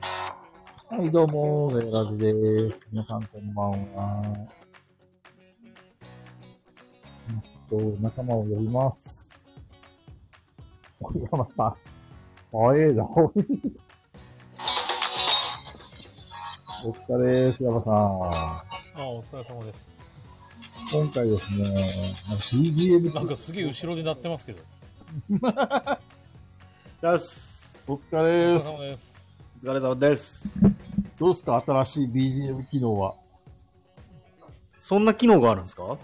はい、どうも、ウェルガズです。皆さん、こんばんは。うんと、仲間を呼びます。森山さん、早いな、お疲れです、山さああお疲れ様です。ん。今回ですね、なんか BGM なんかすげえ後ろで鳴ってますけど。です。お疲れおで疲す。れ様です。お疲れ様です。どうですか、新しい BGM 機能は。そんな機能があるんですか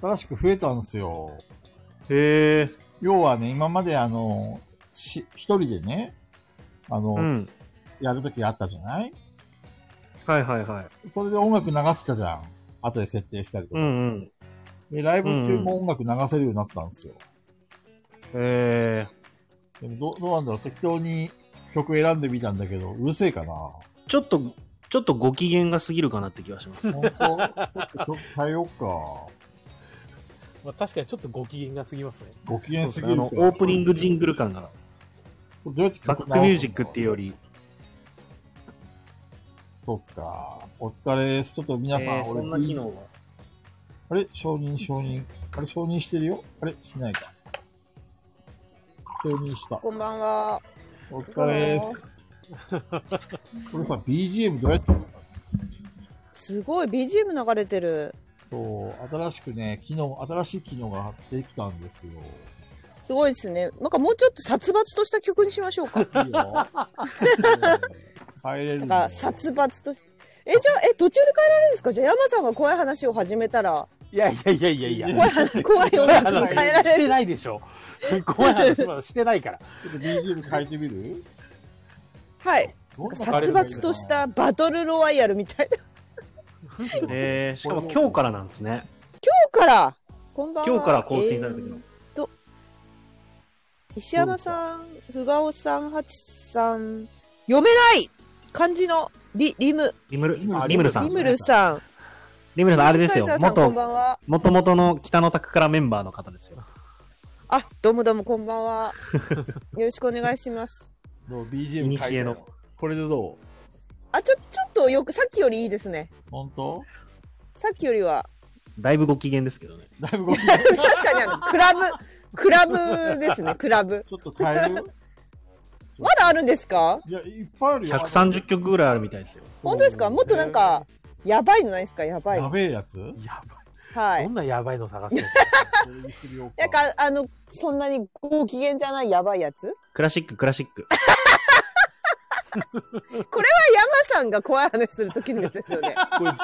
新しく増えたんですよ。へえ。要はね、今まであの、し、一人でね、あの、うん。やるときあったじゃないはいはいはい。それで音楽流してたじゃん。後で設定したりとうか。んうん。で、ライブ中も音楽流せるようになったんですよ。へえ。でもどうどうなんだろう適当に曲選んでみたんだけど、うるせえかなちょっと、ちょっとご機嫌が過ぎるかなって気がします。本当 ちょっと曲変えようか。まあ、確かにちょっっとご機嫌が過ぎますね。ご機嫌すぎあるの、オかープニングジングル感が、どうやって曲バックミュージックっていうより、そっか。お疲れです。ちょっと皆さん、えーそんな機能が。あれ承認、承認。あれ承認してるよあれしてないか。承認した。こんばんは。お疲れです。これさ、BGM どうやってすごい BGM 流れてる。そう、新しくね、機能、新しい機能ができたんですよ。すごいですね。なんかもうちょっと殺伐とした曲にしましょ うか。いい よ。入れるなんのか殺伐として。え、じゃあ、え、途中で変えられるんですかじゃあ山さんが怖い話を始めたら、いやいやいやいやいや。怖い話、怖い音楽に変えられしてる。ないでしょ。怖い話はしてないから。ちょっと BGM 変えてみるはい。どんな感じ殺伐としたバトルロワイヤルみたいな。今えー、しかも今日からなんですね。日から、こんばんは。今日から更新されてるのえー石山さん、ふがおさん、はちさん、読めない漢字のリ、リム、リムル、あリムリムルルさリん。ムルさん。リムルさん、あれですよシンセサイ。ザーさんこんば元、んは。元々の北の宅からメンバーの方ですよ。あ、どうもどうもこんば んは。よろしくお願いします。どうい ?BGM に変しええての。これでどうあ、ちょ、ちょっとよく、さっきよりいいですね。本当さっきよ りは。だいぶご機嫌ですけどね。だいぶご機嫌確かにあの、クラブ、クラブですね、クラブ。ちょっと変えるまだあるんですかいや、いっぱいあるよ。 130曲ぐらいあるみたいですよ。本当ですかもっとなんか、やばいのないですかやばいや。べえやつやばい。はい。どんなやばいの探してる それにしてみようなんか。か、あの、そんなにご機嫌じゃないやばいやつクラシック、クラシック。山さんが怖い話するときのやつですよね。これど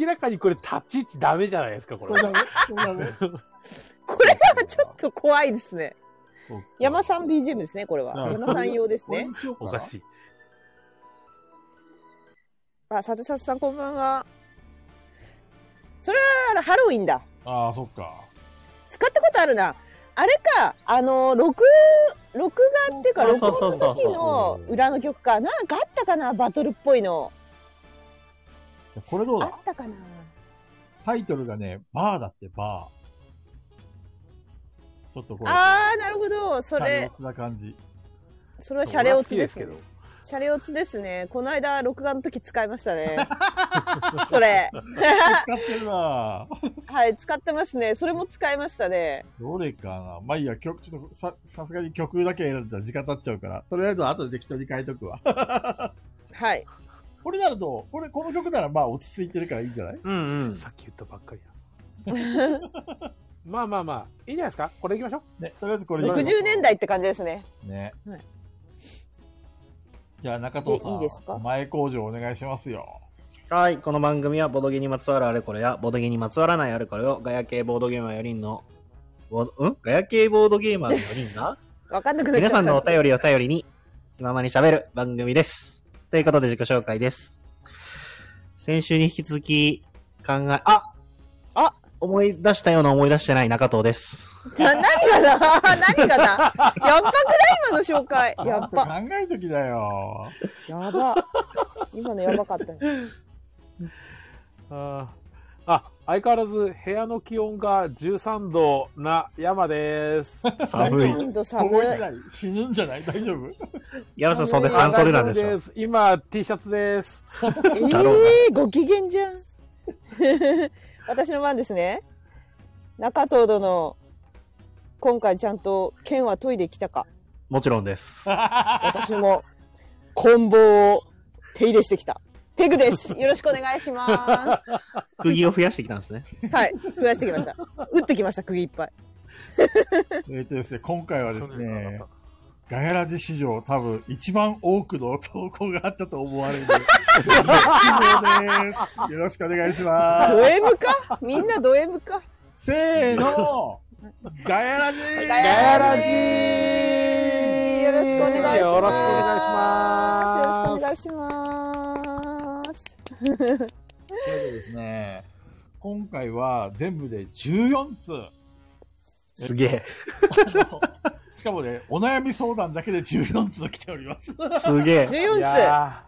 明らかにこれ立ち位置ダメじゃないですか、ここれれ。ダメこれダメこれはちょっと怖いですね。そっか山さん BGM ですね、これなは。るほど山さん用ですこれね。にしようかおなかしい。あ、さてさてさんこんばんは。それはハロウィンだ。ああ、そっか。使ったことあるな。あれか、あの、録、録画っていうか、そう録そう音そうそのう時の裏の曲か。なんかあったかなバトルっぽいの。これどうだあったかなタイトルがね、バーだって、バー。ちょっとこれ。あー、なるほど。それ、こんな感じ。それはシャレオツです僕ねは好。きシャレオツですね。この間、録画の時使いまし たね。それ。使ってるなぁ。はい、使ってますね。それも使いましたね。どれかなまあいいや、曲、ちょっとさ、さすがに曲だけ選んだら時間経っちゃうから、とりあえず後で適当に変えとくわ。はい。これならどうこれ、この曲ならまあ落ち着いてるからいいんじゃないうんうさっき言ったばっかりや。まあまあまあ、いいじゃないですか。これいきましょう。ね、とりあえずこれ60年代って感じですね。ねはい。じゃあ中藤さん、えいいですか前工場お願いしますよ。はい、この番組はボドゲにまつわるあれこれや、ボドゲにまつわらないあれこれを、ガヤ系ボードゲーマー4人の、ボうんガヤ系ボードゲーマーの4人 が、わかんなくなっちゃ皆った。さんのお便りを頼りに、気ままに喋る番組です。ということで自己紹介です。先週に引き続き、考え、ああ思い出したような思い出してない中藤です。 な何がだ何がだやっばくない今の紹介。やっば。考えときだよ。やば。今のやばかったね。ああ、相変わらず部屋の気温が13度な山です。寒い。温度寒凍い。えない。死ぬんじゃない大丈 夫やらさん、それ寒い半袖なんでしょ。す。今、T シャツです。ええだろうなご機嫌じゃん。 私の番ですね。中東殿、今回ちゃんと剣は研いできたか。もちろんです。私も棍棒を手入れしてきた。ペグです。よろしくお願いしま釘を増やしてきたんですね。す。はい、増やしてきました。打ってきました、釘いっぱい。えっとですね、今回はですね、ガヤラジ史上多分一番多くの投稿があったと思わ れる。です。よろしくお願いしまド M かみんなド M かす。せーの、ガヤラジガヤラジよろしくお願いしますよろしくお願いします。よろしくお願いします。というわけでですね、今回は全部で14通。すげえ。しかもね、お悩み相談だけで14通来ております。すげえ。い14や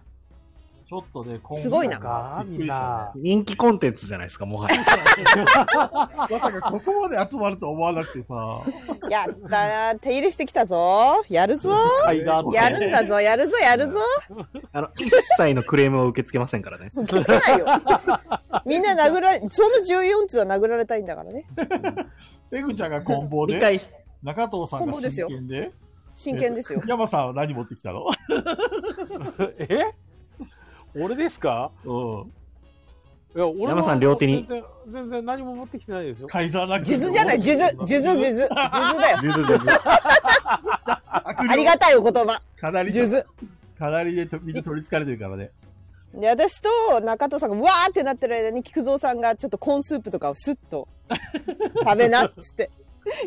ちょっとね、今すごいー、ガーびっミくりしたな。人気コンテンツじゃないですか、も はや。ね。まさかここまで集まると思わなくてさ。やったな手入れしてきたぞや るぞ海岸ってやるんだぞやるぞやるぞあの、一切のクレームを受け付けません からね。気づかない よみんな殴られ、その14通は殴られたいんだからね。ペグちゃんが棍棒理で、解し、中藤さんが棍棒です真よ剣で、真剣ですよ。山さんは何持ってきたの え俺ですかうん。いや、俺は山さん両手に全然、全然何も持ってきてないですよ。カイザーナック数珠じゃない、数珠、数珠、数珠、 数珠だよ。ずずずずあありがたいお言葉。かなり、数珠。かなりでとみんな取り憑かれてるからね。で、私と中藤さんがわーってなってる間に、菊蔵さんがちょっとコーンスープとかをスッと食べなっつって、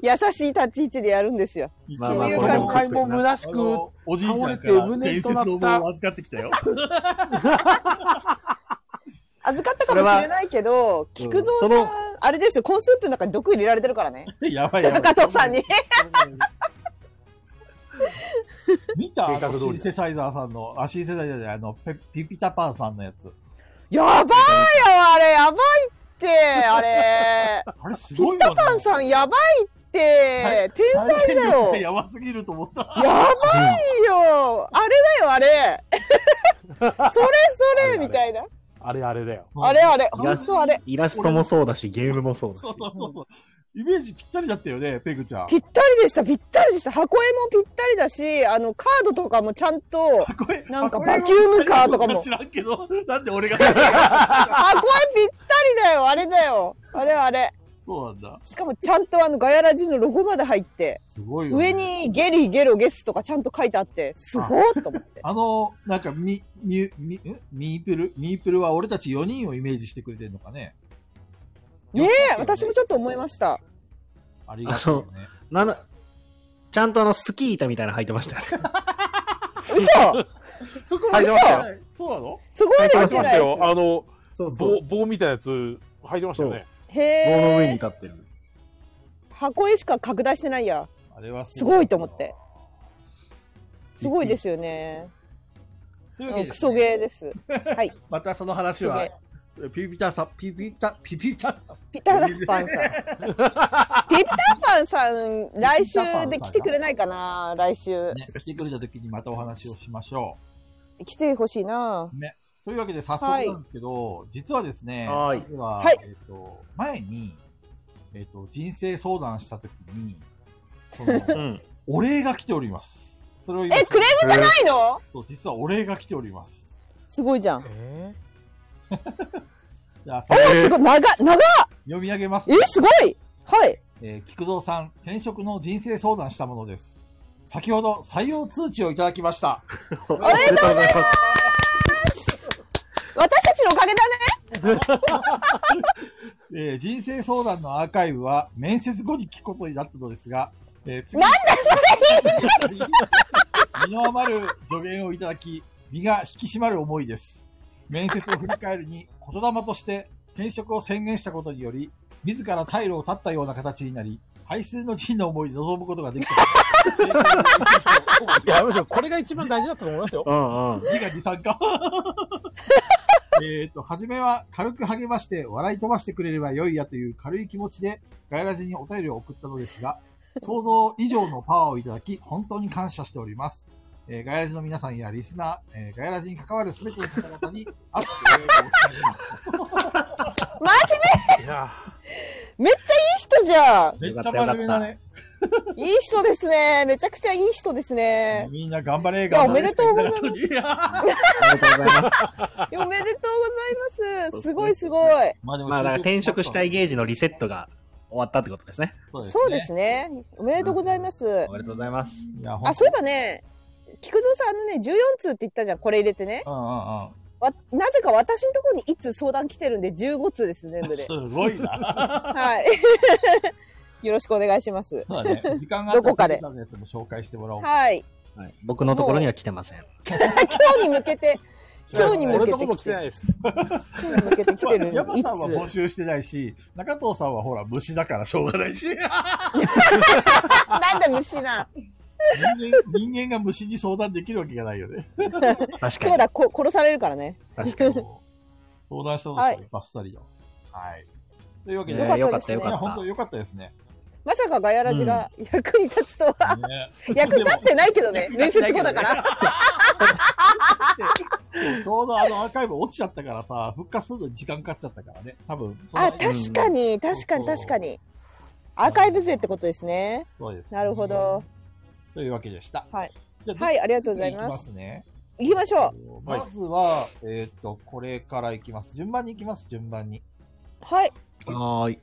優しい立ち位置でやるんですよ。一応まあまあ俺俺ものそういう買いも虚しあく、のおじいちゃんから倒れて伝胸説とのなった棒を預かってきたよ。 預かったかもしれないけど、それは菊蔵さん、うんそのあれですよ、コーンスープの中に毒入れられてるからね。やばいやばい。中藤さんに。見た計あ画の通りシンだセサイザーさんの、あ、シンセサイザーじゃない、あの、ペピピタパンさんのやつ。やばいよ、あれ、やばいって、あれ。あれすピごいッよなタパンさん、やばいって、天才だよ。やばすぎると思った。やばいよあれだよ、あれそれそれみたいな。あれあれだよ。あれあれ、いや本当あれ。イラストもそうだ し、ゲームもそうだしそ。うそうそうそう。イメージぴったりだったよね、ペグちゃん。ぴったりでした、ぴったりでした。箱絵もぴったりだし、あの、カードとかもちゃんと、これなんかこれはバキュームカーとかも知らんけど、なんで俺が。箱絵ぴったりだよ、あれだよ。あれあれ。そうなんだ。しかもちゃんとあの、ガヤラジのロゴまで入って、すごいよ、ね。上。にゲリゲロゲスとかちゃんと書いてあって、すごーっと思って。あの、なんか、ミ、ミ、ミ、んミープル、ミープルは俺たち4人をイメージしてくれてるのかね。ねえ、私もちょっと思いましした。た。ありがとうね。なんだ、ちゃんとあの、スキー板みたいなの履いてましたよね。嘘そこまで入ってまそうなのそこまで入見ってまてしなたいよ。であの、 そう棒、。棒みたいなやつ、入ってましたよね。す。棒の上にへえ。立ってる。箱絵しか拡大してないや。あれはすごいと思って。すごいですよね。というわうけんでクソゲーです。はい。またそのク話ソはゲー、。ピピタさん、ピピタ、ピピタ、ピタ パンさん。ピタパンさん、来週で来てくれないかな来週。ね、来てくれた時にまたお話をしましょ来てほしいなう。というわけで早速なんですけど、実はですね、はいまずは、はいえっ、と、前に、えっ、と、人生相談した時に、その、 うん。お礼が来ております。それを今え、クレームじゃないのそう実はお礼が来ております。すごいじゃん。えじゃあ、そおれすごい長っ長っ読み上げますえ。、すごいはい。えー菊蔵さん、転職の人生相談したものです。先ほど採用通知をいただきました。おめでとうございます。私たちのおかげだね えー人生相談のアーカイブは面接後に聞くことになったのですが、えー次なん身の余る助言をいただき、身が引き締まる思いです。面接を振り返るに、言霊として転職を宣言したことにより、自ら退路を断ったような形になり、背水の陣の思いで臨むことができた。ー、いや、むしろこれが一番大事だったと思いますよ。うんうん。自画自賛か。 えっと、初めは軽く励まして笑い飛ばしてくれれば良いやという軽い気持ちでガイラジにお便りを送ったのですが、想像以上のパワーをいただき、本当に感謝しております。えーガイラジの皆さんやリスナー、えーガイラジに関わる全ての方々に熱くお礼を伝えます。いやめっちゃいい人じゃん。めっちゃ真面目だね。いい人ですね。めちゃくちゃいい人ですね。 みんな頑張れ、や頑張れ。おめでとうございますます。ありがとうございます。いやおめでとうございます。すごいすごい。まあ、でもまあ、だから転職したいゲージのリセットが終わったってことですね。そうですね。おめでとうございますお。めでとうございます。いや、ほんあ、とそういえばね、菊蔵さんあのね、14通って言ったじゃん。これ入れてね。うんうんうん。わなぜか私のところに1通相談来てるんで、15通です、全部 で。すごいな。はい。 よろしくお願いします。そうだね。時間があったらどこかでピーターのやつも紹介してもらおう。はい。はい、僕のところには来てません。今日に向 けて、今日に向俺けとこても来来ててなる。いです。今日に向けて来てる。 山さんは募1通。集してないし、中藤さんはほら、虫だからしょうがない し、なんで虫な。 人間、人間が虫に相談できるわけがないよね。確そうかに。だ、こ殺されるからね。確か相 に。談したのとはいバッサリよ。はい。というわけで、えーいよよかかっったたですよねや、か本っ当良かったですね。まさかガヤラジが役に立つとは、ね役立ってないけどね。 でも面接後だから。ちょうどあのアーカイブ落ちちゃったからさ、復活するのに時間かかっちゃったからね。多分、そのあ、確かに、確かに、確かに。アーカイブ勢ってことですね。そうです、なるほど。というわけでした。はい。じゃあ、はい、ありがとどうっごちざにい行きま。ますすね。行きましょう。まずは、えっ、と、これからいきます。順番にいきます、順番に。はい。はーい。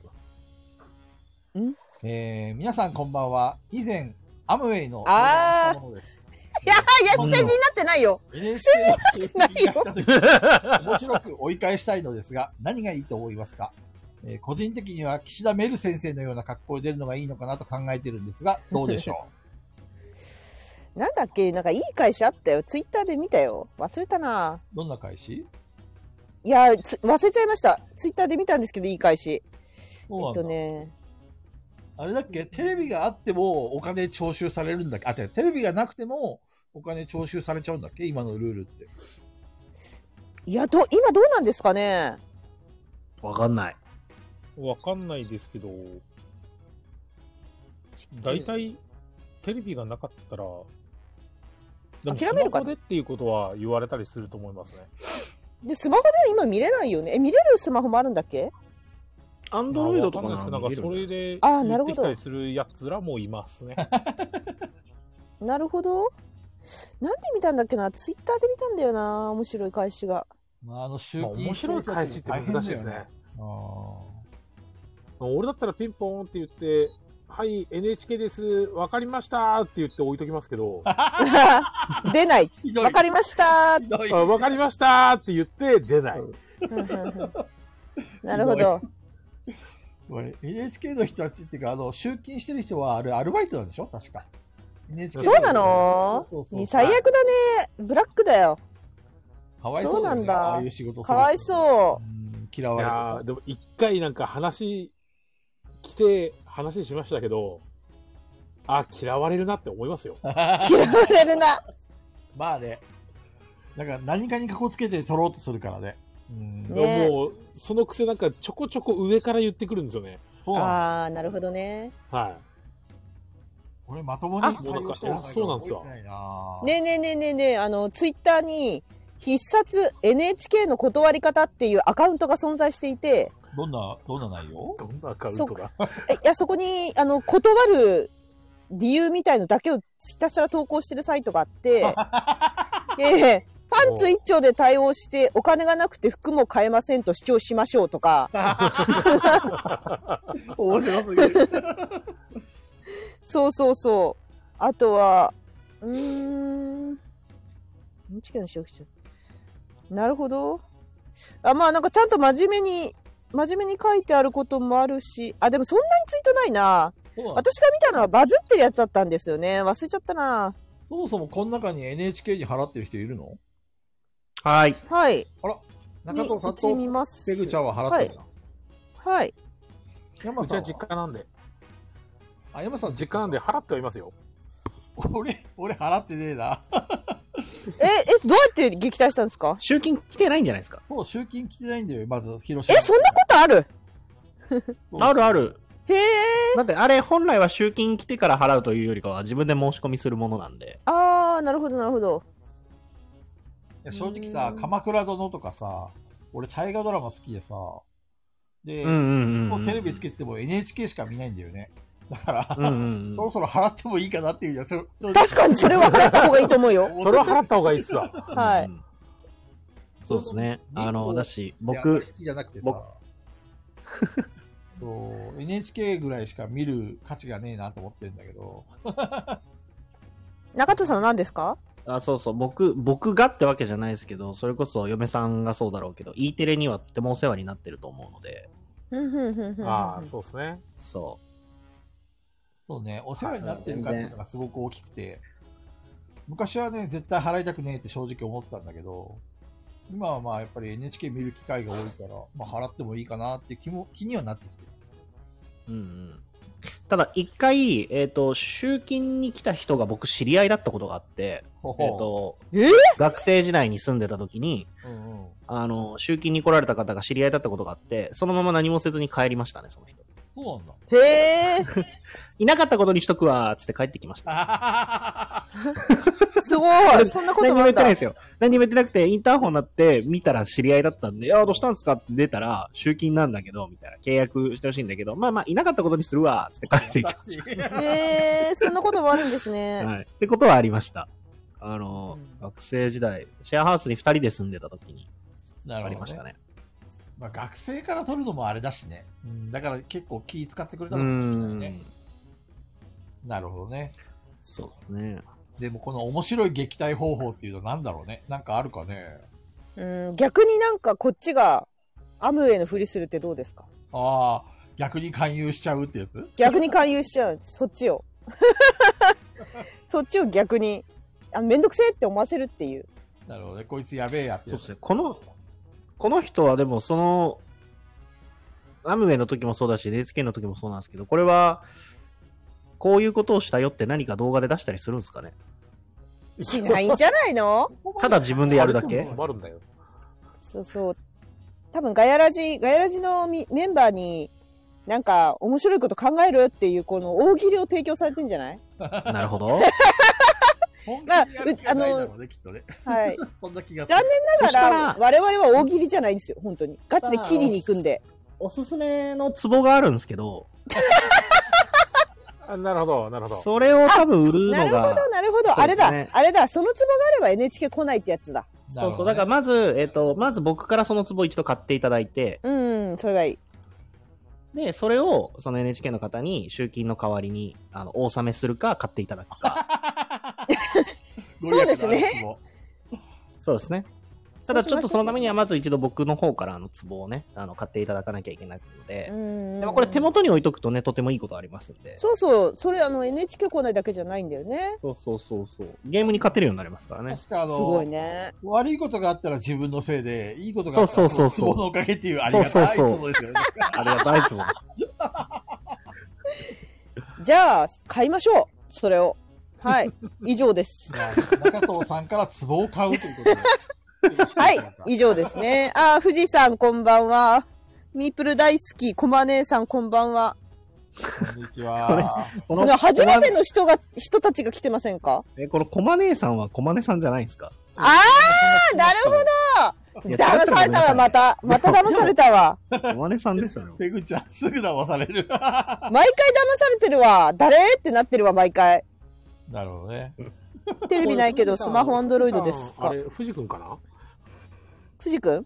えー、皆さんこんばんは。以前、アムウェイのあーものです。いやー、うんいや、不正になってないよ。 NHK なってないよが聞いた時面白く追い返したいのですが、何がいいと思いますか、えー個人的には岸田メル先生のような格好で出るのがいいのかなと考えてるんですが、どうでしょ なんだっけ、なんかいい会社あったよ。ツイッターで見たよ。忘れたな。うどんな開始いやー、つ忘れちゃいました。ツイッターで見たんですけど、いい返し。そうえなっんだとね。あれだっけテレビがあってもお金徴収されるんだっけあ、違う、テレビがなくてもお金徴収されちゃうんだっけ今のルールって。いや、ど、今どうなんですかね。わかんない。わかんないですけど、大体、テレビがなかったら、でも諦スめマるかホでっていうことは言われたりすると思いますね。で、スマホでは今見れないよね。え、見れるスマホもあるんだっけアンアドロイドとかななんですけど、なんかそら見れるんだれよで、あーな言るほどってきたりするやつらもいますね。なるほど。なんで見たんだっけな。ツイッターで見たんだよな。面白い返しが。 まあ、あの、集まあ金面白い返しって難しいですね。。あー俺だったらピンポーンって言って、はい、NHK です、わかりましたって言って置いときますけど、あ 出ない。ひどいわかりま した。ひどいわかりましたって言って出ない。なるほど。これ NHK の人たちっていうか、あの、集金してる人は、あれ、アルバイトなんでしょ確か。NHK そうなのそうそうそう最悪だね。ブラックだよ。かわいそそううななんんだだ、ね。ああいう仕事。かわいそううん嫌いやわーれてでも一回なんか話来て話しましたけどあ嫌われるなって思いますよた。嫌われるな。まあね。なんか、何かにかこつけて取ろうとするからね。うん。ねえもうそのくせなんかちょこちょこ上から言ってくるんですよねそうなんだ。ああ、なるほどね。は俺、まともに対応してるあそうなんですよないなねえねえねえねえねえ、あの、ツイッターに、必殺 NHK の断り方っていうアカウントが存在していて、どんな、どんな内容 いどんなアカウンそトうがえいや、そこに、あの、断る理由みたいのだけをひたすら投稿してるサイトがあって、で、パンツ一丁で対応して、お金がなくて服も買えませんと主張しましょうとか、面白すぎる。そうそうそう。あとは、うーん。NHK の消費者。なるほど。あ、まあなんかちゃんと真面目に、真面目に書いてあることもあるし、あ、でもそんなにツイートないな。そうなんだ私が見たのはバズってるやつだったんですよね。忘れちゃったな。そもそもこの中に NHK に払ってる人いるのはーい。はい。中藤さん見見とます。ペグちゃんは払ってるな。はい。山うちさんはは実家なんであ、山さん実家なんで。払ってはいますよ俺、俺払ってねえな。え、え、どうやって撃退したんですか集金来てないんじゃないですか。そう、集金来てないんだよ、まず、広え島。、そんなことあるそうあるあ。る。へえ。 だってあれ本来は集金来てから払うというよりかは自分で申し込みするものなんで。あー、なるほど、なるほど。いや正直さ、鎌倉殿とかさ、俺、大河ドラマ好きでさ、で、うんうんうんういんつもテレビつけても NHK しか見ないんだよね。だから、うんうんうんそろそろ払ってもいいかなっていうじゃん。そ正直確かにそれは払った方がいいと思うよ。それは払った方がいいっすわ。はうい。んそうですね。あの、だし、いや僕好、きじゃなくて僕さ。そう、NHK ぐらいしか見る価値がねえなと思ってんだけど。中戸さん何ですかあ、そうそう、僕、僕がってわけじゃないですけど、それこそ嫁さんがそうだろうけど、E テレにはとてもお世話になってると思うので、ふんふんふんふんふんああ、そうですね。そそうね、お世話になってるかっていうのがすごく大きくて、昔はね、絶対払いたくねえって正直思ってたんだけど、今はまあやっぱり NHK 見る機会が多いから、まあ払ってもいいかなって気も気にはなってきてる。う。うんうん。ただ、一回、えっ、と、集金に来た人が僕、知り合いだったことがあって、ほえっ、ほと、えー学生時代に住んでた時に、うんうんあの、集金に来られた方が知り合いだったことがあって、そのまま何もせずに帰りましたね、その人。そうなんだ。へえ、いなかったことにしとくわ、つって帰ってきました。 すごい。そんな何ことにももあ言っんてだない。ですよ。何にも言ってなくて、インターホン鳴って、見たら知り合いだったんで、いや、どうしたんですかって出たら、集金なんだけど、みたいな。契約してほしいんだけど、まあまあ、いなかったことにするわ、つって帰ってきまし優しいへえ、そんなこともあるんですねた。。はい。ってことはありました。あの、うん学生時代、シェアハウスに二人で住んでた時になるほど、ね。ありましたね。まあ、学生から取るのもあれだしね。うん、だから結構気使ってくれたうのかもしれないねん。。なるほどね。そうですね。でもこの面白い撃退方法っていうのは何だろうね。なんかあるかね。うん、逆になんかこっちがアムウェイのふりするってどうですかああ、逆に勧誘しちゃうってやつ逆に勧誘しちゃう。そっちを。そっちを逆に。あめんどくせえって思わせるっていう。 なるほどね。こいつやべえやってそやうでつすね。この、この人はでも、その、アムウェイの時もそうだし、NHK の時もそうなんですけど、これは、こういうことをしたよって何か動画で出したりするんですかねしないんじゃないのただ自分でやるだけ困るんだよ。そうそう。多分ガヤラジ、ガヤラジのみメンバーに、なんか面白いこと考えるっていう、この大喜利を提供されてんじゃ ないなるほど。本気でやる気がないだろうね、きっとね。はい。 そんな気がする残。念ながら、そ我々は大喜利じゃないんですよ、本当に。ガチで切りに行くんで。 おすすめのツボがあるんですけど、あなるほど、なるほど。それを多分売るなのるほが、ど、なるほど。そうあでれすねだ、あれだ。そのツボがあれば NHK 来ないってやつだ。そうそう、なるほどねだからまず、えっ、と、まず僕からそのツボ一度買っていただいて、うん、それがいい。で、それをその NHK の方に集金の代わりに、あの、お納めするか買っていただくか。ご利益そうのあでるすねツボ。そうですね。ただちょっとそのためにはままず一度僕の方からあのツボをね、あの、買っていただかなきゃいけないので、うんでもこれ手元に置いとくとね、とてもいいことありますんで。そうそう、それあの NHK 来ないだけじゃないんだよね。そうそうそうそう。ゲームに勝てるようになりますからね。 確かあすごいの、ね。悪いことがあったら自分のせいで、いいことがあったそうらそうそうそツボうのおかげっていうありがたいそうそうそうことですよね。ありがたいツボ。じゃあ、買いましょう。それを。 はい。以上です。まあ中藤さんからツボを買うという ことで。はい。以上ですね。あー、富士さんこんばんは。ミープル大好き、コマ姉さんこんばんは。こんにちは。ここの初めての人が、人たちが来てませんかえ、このコマ姉さんはコマ姉さんじゃないんですかああなるほどー騙されたわ、ま。た。また騙されたわ。コマネさんでしたね。ペグちゃん、すぐ騙され る。毎回騙されてるわ。誰ってなってるわ、毎回。なるほどね。テレビないけど、これスマホアンドロイドですあか。れ、富士くんかな富士くん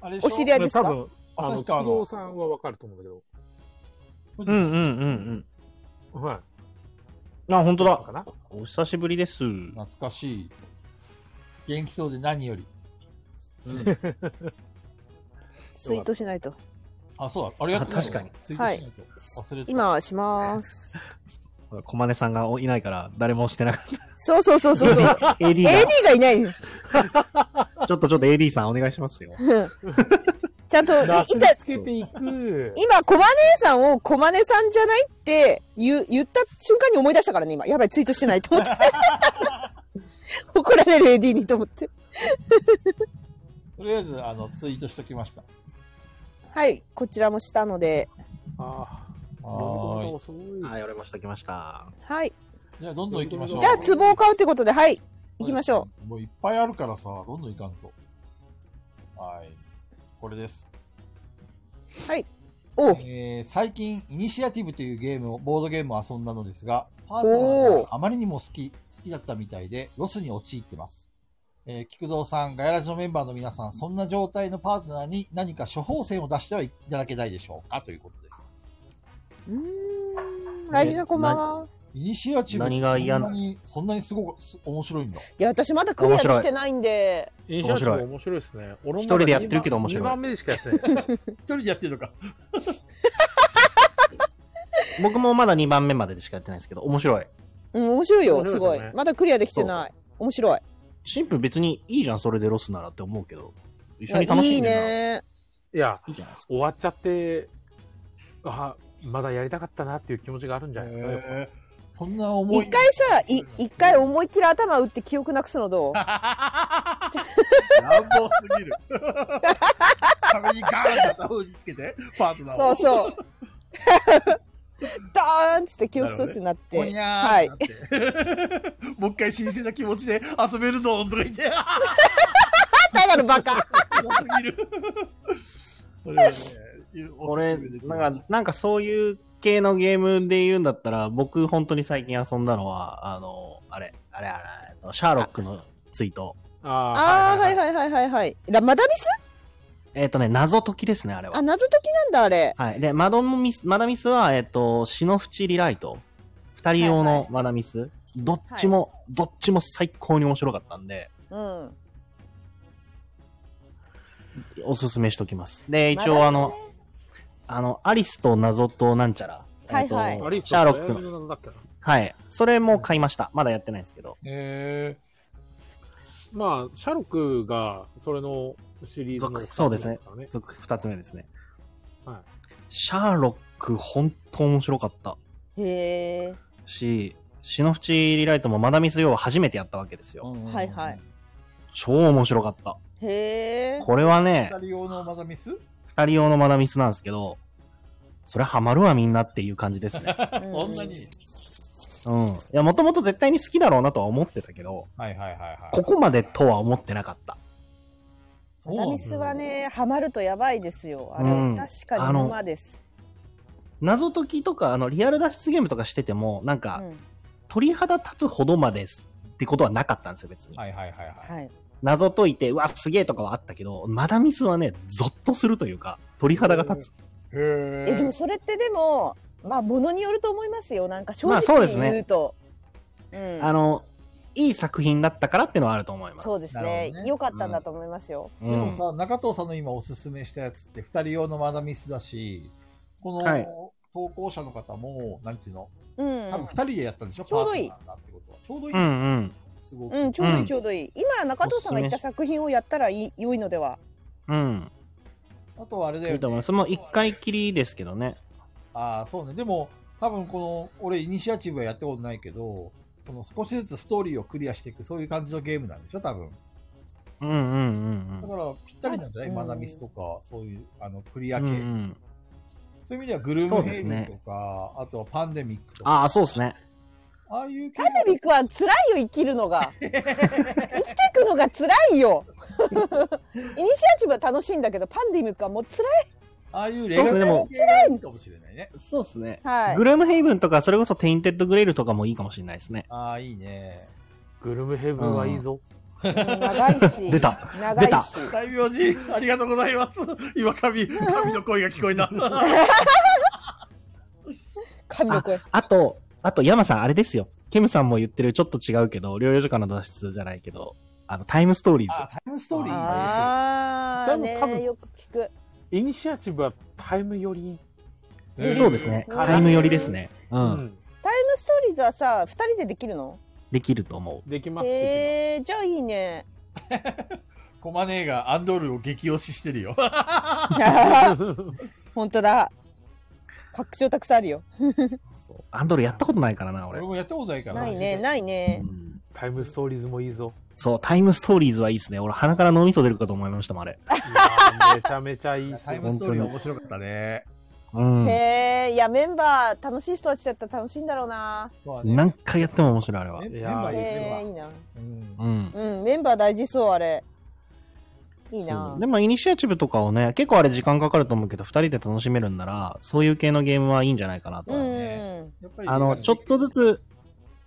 あれでしょお知り合いこれですか多分、あの、旭川企業の。さんはわかると思うんだけど。うんうんうんはい。うん。あ、本当だか。なお久しぶりです。懐かしい。元気そうで何より。ツイートしないと。あ、そうだ。ありがとう。あ確かに。ツイートしないと。忘れてた。今はします。コマネさんがいないから、誰もしてなかっそうそうそうそうそう。た。AD AD が、がいない。ちょっとちょっと AD さんお願いしますよ。ちゃんと、いないちゃつけていく。今、コマ姉さんをコマネさんじゃない って言う言った瞬間に思い出したからね、今。やばい、ツイートしてないと思って。怒られる AD にと思って。とりあえず、あの、ツイートしときました。はい、こちらもしたので、ああ、はーい。もすごい。はい、俺もしときました。はい。じゃあ、どんどん行きましょう。じゃあ、壺を買うってことで、はい、行きましょう。もういっぱいあるからさ、どんどん行かんと。はい。これです。う。おうえー最近、イニシアティブというゲームを、ボードゲームを遊んだのですが、パートナーおーがあまりにも好き、好きだったみたいで、ロスに陥ってます。えー、菊蔵さん、ガヤラジのメンバーの皆さん、そんな状態のパートナーに何か処方箋を出してはいただけないでしょうかということです。うーん、ライジンさんこんばんは。イニシアチブって何が嫌なそんなに、そんなにすごく、す面白いんだ。いや、私まだクリアできてないんで、印象面白い。面白いですね。俺も一人でやってるけど面白い2番目でしかやってない。一人でやってるのか。僕もまだ2番目まででしかやってないんですけど、面白い。うん、面白いよ、面す白ごいですよねい。まだクリアできてない。面白い。シンプル別にいいじゃん、それでロスならって思うけど。一緒にいや楽いしいんでるならね。いや、いいじゃないですか。終わっちゃって、あまだやりたかったなっていう気持ちがあるんじゃないですか、ね。えーそんな思い。一回さ、い一回思いっきり頭打って記憶なくすの どう乱暴すぎる。壁にガーンって頭打ちつけて、パートナーそをう。そう。 ドーンっつって記憶喪失になって。おにゃはーいっ。てなって、 もう一回新鮮な気持ちで遊べるぞとか言って、 あただのバカ。ー怖すぎる。 それはね、おす俺、すめできるなんか、なんかそういう系のゲームで言うんだったら、僕本当に最近遊んだのは、あの、あれ、あれあれあれあの、シャーロックのツイート。ああ ー、はいい。はいはいはいはい。ラマダミスえっ、とね、謎解きですね、あれあ、は。謎解きなんだ、あれ。はい。で、マドミス、マダミスは、えっ、と、シノフチリライト。二人用のマダミス。どっちも、どっちも最高に面白かったんで、うん。おすすめしときます。で、一マ応あダミスねの、あの、アリスと謎となんちゃら。はいはいえっとアリスシャーロックの。の。だっけなはい。それも買いました。まだやってないんですけど。えまあ、シャーロックが、それのシリーズの、続そうですね。ね。続二つ目ですね。はいシャーロック、本当面白かったへし、シノフチリライトもマダミス要は初めてやったわけですーよ。はいはい。超面白かった。え。へえ。これはね二、人用のマザミス二人用のマダミスなんですけど、それハマるわみんなっていう感じですね。そんなに。うん。いや、もともと絶対に好きだろうなとは思ってたけど、はいはいはいはい。ここまでとは思ってなかった。そうなダんミだスはね、ハマるとやばいですよ。あれ、うん確かに沼です。謎解きとか、あの、リアル脱出ゲームとかしてても、なんかう、ん。鳥肌立つほどまですってことはなかったんですよ、別に。はいはいはいはい。はい。謎解いて、うわ、すげえとかはあったけど、マダミスはね、ゾッとするというか、鳥肌が立つ。へーえ、でもそれってでも、まあ、ものによると思いますよ。なんか正まあそうで直すね言うと。うん。あの、いい作品だったからってのはあると思います。そうですなるねほどね良かったんだと思いますよ。うでもん。さ、中藤さんの今おすすめしたやつって、二人用のマダミスだし、こはいの投稿者の方も、なんていうの、うん多分二。人でやったんでしょ、ちょうどいいパートナーがってことはちょうどいい。うんうん。すごく。うん、ちょうどいういんちょうどいい。今、中藤さんが言った作品をやったらいい良いのでは。うん。あとはあれだよ、いいねと。思います。もう一回きりですけどね。ああ、そうね。でも、多分この、俺、イニシアチブはやったことないけど、その少しずつストーリーをクリアしていく、そういう感じのゲームなんでしょ、多分。うんうだんうんから、ぴったりなんじゃないうんマナミスとか、そういう、あの、クリうアん。系。うんうん、そういう意味では、グルーそムうでヘイすブねンとか、あとはパンデミックとか、ああ、そうですね。ああいう系パンデミックは辛いよ、生きるの が。生きてくのが辛いよ。 イニシアチブは楽しいんだけど、パンデミックはもう辛い。ああいうレガシそうですねでもー系がいいかもしれないね。そうですね。はいグ。ルームヘイブンとか、それこそテインテッドグレイルとかもいいかもしれないですね。ああ、いいね。グルムヘブンはいいぞ。長いし。出た。長い出たし。大名人、 ありがとうございます。今、神、神の声が聞こえ た。神の声。あと、あと、ヤマさん、あれですよ。ケムさんも言ってる、ちょっと違うけど、療養所からの脱出じゃないけど、あの、タイムストーリーあズ。タイムストーリーいいね。あ多あ、分ね多分よく聞く。イニシアチブはタイムより、えーそうですね。うんタイム寄りですね。う。、うんタイムストーリーズはさ、二人でできるのできると思う。できます。でへえ、じゃあいいね。コマネーがアンドールを激推ししてるよ。きます本当だ。拡張たくさんあるよ。そうアンドロやったことないからな、俺。俺もやったことないから。ないね、ないね。うん タイムストーリーズもいいぞ。そう、タイムストーリーズはいいですね。俺、鼻から脳みそ出るかと思いましたもん、あれ。いやーめちゃめちゃいいっすタイよ。ムストーリー面白かったね。うん。へえ、いや、メンバー、楽しい人たちだったら楽しいんだろうな。そうだ何ね。回やっても面白い、あれはメ。ンいメンやーバーへいいですえ、ねいいな。うんうん。うん、メンバー大事そう、あれ。いいそなう。でも、イニシアチブとかをね、結構あれ時間かかると思うけど、二人で楽しめるんなら、そういう系のゲームはいいんじゃないかなと。うんうんうん。やっぱりねあの、ちょっとずつ、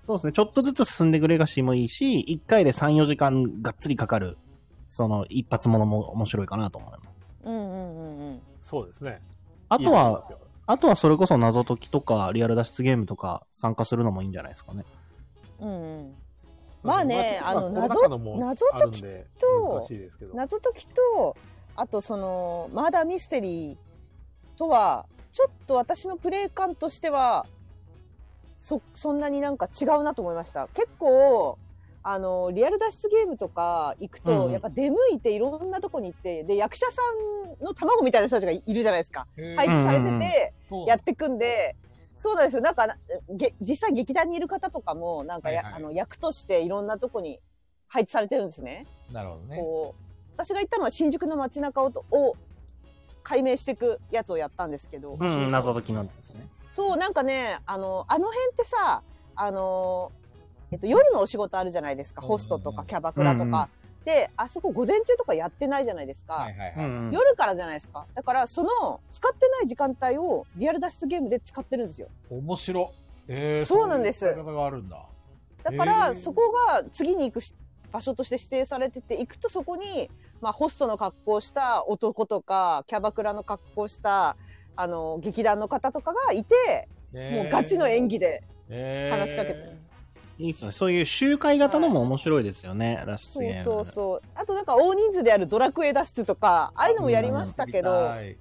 そうですね、ちょっとずつ進んでいくレガシーもいいし、一回で3、4時間がっつりかかる、その、一発ものも面白いかなと思います。うんうんうんうん。そうですね。あといいと思いまはす、よあとはそれこそ謎解きとか、リアル脱出ゲームとか参加するのもいいんじゃないですかね。うんうん、まあねまあのまコロナ禍のも謎あるんでと難しいですけど。謎解きとあとそのマーダーミステリーとはちょっと私のプレイ感としてはそそんなになんか違うなと思いました結構あのリアル脱出ゲームとか行くと、うんやっぱ出向いていろんなとこに行ってで役者さんの卵みたいな人たちがいるじゃないですかへー配置されてて、うんうんうんそうやってくんで、そうなんですよ。なんか、なげ実際劇団にいる方とかも、なんかや、はいはいあの、役としていろんなとこに配置されてるんですね。なるほどね。こう、私が行ったのは新宿の街中をと、を解明していくやつをやったんですけど、うん、謎解きなんですね。そう、なんかね、あの、あの辺ってさ、あの、えっと、夜のお仕事あるじゃないですか。ホストとかキャバクラうとんうんか。で、あそこ午前中とかやってないじゃないですか。はいはいはうい。んうん。夜からじゃないですか。だから、その、使ってない時間帯をリアル脱出ゲームで使ってるんですよ。面白。えーそうなんですそういう戦いがあるんだ。だかへらーそこが次に行くし場所として指定されてて行くとそこに、まあ、ホストの格好をした男とかキャバクラの格好をしたあの劇団の方とかがいてもうガチの演技でで話しかけて。いいですね。そういう集会型のも面白いですよね、脱出そゲうーム。そうそうあとなんか大人数であるドラクエ脱出とかああいうのもやりましたけど、はい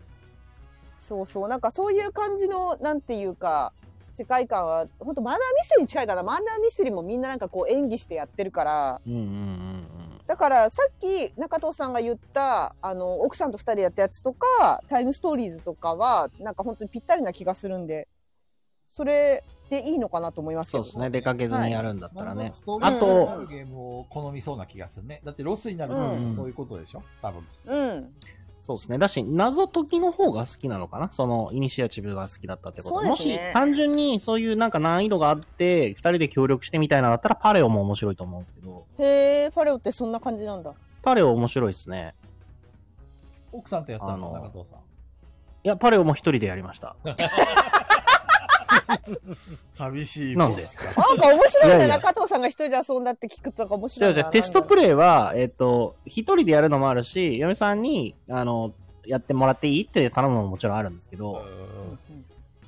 そうそうなんかそういう感じのなんていうか世界観は本当マナーミステリーに近いかなマナーミステリーもみんななんかこう演技してやってるからうんうんうんだからさっき中藤さんが言ったあの奥さんと二人でやったやつとかタイムストーリーズとかはなんか本当にぴったりな気がするんでそれでいいのかなと思いますけそうどですね。出かけずにやるんだったらまねあ。ストーリあーになと、るゲームを好みそうな気がするね。だってロスになるうのんそういうことでしょ多分。うんそうですね。だし、謎解きの方が好きなのかなその、イニシアチブが好きだったってこと。そうですねもし、単純にそういうなんか難易度があって、二人で協力してみたいなのだったら、パレオも面白いと思うんですけど、へえパレオってそんな感じな んだパレオ面白いですね。奥さんとやったのあの中藤さん。いや、パレオも一人でやりました。寂しい。なんでなんか面白いいねやいや中藤さんが一人で遊んだって聞くとなんか面じゃ白いあ、なじゃあテストプレイは、えっ、と、一人でやるのもあるし、嫁さんに、あの、やってもらっていいって頼むのももちろんあるんですけうど、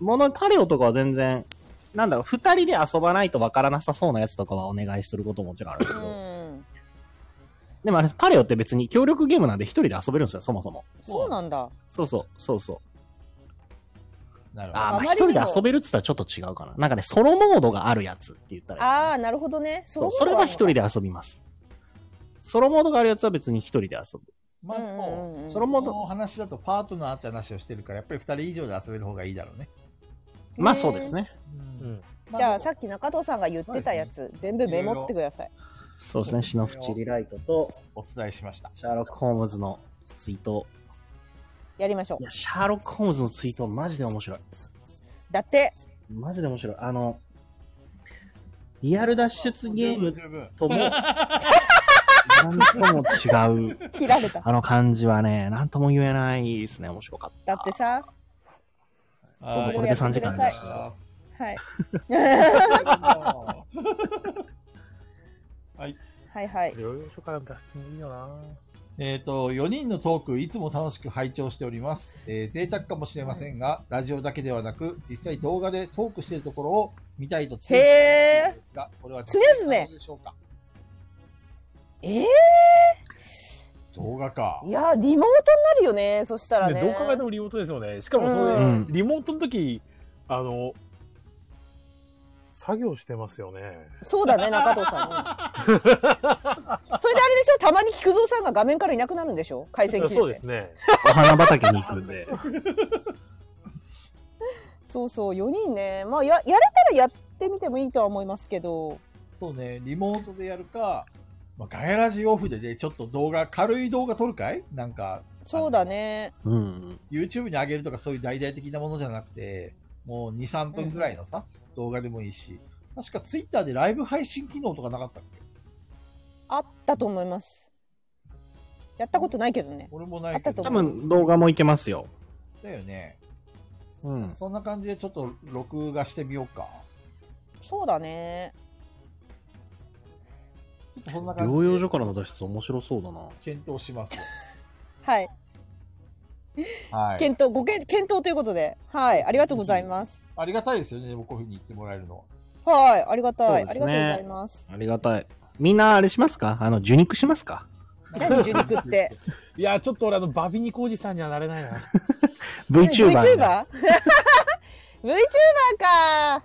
んもの、パレオとかは全然、なんだろう、二人で遊ばないとわからなさそうなやつとかはお願いすることももちろんあるんですうけど、んでもあれ、パレオって別に協力ゲームなんで一人で遊べるんですよ、そもそも。そうなんだそうそう、そうそう。なるほど。あーまああ一まりにも人で遊べるって言ったらちょっと違うかな。なんかね、ソロモードがあるやつって言ったらいいああなるほどねそうそれは一人でで遊びます。ソロモードがあるやつは別に一人で遊ぶ。まあでも、ソロモこード、の話だとパートナーって話をしてるから、やっぱり二人以上で遊べる方がいいだろうね。まあそうですね。うん。まじゃあさっっき中藤さんが言ってたやつ全部メモってくださいそうですね。シノフチリライトと、お伝えしました。シャーロック・ホームズのツイート。やりましょいうや、シャーロック・ホームズのツイートマジで面白い。だってマジで面白い。あの、リアル脱出ゲーム十分。とも、なんとも違う。切られたあの感じはね、なんとも言えないですね。面白かった。だってさうこれで三時間ありありがまとしうございますはい。あの はいはい。療養所からの脱出もいいよなえっ、と、4人のトーク、いつも楽しく拝聴しております。えー贅沢かもしれませんが、ラジオだけではなく、実際動画でトークしているところを見たいと常々思っているんですが、これは常々可能でしょうかええ動画かい。や、リモートになるよね。そしたらね。ねどう考えてもリモートですよね。しかもそれ、ううん。リモートの時、あの、作業してますよね。そうだね、中藤さんね。 それであれでしょたまに菊蔵さんが画面からいなくなるんでしょ回線切れて。そうですね。お花畑に行くん で。そうそう、4人ね。まあ、や、やれたらやってみてもいいとは思いますけど。そうね、リモートでやるか、まあ、ガヤラジオフでね、ちょっと動画、軽い動画撮るかいなんか、そうだね。うん。 YouTube に上げるとかそういう大々的なものじゃなくて、もう2、3分ぐらいのさ、動画でもいいし、確か Twitter でライブ配信機能とかなかったっけあったと思います。やったことないけどね。俺もないけあったど。と多思う分動画もいけますよ。だよね。うん。そんな感じでちょっと録画してみようか。そうだね。ちょっとそんな感じ療で養所からの脱出面白そうだな。検討します。はい。はい。検討、ごけん検討ということで。はい。ありがとうございます。ありがたいですよね、でもこういうふうに言ってもらえるのは。はい。ありがたい、そうあですりがとねうございます。ありがたい。みんなあれしますかあの、受肉しますか何、受肉って。いや、ちょっと俺、あの、バビ肉おじさんにはなれないな。 ?VTuber。 VTuber? VTuber かあ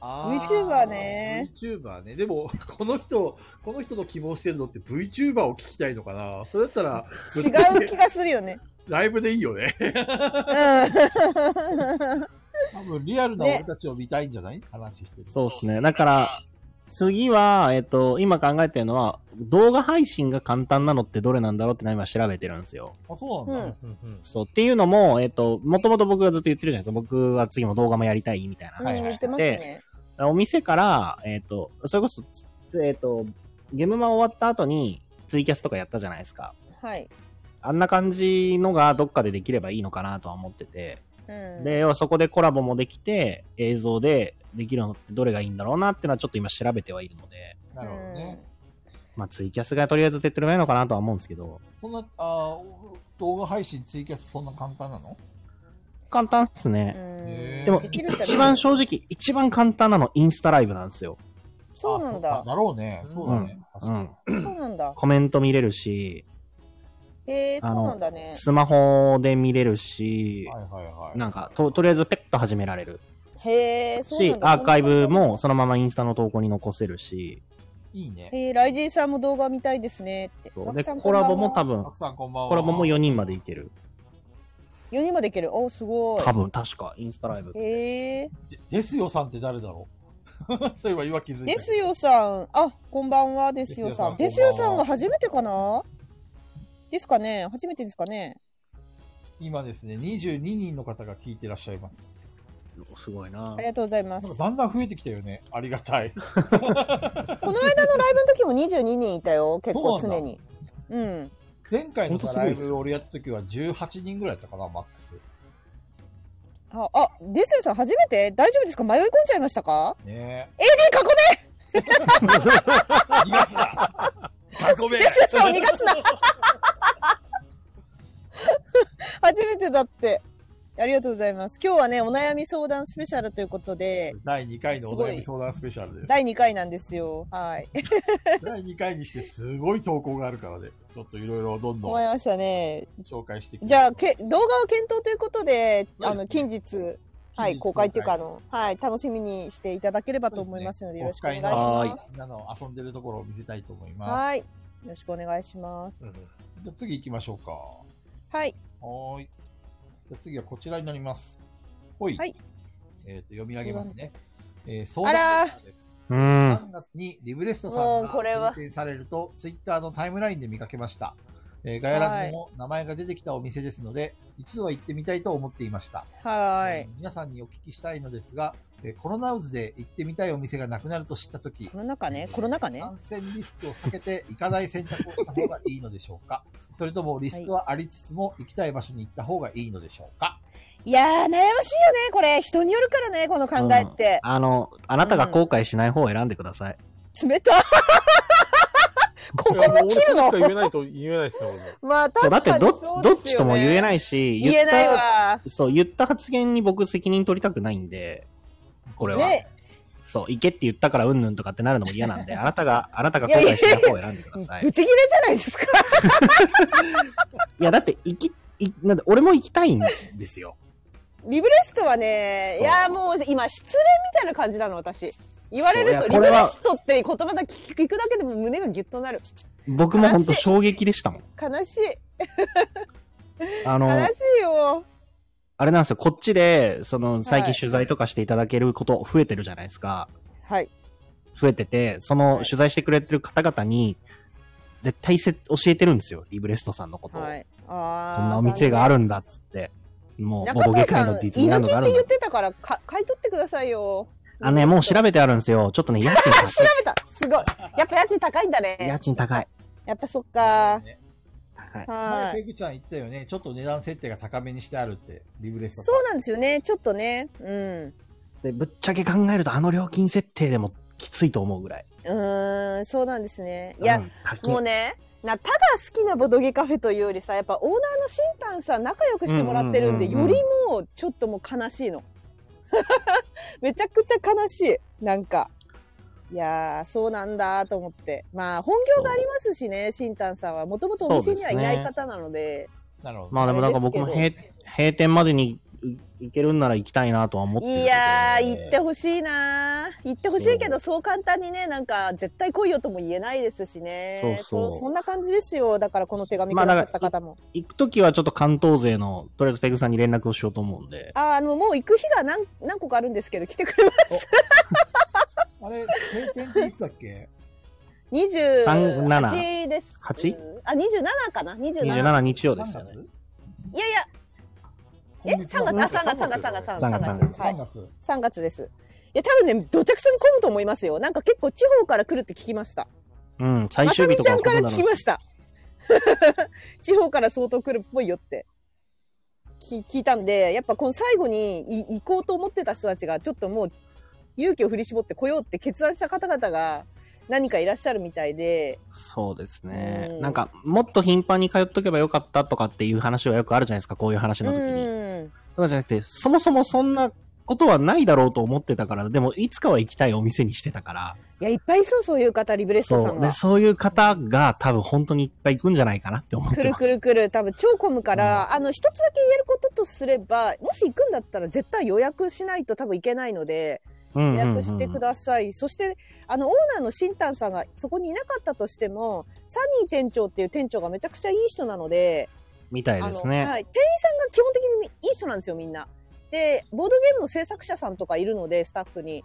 ー VTuber ね。 VTuber ね。でも、この人、この人と希望してるのって VTuber を聞きたいのかなそれだったら、違う気がするよね。ライブでいいよね。うん。多分、リアルな俺たちを見たいんじゃない話してる。そうですね。だから、次は、えっと、今考えてるのは、動画配信が簡単なのってどれなんだろうってのは今調べてるんですよ。あ、そうなんだ。うんうんそう。っていうのも、えっと、もともと僕がずっと言ってるじゃないですか。僕は次も動画もやりたいみたいなうんはい話を言しっててて、ますね。お店から、えっと、それこそ、つえっと、ゲームマ終わった後にツイキャスとかやったじゃないですか。はい。あんな感じのがどっかでできればいいのかなとは思ってて。うん、で、要はそこでコラボもできて、映像でできるのってどれがいいんだろうなっていうのはちょっと今調べてはいるので、なるほどね。まあツイキャスがとりあえず手っ取り早いのかなとは思うんですけど、そんな、あー動画配信、ツイキャスそんな簡単なの簡単っすうね。ん。へーでも、できるんじゃない一番正直、一番簡単なのインスタライブなんですよ。そうなんあだ。だろうね。そうだね。確うかにん。そうなんだ。コメント見れるし、へえー、あそのうなんだね。スマホで見れるし、はいはいはい。なんかと、とりあえずペッと始められるへえ、そうしなん、だ。アーカイブもそのままインスタの投稿に残せるし、いいね。へえ、ライジンさんも動画見たいですねって。そうマで、キさんコラボこんばんもは多分た、くさんこんばんは。コラボも4人までいける。 4人までいける。おすごい。多分、確か、インスタライブ。へえ。でですよさんって誰だろう そういえば今気づいた。ですよさん。あ、こんばんは、ですよさん。でですすよよささんこんんばんはが初めてかなですかね初めてですかね今ですね、22人の方が聞いてらっしゃいます。すごいなありがとうございます。なんこかだんだん増えてきたよね。ありがたい。の間のライブの時も22人いたよ。結構そうな常んだに。うん。前回のさラほんとすごいイっすブ俺やった時は18人ぐらいだったかな、マックス。あ、あ、ですよさん初めて大丈夫ですか迷い込んじゃいましたかねえ。 ?AD 囲逃がすなめ囲 めですよさんを逃がすな初めてだって。ありがとうございます。今日はね、お悩み相談スペシャルということで、第2回のお悩み相談スペシャルです。第2回なんですよ。はい。第2回にしてすごい投稿があるからね。ちょっといろいろどんど思いんましたね。紹介していきましじょうゃあ、け動画を検討ということで、はいあの、近日、はい、公開っていうか、あの、はい、楽しみにしていただければと思いますので、よろしくお願いしはまいす。みんなの遊んでるところを見せたいと思います。はい。よろしくお願いします。じゃあ次行きましょうか。はい。はーい。じゃあ次はこちらになります。ほい。はいえっ、と、読み上げますね。えー、あらーーです。うん。 3月にリブレストさもんうこれがは認定されると、ツイッターのタイムラインで見かけました。えーガヤラジも名前が出てきたお店ですので、一度は行ってみたいと思っていました、はえーい。皆さんにお聞きしたいのですが、えーコロナウズで行ってみたいお店がなくなると知ったとき、コロナ禍ね、コロナ禍ね。感染リスクを避けて行かない選択をした方がいいのでしょうかそれともリスクはありつつも行きたい場所に行った方がいいのでしょうかいやー、悩ましいよね、これ。人によるからね、この考えって。あの、あなたが後悔しない方を選んでください。冷 たここいやもうも切る俺それしか言のえないと言えないですね、俺もまあ、そう、だ確ってかにどっ、そうどっちとも言えい。ないし、言えったないわ。そう、言った発言に僕責任取りたくないんで、これは。ね、そう、行けって言ったからうんぬんとかってなるのも嫌なんで、あなたが、あなたが後悔しない方を選んでください。ぶち切れじゃないですか。いや、だって、行き、いなんで、俺も行きたいんですよ。リブレストはね、そういやもう今失恋みたいな感じなの私。言われるそうといリやこブれレはストって言葉だけ聞く聞くだけでも胸がギュッとなる。僕もほんと悲しい衝撃でしたもん。悲しい。あの、悲しいよ。あれなんですよ、こっちで、その、最は近い取材とかしていただけること増えてるじゃないですか。はい。増えてて、そのはい取材してくれてる方々に、絶対せ教えてるんですよ、リブレストさんのことを。はい。こんああ。なお店があるんだっつって。もう、ボ中ドゲ藤さ界んのディズニーラ犬ンキドチがあるんだ言っ。てたからか買い取ってくださいよ。あのね、もう調べてあるんですよ。ちょっとね、家 賃高調べた。すごい。やっぱ家賃高いんだい。家ね。賃高い。やっぱそっか。ね高い。前はい。ペグちゃん言ってたよね。ちょっと値段設定が高めにしてあるって、リブレストさんそうなんですよね。ちょっとね。うん。で、ぶっちゃけ考えると、あの料金設定でもきついと思うぐらい。うーん、そうなんですね。いや、うん、高いもうね、な、ただ好きなボドゲカフェというよりさ、やっぱオーナーのシンタンさん仲良くしてもらってるんで、うんうんうんうんよりもうちょっともう悲しいの。 めちゃくちゃ悲しい。なんか。いやー、そうなんだと思って。まあ、本業がありますしね、シンタンさんは。もともとお店にはそうですいねない方なので。なるほど。まあでもなんか僕もあれ閉閉店までに行行けるんなら行きたいなとは思ってるけどいやー、行ってほしいなー。行ってほしいけど、そう簡単にね、なんか、絶対来いよとも言えないですしね。そうそうそんな感じですよ。だから、この手紙まくあだだかさらった方も。行くときはちょっと関東勢の、とりあえずペグさんに連絡をしようと思うんで。あーあの、もう行く日が何何個かあるんですけど、来てくれます。あれ、定点っていつだっけ28です。 8うんあ、27かな ?27。いやいや、 27日曜3で月すよね。え今月の3月あ3月3 3月月3 3月月3月。 3月です。いや、多分ね、どちゃくちゃに混むと思いますよ。なんか結構地方から来るって聞きました。うん、最ま終さみ日とちかゃはんからここ聞きなのました。 地方から相当来るっぽいよって。き聞いたんで、やっぱこの最後にい行こうと思ってた人たちが、ちょっともう勇気を振り絞って来ようって決断した方々が何かいらっしゃるみたいで、そうですねう。んなんか、もっと頻繁に通っとけばよかったとかっていう話はよくあるじゃないですか、こういう話の時に。うんとかじゃなくて、そもそもそんなことはないだろうと思ってたから、でもいつかは行きたいお店にしてたから。いや、いっぱいいそう、そういう方、リブレストさそんう。で、が。そういう方が多分本当にいっぱい行くんじゃないかなって思っくてるます。くるくる、多分超混むから、あの、一つだけ言えることとすれば、もし行くんだったら絶対予約しないと多分いけないので、うん予うんうん約してください。そして、あの、オーナーのシンタンさんがそこにいなかったとしても、サニー店長っていう店長がめちゃくちゃいい人なので、みたいあでの、すね。はい。店員さんが基本的にいい人なんですよ、みんな。で、ボードゲームの制作者さんとかいるので、スタッフに。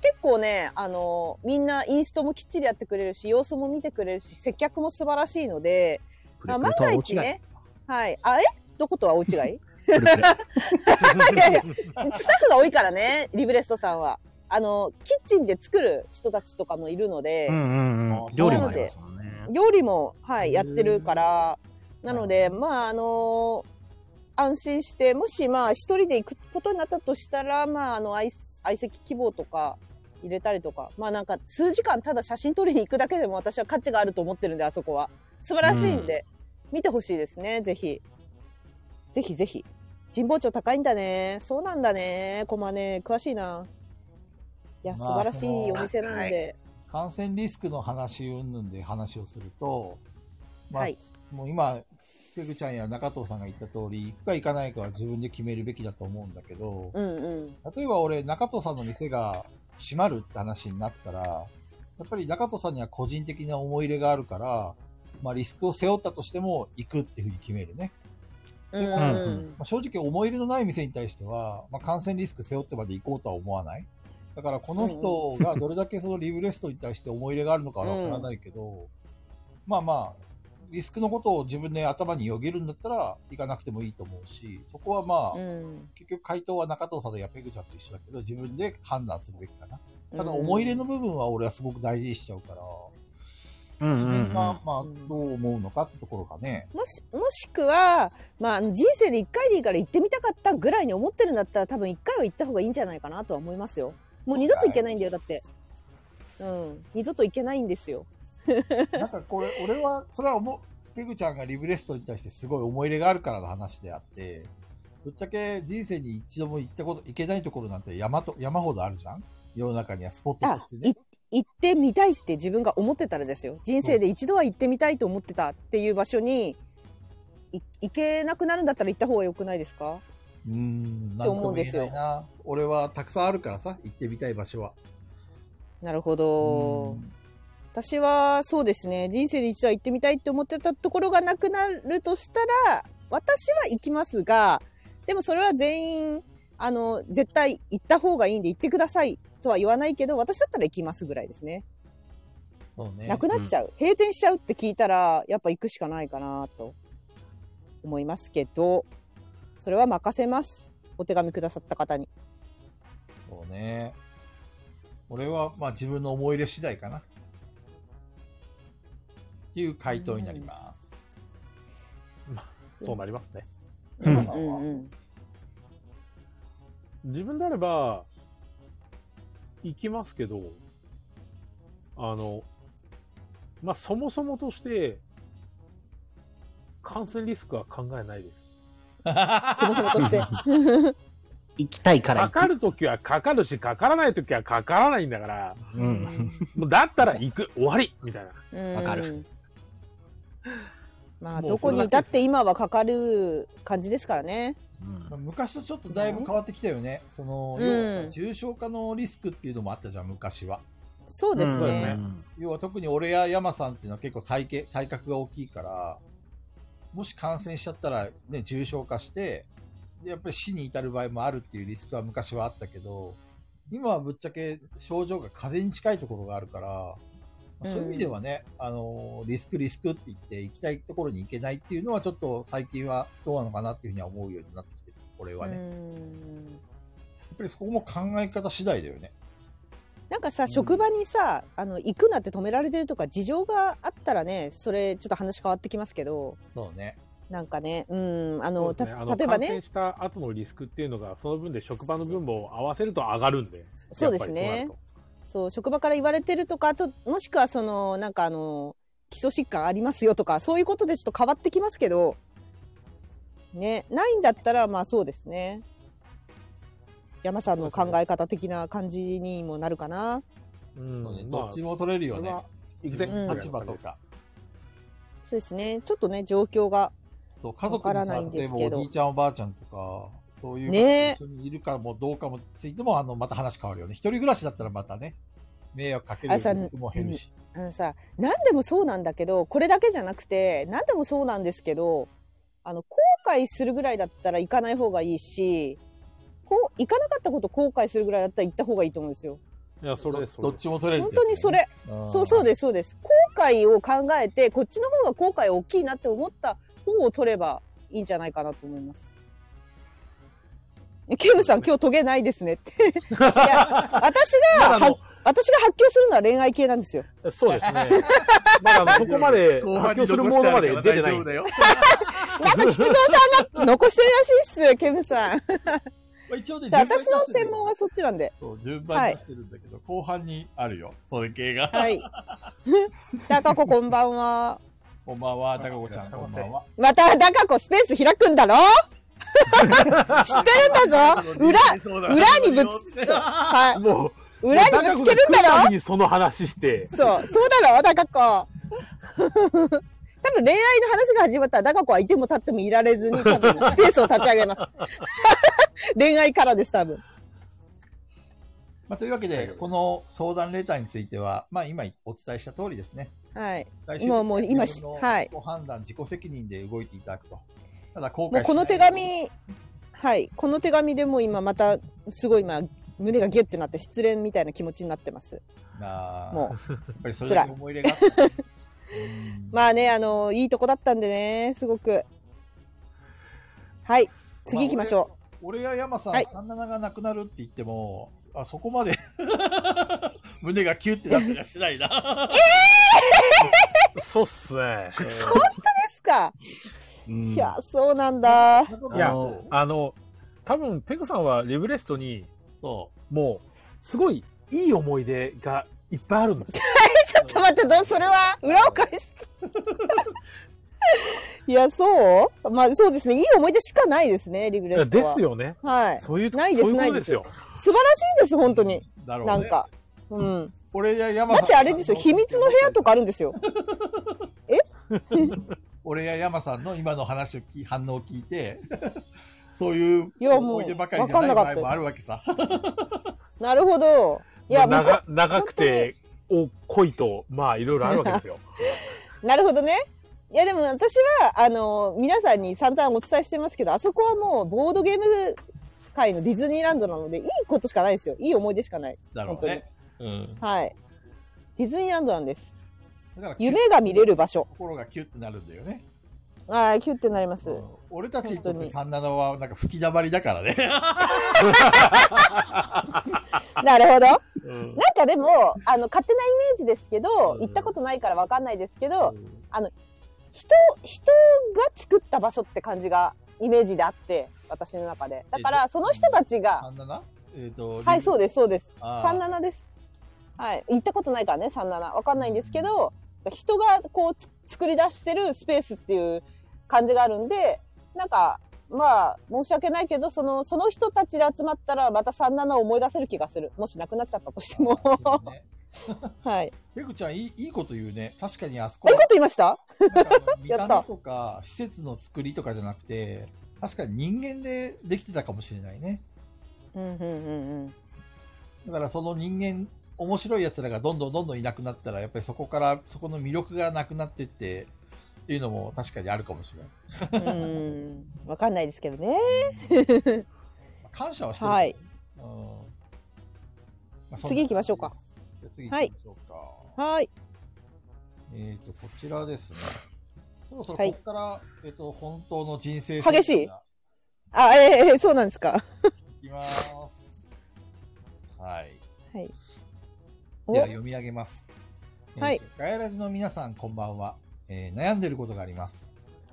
結構ね、あの、みんなインストもきっちりやってくれるし、様子も見てくれるし、接客も素晴らしいので、くまあ、るく万るとはが大一違い。ね、はい。あ、えどこと は大違いくるくる。いやいや、スタッフが多いからね、リブレストさんは。あの、キッチンで作る人たちとかもいるので、 うんうんうん。そう料な理のもあでりますもんね。料理も、はへい、ーやってるから、なのなで、るまあ、あの安心して、もし、まあ、一人で行くことになったとしたら、まあ、あの、相相席希望とか入れたりとか、まあ、なんか、数時間ただ写真撮りに行くだけでも私は価値があると思ってるんで、あそこは。素晴らしいんで、見てほしいですね、ぜひ。ぜひぜひ。神保町高いんだね。そうなんだね。コマね、詳しいな。いや、ま素あ晴らしいそおの店なんで。感染リスクの話云々で話をすると、まあはい、もう今、ペグちゃんや中藤さんが言った通り、行くか行かないかは自分で決めるべきだと思うんだけど、うんうん。例えば俺、中藤さんの店が閉まるって話になったら、やっぱり中藤さんには個人的な思い入れがあるから、まあリスクを背負ったとしても行くっていうふうに決めるね。うんううんうんまあ、正直思い入れのない店に対しては、まあ、感染リスク背負ってまで行こうとは思わない。だからこの人がどれだけそのリブレストに対して思い入れがあるのかはわからないけど、まあまあ、リスクのことを自分で頭によぎるんだったら行かなくてもいいと思うし、そこはまあ、うん。結局回答は中藤さんやペグちゃんと一緒だけど、自分で判断するべきかな。ただ思い入れの部分は俺はすごく大事にしちゃうから、うんうんうん。まあまあ、どう思うのかってところが ね。もし、もしくは、まあ、人生で一回でいいから行ってみたかったぐらいに思ってるんだったら、多分一回は行った方がいいんじゃないかなとは思いますよ。もう二度と行けないんだよ、だって。うん。二度と行けないんですよ。なんかこれ、俺は、それは思う、ペグちゃんがリブレストに対してすごい思い入れがあるからの話であって、ぶっちゃけ人生に一度も行ったこと、行けないところなんて山と、山ほどあるじゃん世の中にはスポットあとして、ねい。行ってみたいって自分が思ってたらですよ。人生で一度は行ってみたいと思ってたっていう場所に、い行けなくなるんだったら行った方が良くないですかうーん、なてんと思うもんで言えすよないな。俺はたくさんあるからさ、行ってみたい場所は。なるほう。どん私はそうですね人生で一度は行ってみたいって思ってたところがなくなるとしたら私は行きますがでもそれは全員あの絶対行った方がいいんで行ってくださいとは言わないけど、私だったら行きますぐらいですね。そうねなくなっちゃう。閉店しちゃうって聞いたら、やっぱ行くしかないかなと思いますけど、それは任せます。お手紙くださった方に。そうね。俺は、まあ自分の思い入れ次第かな。っていう回答になります。そうなりますね。うん皆さうんはんうん。自分であれば、行きますけど、あの、まあ、そもそもとして、感染リスクは考えないです。仕 事として。行きたいからかか行く。るときはかかるし、かからないときはかからないんだから、う。うんもうだったら行く、終わりみたいな。んわかる。まあ、もうどこそに、れだけだって今はかかる感じですからね。まあ 昔とちょっとだいぶ変わってきたよね。その、うん要は重症化のリスクっていうのもあったじゃん、昔は。そうですそうね。ですね要は特に俺や山さんっていうのは結構体型体格が大きいから、もし感染しちゃったらね、重症化して、でやっぱり死に至る場合もあるっていうリスクは昔はあったけど、今はぶっちゃけ症状が風邪に近いところがあるから、まあそういう意味ではね、あの、リスクリスクって言って行きたいところに行けないっていうのはちょっと最近はどうなのかなっていうふうには思うようになってきてる。俺はね。やっうんぱりそこも考え方次第だよね。なんかうさん職場にさあの行くなって止められてるとか事情があったらねそれちょっと話変わってきますけどそうね。なんかねうんあそのうですねあたの例えば感染ねした後のリスクっていうのが、その分で職場の分母を合わせると上がるんで。そうですねやっぱりそうなるとそう職場から言われてるとかあともしくはそのなんかあの基礎疾患ありますよとかそういうことでちょっと変わってきますけどねないんだったらまあそうですね山さんの考え方的な感じにもなるかなうんそうねまあどっちも取れるよね。そ自れは分のうん立場とか。そうですねちょっとね状況がそう、家族わにからさ、ないん例でえすばけどおじいちゃんおばあちゃんとか、そういうね方がえ一緒にいるかもどうかもついても、あの、また話変わるよね。一人暮らしだったらまたね、迷惑かけるあさ人も減るし。あのさ何でもそうなんだけどこれだけじゃなくて何でもそうなんですけどあの後悔するぐらいだったら行かない方がいいしこう行かなかったこと後悔するぐらいだったら行った方がいいと思うんですよ。いや、それです、それどっちも取れるっ本てやつ当にそれ、んそうそうですそうです後悔を考えてこっちの方が後悔大きいなって思った方を取ればいいんじゃないかなと思います。ケムさん今日トゲないですね って。いや私がまだあは私が発狂するのは恋愛系なん ですよ。のそうですね。まだあのそこまで後発半に表する残もしてのあまるでから出て大な丈い夫。だよ。なんか菊蔵さんが残してるらしいっす、ケムさん。 まあ一応ね、順番に出私のしてる専門はそっちなんで。そう、順番に出してるんだけど、後半にあるよ、それ系が。はい。ダカ子こんばんは。こんばんは、たかこちゃん、こんばんは。またダカ子スペース開くん だろ 知ってるんだぞ 裏、裏にぶつ、そうはもう、い。裏にぶつけるんだろろにその話して、そう、そうだろダカ子。多分恋愛の話が始まったらダカ子はいても立ってもいられずに、多分スペースを立ち上げます。恋愛からです、多分。まあ、というわけで、この相談レターについては、まあ今お伝えした通りですね。はい。最もうもう今しはいご判断、自己責任で動いていただくと。ただ後悔もうこの手紙、はい、この手紙でもう今また、すごい今、胸がギュッてなって失恋みたいな気持ちになってます。が、ももう。やっぱりそれだけ思い入れがあった。うん う。まあね、あの、いいとこだったんでね、すごく。はい、次行きましょ俺や山さん、はい37がなくなるって言っても、あそこまで 胸がキュッてなったりはしないな。そうっすね。う。ですか、うんいや、そうなんだ。いいや、あの、多分、ペグさんはリブレストに、そもう、すごいいい思い出がいっぱいあるんですよ。ちょっと待って、どうそれは裏を返 す。いや、そうまあそうですね、いい思い出しかないですね、リブレストは。です。よね。はい。そういうと、ないですそういうこないとでですすよ。素晴らしいんです、本当に。う。だろうね。なんか。うん。俺や山さん。だってあれですよ、秘密の部屋とかあるんですよ。俺や山さんの今の話を聞き反応を聞いて、 そういういやもう思い出ばかりじゃない場合もあるわけさ。なるほど。いや、まあ僕は長長くて、お恋と、まあ、いろいろあるわけ ですよ。なるほどね。いや、でも私は、あの、皆さんに散々お伝えしてますけど、あそこはもうボードゲーム回のディズニーランドなので、いいことしかないですよ。いい思い出しかない。だろうね。うん。はい。ディズニーランドなんです。だから夢が見れる場所。心がキュッてなるんだよね。ああ、キュッてなります。うん俺たちにとって37はなんか吹きだまりだからね。 なるほど。うんなんかでも、あの、勝手なイメージですけどう、ん行ったことないからわかんないですけど、うん人、人が作った場所って感じが、イメージであって、私の中で。だかえら、その人たちが、 37? えっ、と、はい、そうでです、そうです。あー37です。はい。行ったことないからね、37。わかんないんですけど、人がこうつ作り出してるスペースっていう感じがあるんで、なんか、まあ、申し訳ないけど、その、その人たちで集まったら、また37を思い出せる気がする。もしなくなっちゃったとしても。 すね。はい。ペグちゃんいい、いいこと言うね。確かにあそこえ、いいこと言いましたなんかあの見やたった目とか、施設の作りとかじゃなくて、確かに人間でできてたかもしれないね。うん、うん、うん、だからその人間、面白い奴らがどんどんどんどんいなくなったら、やっぱりそこから、そこの魅力がなくなってって、っていうのも確かにあるかもしれない。うん。わかんないですけどね。 感謝はしてる、はいうんまあそんな感じです。次行きましょうかじゃあ次行きましょうか。はい。えっ、と、こちらですね。そろそろはこいこから、えっ、と、本当の人生激しいあ、ええそうなんですか。いきます。はい。はい。おでは読み上げます。はいえーガヤラジの皆さん、こんばんは。えー悩んでることがあります。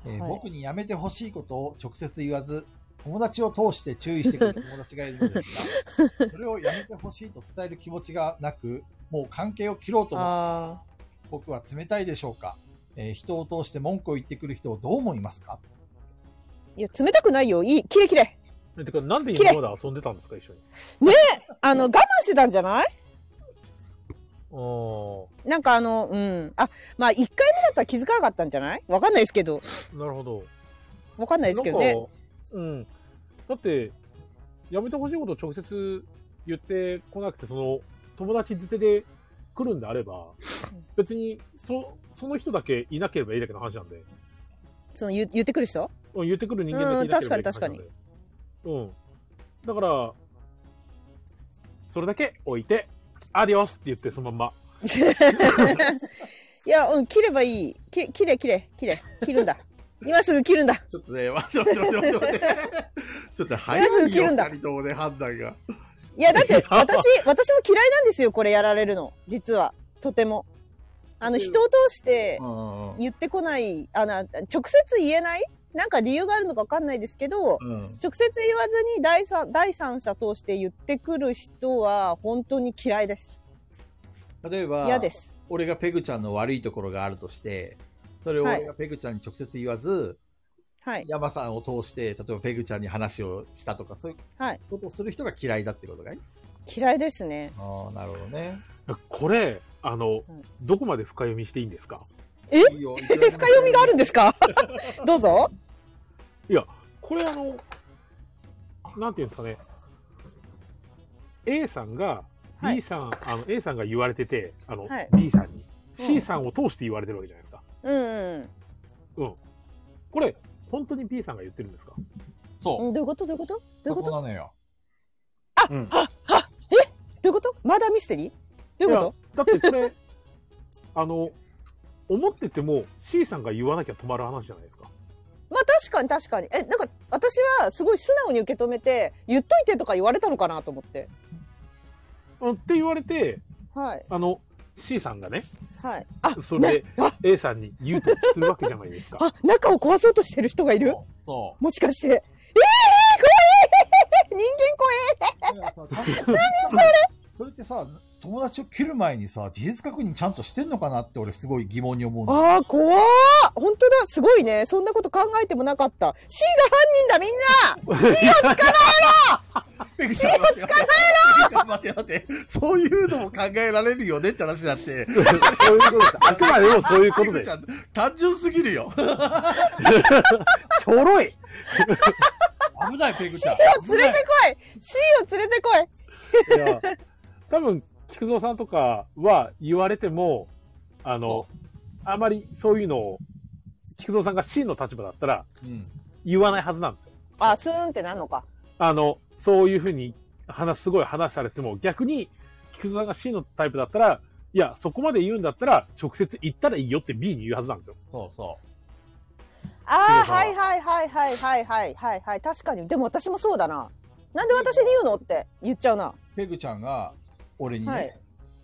えーはい僕にやめてほしいことを直接言わず、友達を通して注意してく る友達がいるのですが、それをやめてほしいと伝える気持ちがなく、もう関係を切ろうと思ってあ僕は冷たいでしょうか、えー人を通して文句を言ってくる人をどう思いますかー。いや、冷たくないよ。いい。キレキレ。えてか、なんで今まで遊んでたんですか、一緒に。あの、我慢してたんじゃないあなんかあの、うん。あ、まあ、1回目だったら気づかなかったんじゃないわかんないですけど。あ、なるほど。わかんないですけどなね。んかうん。だって、やめてほしいことを直接言ってこなくて、その、友達づてで来るんであればうん、別に、そ、その人だけいなければいいだけの話なんで、その言う言ってくる人 うん言ってくる人間だけいなければいいだけの話なんで。うんうん。だから、それだけ置いて、アディオスって言って、そのまんま。いや、うん、切ればいい。き切れ、切れ、切れ。切るんだ。今すぐ切るんだ。ちょっとね、 待って待って待って待って。 ちょっと早いよ切るんだ人ともね、判断が。いや、だって、私、私も嫌いなんですよ、これやられるの。実は。とても。あの、人を通してうん言ってこない、あの、直接言えないなんか理由があるのかわかんないですけど、うん。直接言わずに第三第三者通して言ってくる人は本当に嫌いです。例えば、嫌です。俺がペグちゃんの悪いところがあるとして、それを俺がペグちゃんに直接言わず、はい。山さんを通して、例えばペグちゃんに話をしたとか、そういうはい。ことをする人が嫌いだってことがいい嫌いですね。ああ、なるほどね。これ、あの、うんどこまで深読みしていいんですかえいいよ深深読みがあるんです かどうぞ。これあの、なんていうんですかね。A さんが、はい B さん、あの、A さんが言われてて、あの、はい B さんに、うん C さんを通して言われてるわけじゃないですか。うんうんこれ、本当に B さんが言ってるんですかそうう。ん。どういうことどういうことどういそうことどこなのよ。ういうことまだミステリーどういうこだってこれ、 あの、思ってても C さんが言わなきゃ止まる話じゃないですか。とまあ確かに確かに。え、なんか私はすごい素直に受け止めて、言っといてとか言われたのかなと思って。うんって言われて、はい。あの、C さんがね、はい。あ、それでなあ A さんに言うとするわけじゃない ですか。あ、中を壊そうとしてる人がいるそもしかして。ええー、怖い 人間怖い何それそれってさ、友達を切る前にさ、事実確認ちゃんとしてんのかなって俺すごい疑問に思うの。ああ、怖ー本当だすごいね。そんなこと考えてもなかった。C が犯人だみん なペグちゃん、待って待って待って、そういうのも考えられるよねって話だって、そういうことです。あくまでもそういう こペとグちですゃ。ん、単純すぎるよ。ちょろい危ない、ペグちゃん。 !C を連れてこい !C を連れてこいいや、多分、菊蔵さんとかは言われても、あの、あまりそういうのを、菊蔵さんが C の立場だったらうん言わないはずなんですよ。あ、スーンってなんのか。あの、そういうふうに話、すごい話されても、逆に、菊蔵さんが C のタイプだったら、いや、そこまで言うんだったら、直接言ったらいいよって B に言うはずなんですよ。そうそヒデさんああ、はいはいはいはいはいはいはいはい。確かに。でも私もそうだな。なんで私に言うのって言っちゃうな。う。ペグちゃんが、俺にね、はい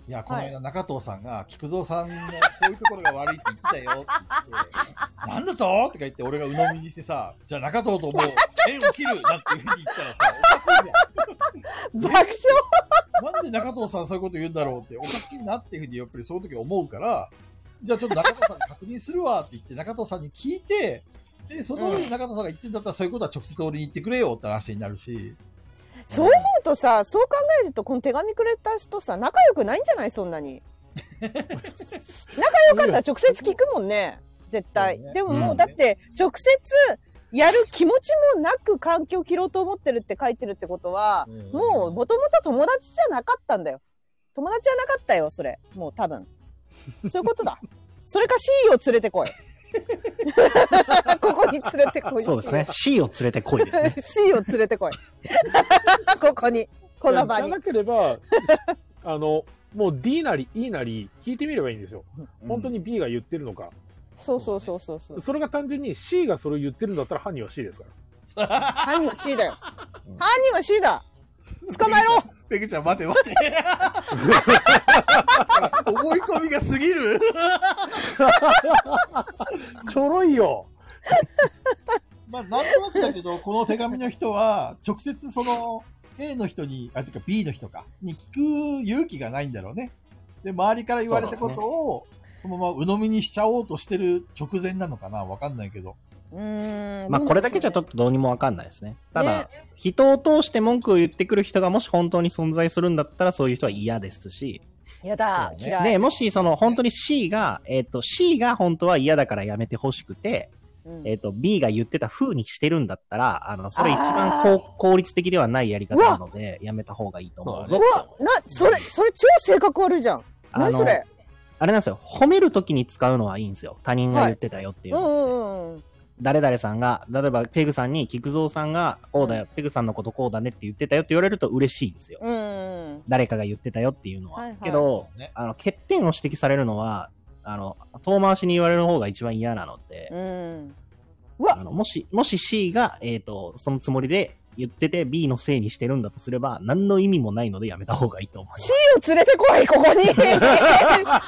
い、や、この間中藤さんが、菊蔵さんのこういうところが悪いって言ってたよって言って、なんだととか言って、俺が鵜呑みにしてさ、じゃあ中藤と もう、縁を切るなんていうふうに言ったらさ、おかしいじ爆笑ゃん。なんで中藤さんそういうこと言うんだろうって、おかしいなっていうふうに、やっぱりその時思うから、じゃあちょっと中藤さんに確認するわって言って、中藤さんに聞いて、で、その上で中藤さんが言ってんだったら、そういうことは直接俺に言ってくれよって話になるし、そう思うとさ、そう考えると、この手紙くれた人さ、仲良くないんじゃないそんなに。仲良かったら直接聞くもんね。絶対。そうねでもうもんう、だって、直接やる気持ちもなく環境を切ろうと思ってるって書いてるってことは、うんもう、もともと友達じゃなかったんだよ。友達じゃなかったよ、それ。もう多分。そういうことだ。 それか C を連れてこい。 ここに連れてこい。そうですね。C を連れてこいです ね。 C を連れてこい。ここに。この場いやにじゃ。なければ、 あの、もう D なり E なり聞いてみればいいんですよ。本当に B が言ってるのか。そうそうそうそうそう。それが単純に C がそれを言ってるんだったら犯人は C ですから。 犯人は C だよ。犯うん人は C だ。捕まえろ。ペグちゃん、待て 待て。思い込みが過ぎる。ちょろいよまあ、なんとなくだけど、この手紙の人は、直接その、A の人に、あ、てか B の人か、に聞く勇気がないんだろうね。で、周りから言われたことを、そのまま鵜呑みにしちゃおうとしてる直前なのかなわかんないけど。うーん。まあ、これだけじゃちょっと。とどうにもわかんないですね。ただね、人を通して文句を言ってくる人がもし本当に存在するんだったら、そういう人は嫌ですし、やだ。そうね嫌い。で、もし、その、本当に C が、えっ、と、C が本当は嫌だからやめてほしくて、うんえっ、と、B が言ってた風にしてるんだったら、あの、それ一番あーこう効率的ではないやり方なので、やめた方がいいと思う。そうわ、な、それ、それ超性格悪いじゃん。あ何のそれ。あれなんですよ。褒めるときに使うのはいいんですよ。他人が言ってたよっていううの。んうんうん。誰々さんが、例えばペグさんに、菊蔵さんが、こうだよ、ペグさんのことこうだねって言ってたよって言われると嬉しいんですよ。うんうんうん。誰かが言ってたよっていうのは。はいはいけど、ねあの、欠点を指摘されるのは、あの、遠回しに言われる方が一番嫌なので、うん。うわあのもし、もし C が、えっ、と、そのつもりで言ってて B のせいにしてるんだとすれば、何の意味もないのでやめた方がいいと思います。 C を連れてこい、こ こに。お前は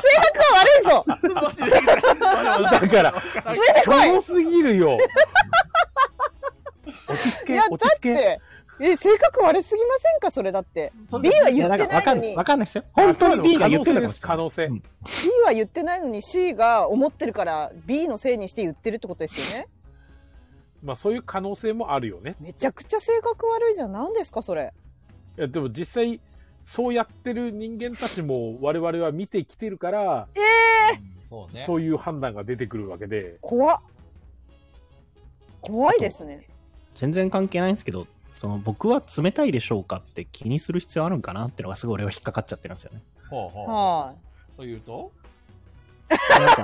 性格が悪いぞ。ちょっと待ってペグちゃん待て待だから、連れてちこい。ょろすぎる よ落ち着いけや、だ、落ちっ着け。て、え、性格悪すぎませんか、それだってて。それ B は言やっなんてかわなかいんのにわ、かんないですよ。 本当に B が言ってたかもしれ可ない。能性です可能性。 B は言ってないのに C が思ってるから B のせいにして言ってるってことですよね。まあそういう可能性もあるよね。めちゃくちゃ性格悪いじゃん。何ですか、それ。いや、でも実際、そうやってる人間たちも我々は見てきてるかうら、んそうね。そういう判断が出てくるわけ で。怖っ。怖いですね。全然関係ないんですけど、その僕は冷たいでしょうかって気にする必要あるんかなってのがすごい俺は引っかかっちゃってるんですよね。ほうほう。はという となん か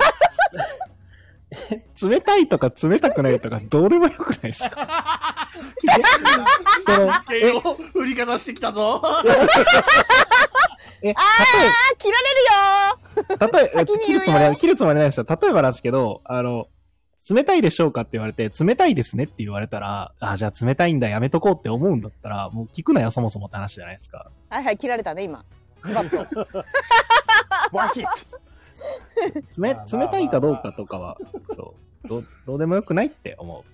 冷たいとか冷たくないとかどれもよくないですかその敬語振り方してきたぞ。え、例えい。あ、切られるよ例え、え先に切る言うよつもりは、切るつもりはないですよ。例えばなんですけど、あの、冷たいでしょうかって言われて、冷たいですねって言われたら、あ、じゃあ冷たいんだ、やめとこうって思うんだったら、もう聞くなよ、そもそもって話じゃないですか。はいはい、切られたね、今。ズバッと。わひつめ、まあまあ冷たいかどうかとかは、そう、どう、どうでもよくないって思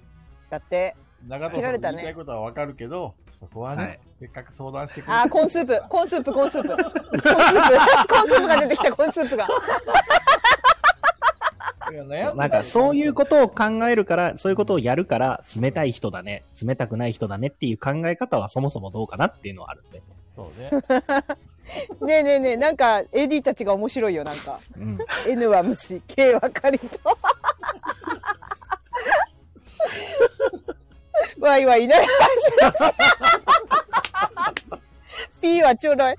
だって、長藤さんの言いたいことはわかるけど、そこはね、はいせっかく相談してくれあー、コーンスープ、コーンスープ、コーンスープ。コーンスープ、コーンスープが出てきた、コーンスープが。う。 なんか、そういうことを考えるから、そういうことをやるから、冷たい人だね、冷たくない人だねっていう考え方はそもそもどうかなっていうのはあるんで。と。そうね。ねえねえねえ、なんか AD たちが面白いよ、なんか。うん。 N は虫、K はかり と。わいわいいない話 P はちょろい。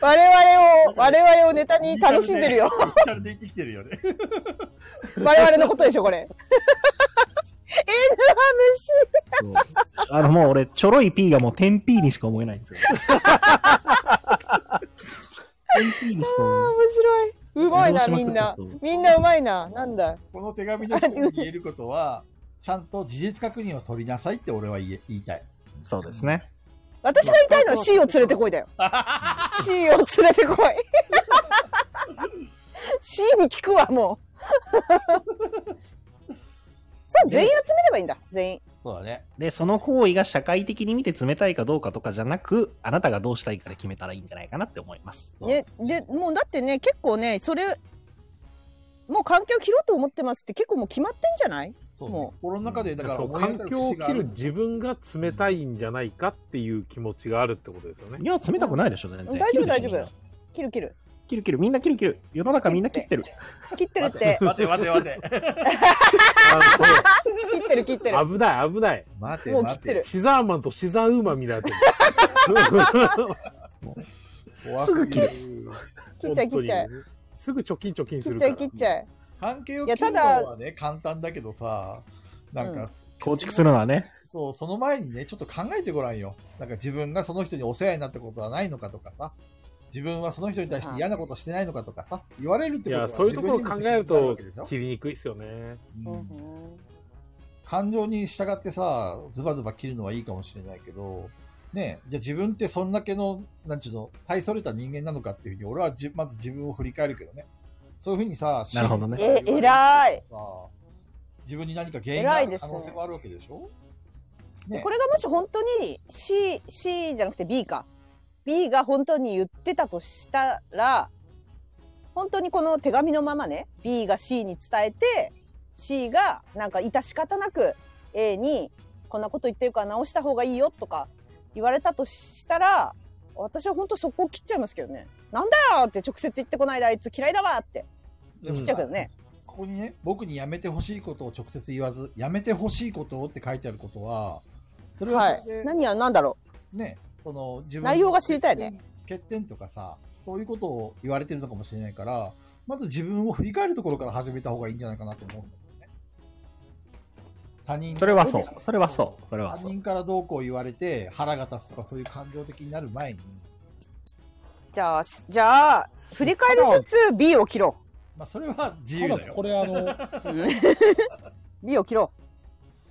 我々を、我々をネタに楽しんでるよ。オフィシャルで言ってきてるよ ね。我々のことでしょ、これ。N はそうあの、もう俺、ちょろい P がもう 10P にしか思えないんですよ。10P にしか思えない。面白い。うまいな、移動みしんまなくってそう。みんなうまいな。なんだ。この手紙の人に言えることは、ちゃんと事実確認を取りなさいって俺は言え言いたい。そうですね。私が言いたいのは C を連れてこいだよ。C を連れてこい。C に聞くわ、もう。 そう、全員集めればいいんだ、全員。そうだね。で、その行為が社会的に見て冷たいかどうかとかじゃなく、あなたがどうしたいかで決めたらいいんじゃないかなって思います。ね、で、もうだってね、結構ね、それ、もう環境を切ろうと思ってますって結構もう決まってんじゃないそうねも心の中でだからそう思い当た環る境を節があ切るる。自分が冷たいんじゃないかっていう気持ちがあるってことですよねい。 や、冷たくないでしょ、全然。大丈夫切るでしょ大丈夫。切る切る。切る切る、みんな切る切る。世の中みんな切ってる。切ってる って、待て待て待て。あ切ってる切ってる。の危ない危ない。待てもう切っ待ててる。。シザーマンとシザーウーマンみたいにな怖すぎる。切っちゃえ切っちゃえ本当にすぐ貯金貯金す切っるちかゃらえ切っちゃえ。関係をいや切たるのだはね、簡単だけどさ、なんか、うん構築するのはね。そう、その前にね、ちょっと考えてごらんよ。なんか自分がその人にお世話になったことはないのかとかさ、自分はその人に対して嫌なことしてないのかとかさ、言われるってこいとはやそういうところを考える自分にも責任があわとけでしょ切りにくいですよねうん感情に従ってさ、ズバズバ切るのはいいかもしれないけど、ねえ、じゃあ自分ってそんだけの、なんちゅうの、大それた人間なのかっていうふうに、俺はじまず自分を振り返るけどね。そういうふうにさ、なるほどね真にえ偉いさ自分に何か原因がある可能性もあるわけでしょねこれがもし本当に C, C じゃなくて B か B が本当に言ってたとしたら本当にこの手紙のままね B が C に伝えて C がなんか致し方なく A にこんなこと言ってるから直した方がいいよとか言われたとしたら私は本当そこを切っちゃいますけどねなんだよって直接言ってこないであいつ嫌いだわってでも切っちゃうけどね、ここにね、僕にやめてほしいことを直接言わず、やめてほしいことをって書いてあることは、それははそれいで、何やなんだろね、その自分内容が知りたいね欠点欠点とかさ、そういうことを言われてるのかもしれないから、まず自分を振り返るところから始めた方がいいんじゃないかなと思うんだけどね。他人それはそう。それはそう。それは他そう。人からどうこう言われて腹が立つとかそういう感情的になる前に、うじゃあじゃあ振り返りつつ B を切ろまあそれは自由ただだよ。これあのう B を切ろう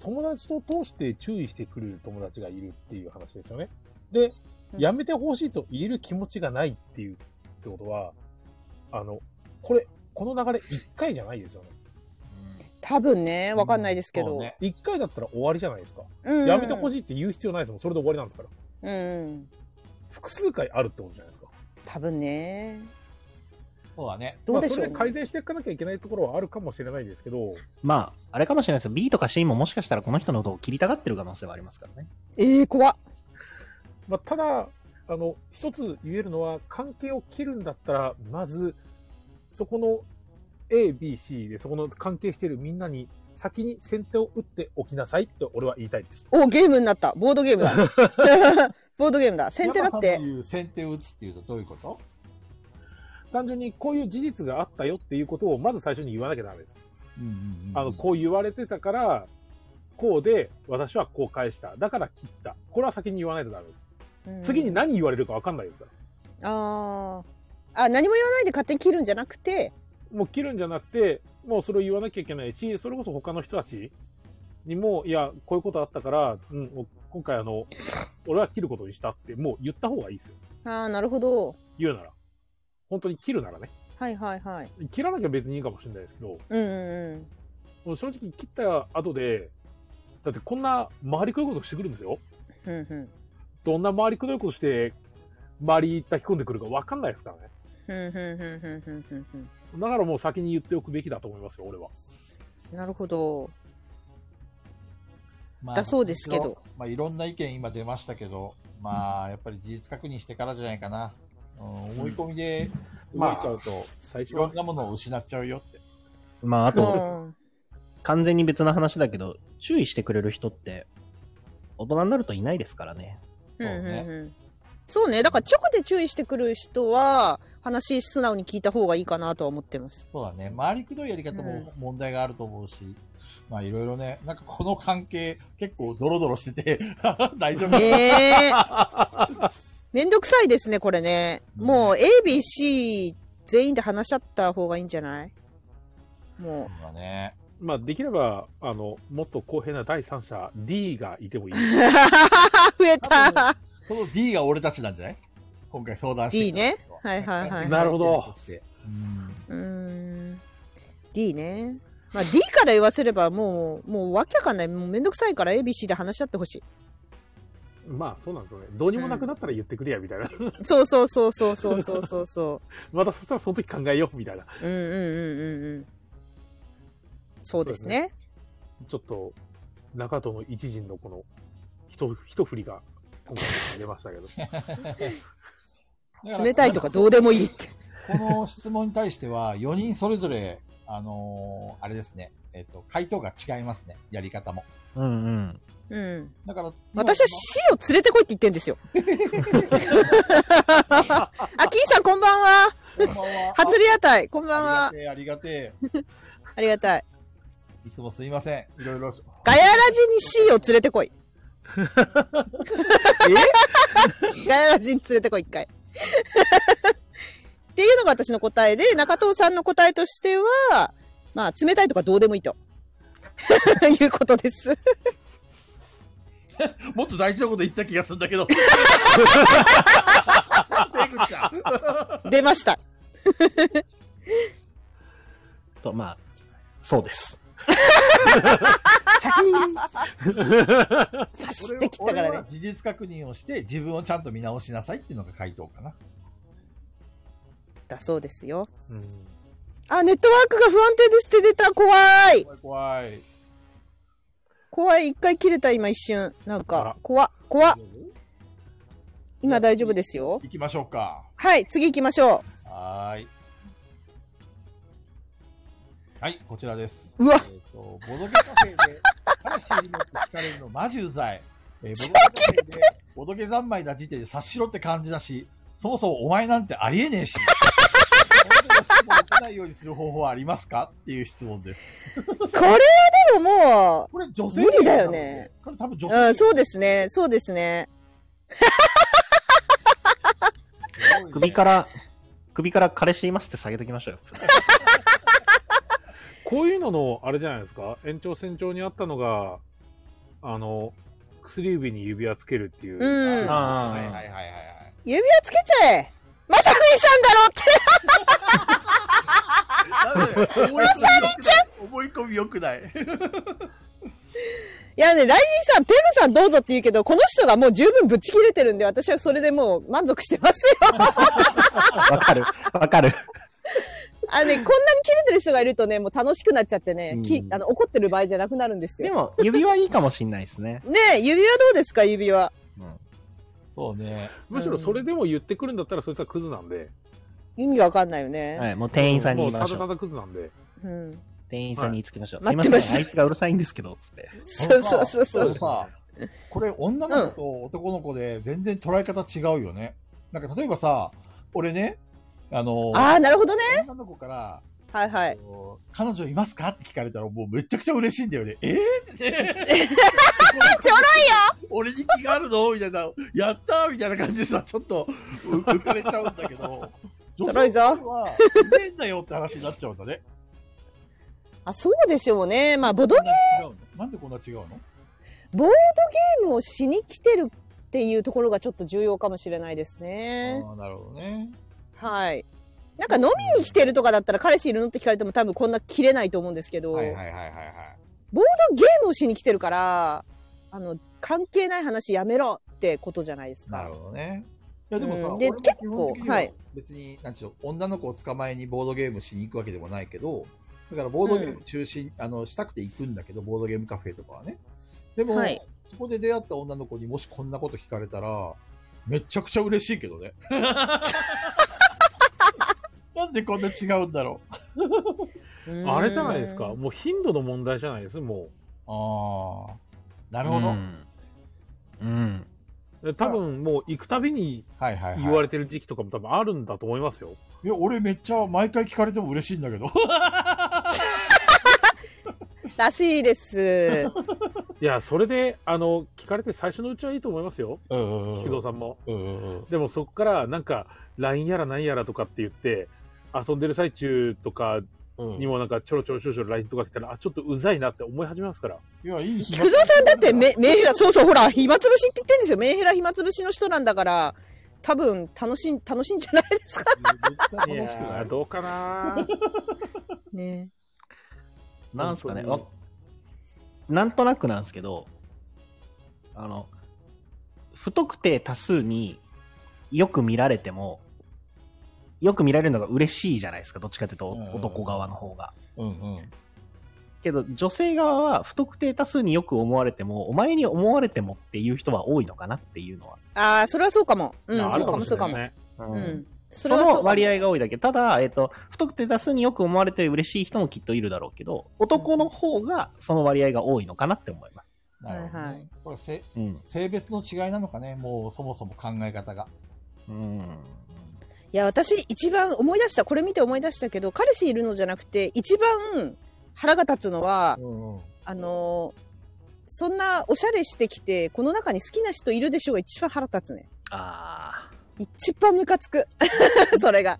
友達と通して注意してくれる友達がいるっていう話ですよねでやめてほしいと言える気持ちがないっていうってことはあのこれこの流れ1回じゃないですよね多分ね、わかんないですけそど。ううね1回だったら終わりじゃないですか、んやめてほしい。しいって言う必要ないですもんそれで終わりなんですからうん。複数回あるってことじゃないですか多分ね。そうだね。どうでしょうまあ、それ改善していかなきゃいけないところはあるかもしれないですけど、まあ、あれかもしれないです。B とか C ももしかしたらこの人のことを切りたがってる可能性はありますからね。ええー、怖っ。まあ、ただあの一つ言えるのは関係を切るんだったらまずそこの ABC でそこの関係しているみんなに先に先手を打っておきなさいって俺は言いたいです。お、ゲームになった。ボードゲームだ。ボードゲームだ。先手だ山っさんての。言う先手を打つっていうとどういうこと単純にこういう事実があったよっていうことをまず最初に言わなきゃダメです。うんうんうんあのこう言われてたからこうで私はこう返しただから切ったこれは先に言わないとダメです。次にな。何言われるかわかんないですから。ああ。あ、何も言わないで勝手に切るんじゃなくて、もう切るんじゃなくて、もうそれを言わなきゃいけないし、それこそ他の人たちにも、いや、こういうことあったから、うん、お今回あの、俺は切ることにしたって、もう言った方がいいですよ。ああ、なるほど。言うなら。本当に切るならね。はいはいはい。切らなきゃ別にいいかもしれないですけど、うんうんもう正直切った後で、だってこんな回りくどいことしてくるんですよ。うん。うんうん。どんな回りくどいことして、周り炊き込んでくるか分かんないですからね。ふんふんふんふんふんふんふんだからもう先に言っておくべきだと思いますよ、俺は。なるほど。まだそうですけど。まあ、いろんな意見今出ましたけど、まあ、やっぱり事実確認してからじゃないかな。うん、思い込みで動いちゃうと、最い初ろはん。なものを失っちゃうよって。まあ、あうと、ん。完全に別の話だけど、注意してくれる人って、大人になるといないですからね。うんうんうんそうね。だから直で注意してくる人は、話素直に聞いた方がいいかなとは思ってます。そうだね。回りくどいやり方も問題があると思うし、まあいろいろね、なんかこの関係結構ドロドロしてて、 大丈夫ええー。めんどくさいですね、これね。もう ABC 全員で話し合った方がいいんじゃないも だね。まあ、できれば、あの、もっと公平な第三者、D がいてもいい。う。増えた。この D が俺たちなんじゃない今回相談して D ねはいはいはいなるほど。うんうーん。D ね。まあ D から言わせればもう、もうわけわかんない。もうめんどくさいから ABC で話し合ってほしい。まあ、そうなんですよね。どうにもなくなったら言ってくれや、みたいな。そうそうそうそうそうそうそうそ またそしたらその時考えよう、みたいな。う。うんうんうんうんうん。そうですね。ちょっと、中藤の一陣のこの、ひと、ひと振りが、今回出ましたけ ど。冷たいとかどうでもいいって。この質問に対しては、4人それぞれ、あのーあれですね、えっと、回答が違いますね、やり方も。うんうん。うん。だから、私は C を連れてこいって言ってんです よ。あ、金さんこんばんは。こんばんは初リアタイ、こんばんあは。ありがてえ、ありがてありがたい。え。いつもすいません。いろいろ。ガヤラジに C を連れてこい。 ガヤラジに連れてこい、一回。っていうのが私の答えで、中藤さんの答えとしては、まあ、冷たいとかどうでもいい と。いうことです。もっと大事なこと言った気がするんだけど。出口ちゃん。 出ました。そう、まあ、そうです。パシ俺ッはてきたか俺らはね。事実確認をして、自分をちゃんと見直しなさいっていうのが回答かな。だそうですよ。うんあ、ネットワークが不安定ですって出た。怖い。怖い怖い。怖い。一回切れた、今一瞬。なんあ、から怖っ怖っ今大丈夫ですよ。行きましょうか。はい、次行きましょはーい。はい、こちらです。うわえっ、と、ボドゲカフェで、魂になって惹かれるの魔獣罪。えーボドゲカフェで、ボドゲ三昧な時点で察しろって感じだし、そもそもお前なんてありえねえし。この人の質問を受けないようにする方法はありますかっていう質問です。う。これはでももこれ女性無理だよね。これ多分女う、う ん、性。そうですね。そうですね。首から、首から彼氏いますって下げてきましょ うよ。こういうのの、あれじゃないですか、延長線上にあったのが、あの、薬指に指輪つけるっていう。うんあーはいはいはいはいはい。指輪つけちゃえまさみんさんだろってダメだよ思い込みよくない。思い込みよくない。いやね、ライジンさん、ペグさんどうぞって言うけど、この人がもう十分ぶち切れてるんで、私はそれでもう満足してますよ。わかる。わかる。あのね、こんなに切れてる人がいるとね、もう楽しくなっちゃってね、きうんあの怒ってる場合じゃなくなるんですでよ。も、指はいいかもしんないですね。ねえ、指輪どうですか、指輪。そうね。むしろそれでも言ってくるんだったら、そいつはクズなんで。意味がわかんないよね。はい、もう店員さんにも言ういただましょたう。だクズなんで。うん。店員さんに言いつけましょう。はすいいません、待ってましたあいつがうるさいんですけど、つって。そうそうそうそあう。のさ、これ女の子と男の子で全然捉え方違うよね。なんか例えばさ、俺ね、あの、ああ、なるほどね。女の子から、はいはい。こう彼女いますかって聞かれたらもうめちゃくちゃ嬉しいんだよね。 えー、ってね。ちょろいよ俺に気があるのみたいな、やったーみたいな感じでさ、ちょっとう浮かれちゃうんだけど、 ちょろ女性いぞの方は、うめえんだよって話になっちゃうんだね。あ、そうでしょうね。まあ、ボドゲ違うのなんでこんな違うのボードゲームをしに来てるっていうところがちょっと重要かもしれないですね。ああ、なるほどね。はい。なんか飲みに来てるとかだったら彼氏いるのって聞かれても多分こんな切れないと思うんですけど、はいはいはいはいはい。ボードゲームをしに来てるから、あの、関係ない話やめろってことじゃないですなかる。ほどね。いやでもさ、うんで俺も基本的には結構はい別に、なんちゅうの、女の子を捕まえにボードゲームしに行くわけでもないけど、だからボードゲーム中心、あの、したくて行くんだけど、ボードゲームカフェとかはね。でも、はいそこで出会った女の子にもしこんなこと聞かれたら、めちゃくちゃ嬉しいけどね。なんでこんな違うんだろう。うんあれじゃないですか、もう頻度の問題じゃないです、もああ、なるほど。うん。うん。う。多分もう行くたびにはいはい、はい。言われてる時期とかも多分あるんだと思いますよ。いや、俺めっちゃ毎回聞かれても嬉しいんだ けど。らしいです。いや、それで、あの、聞かれて最初のうちはいいと思いますよ。うんうん木造さんも。うんうんうんでもそこからなんか LINE やら何やらとかって言って遊んでる最中とかうんにもなんかちょろちょろちょろちょろ LINE とか来たらあちょっとうざいなって思い始めますからいや、いい暇菊蔵さんだってメ、メンヘラ、そうそう、ほら、暇つぶしって言ってんですよ。メンヘラ暇つぶしの人なんだから、多分、楽しん、楽しいんじゃないですかめっちゃ楽しくいなやいーどうかなね。なんすかね、本わ当なんとなくなんですけど、あの、不特定多数によく見られても、よく見られるのが嬉しいじゃないですか、どっちかというとうんうん男側の方が。うんうん。けど、女性側は不特定多数によく思われても、お前に思われてもっていう人は多いのかなっていうのは。ああ、それはそうかも。ういやん、あそるうかも、そうかしれも。ないねううんん。そそれはそうかのも割合が多いだけ。ただ、えっ、と、不特定多数によく思われて嬉しい人もきっといるだろうけど、男の方がその割合が多いのかなって思います。なるほど、ねはいはいこれせ、うん。性別の違いなのかね、もうそもそも考え方が。うん。いや、私、一番思い出した、これ見て思い出したけど、彼氏いるのじゃなくて、一番腹が立つのは、うんうん。あのーそんなおしゃれしてきて、この中に好きな人いるでしょうが一番腹立つね。あ一番ムカつく。 それが。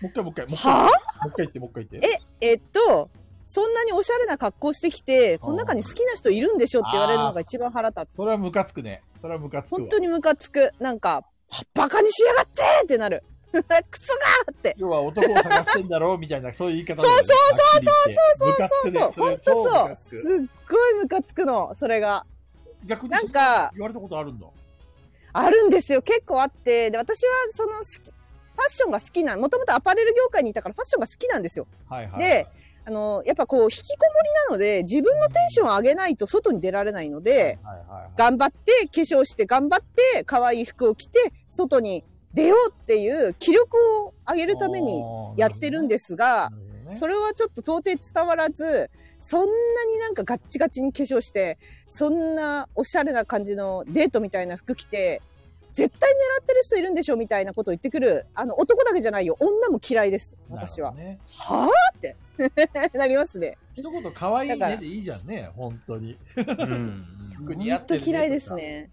もう一回もう一回、もう一回はもう一回言って、もう一回言って。ええっと、そんなにおしゃれな格好してきて、この中に好きな人いるんでしょって言われるのが一番腹立つ。それはムカつくね。それはムカつくわ。本当にムカつく。なんか、バカにしやがってってなる。 クソがーって。要は男を探してんだろうみたいな、そういう言い方だよねそうはっきそりう言そっうて。ムカつくね。本当れ超そムう。カすつっくごいムカつくの、それが。逆になんか言われたことあるんだ。あるんですよ。結構あって。で、私はその好き、ファッションが好きな、もともとアパレル業界にいたからファッションが好きなんですよ。はいはい。で、あの、やっぱこう、引きこもりなので、自分のテンションを上げないと外に出られないので、はいはいはい。頑張って、化粧して、頑張って、可愛い服を着て、外に出ようっていう気力を上げるためにやってるんですあがー、なるほどねそれはちょっと到底伝わらず、そんなになんかガッチガチに化粧して、そんなおしゃれな感じのデートみたいな服着て、絶対狙ってる人いるんでしょみたいなことを言ってくる、あの、男だけじゃないよ。女も嫌いです。私は。なるほどねはぁって なりますね。一言可愛いだかねらでいいじゃんね、本当に。うん。服似合本っ当てるね嫌いです。ね。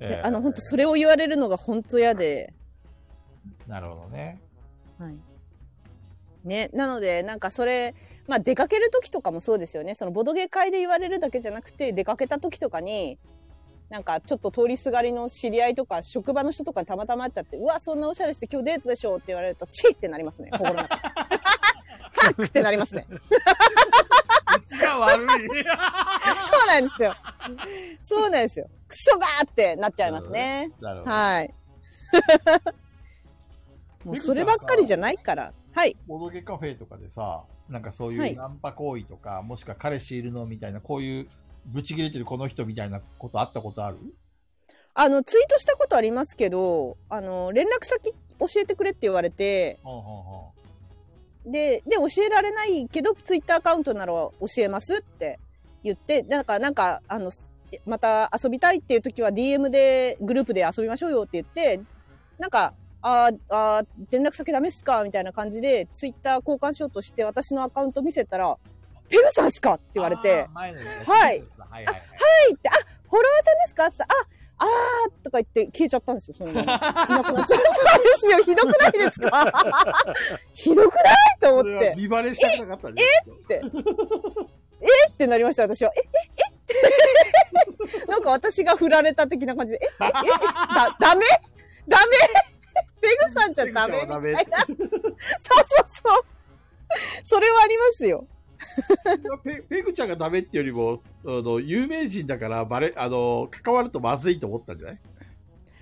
とかであの、本当えそれを言われるのが本当嫌で。ーなるほど ね。はい。ね、なので、なんかそれ、まあ出かける時とかもそうですよね。そのボドゲ会で言われるだけじゃなくて、出かけた時とかに、なんかちょっと通りすがりの知り合いとか、職場の人とかにたまたま会っちゃって、うわ、そんなおしゃれして今日デートでしょって言われると、チッってなりますね。心の 中。ファックってなりますね。口が悪い。そうなんですよ。そうなんですよ。クソがーってなっちゃいますね。なるほど。 はい。もうそればっかりじゃないから。はい。ボドゲカフェとかでさ、なんかそうはいいうナンパ行為とか、もしくは彼氏いるのみたいな、こういうぶち切れてるこの人みたいなことあったことあるあの、ツイートしたことありますけど、あの、連絡先教えてくれって言われて、ほんほんほで、で、教えられないけど、ツイッターアカウントなら教えますって言って、なんか、なんか、あの、また遊びたいっていう時は DM でグループで遊びましょうよって言って、なんか、あーあー、連絡先ダメっすかみたいな感じで、ツイッター交換しようとして、私のアカウント見せたら、ペグさんっすかっんて言われてあー、前のやつはいはいはいはい。はいって、あ、フォロワーさんですかって言ったらあ、あーとか言って消えちゃったんです よ、そのまま。いなくなっちゃったんですよ。ひどくないです かひどくないとこ思れっはて、見バレしたくなかったね。えってなりました、私は。え、え、えって。なんか私が振られた的な感じで、え、え、え、だ、ダメダメペグさんじゃダメみたいな。そうそうそう。それはありますよ。ペペグちゃんがダメってよりも、あの、有名人だからバレ、あの、関わるとまずいと思ったんじゃない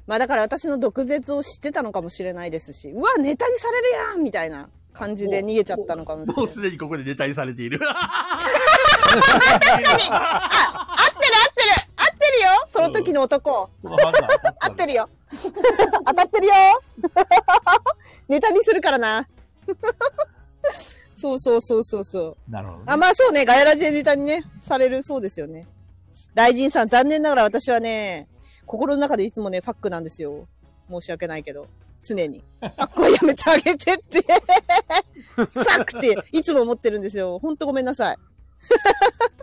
まあだから私の毒舌を知ってたのかもしれないですし、うわ、ネタにされるやんみたいな感じで逃げちゃったのかもしれ なも。いうすでにここでネタにされている。 合ってる合ってる合ってるよその時の男、合ってるよ当たってるよ ネタにするからな そうそうそうそうそうなるほど、ねあ。まあそうねガヤラジでネタにねされるそうですよね雷神さん残念ながら私はね心の中でいつもね、ファックなんですよ。申し訳ないけど。常に。ファックはやめてあげてって。 ファックって、いつも思ってるんですよ。ほんとごめんなさい。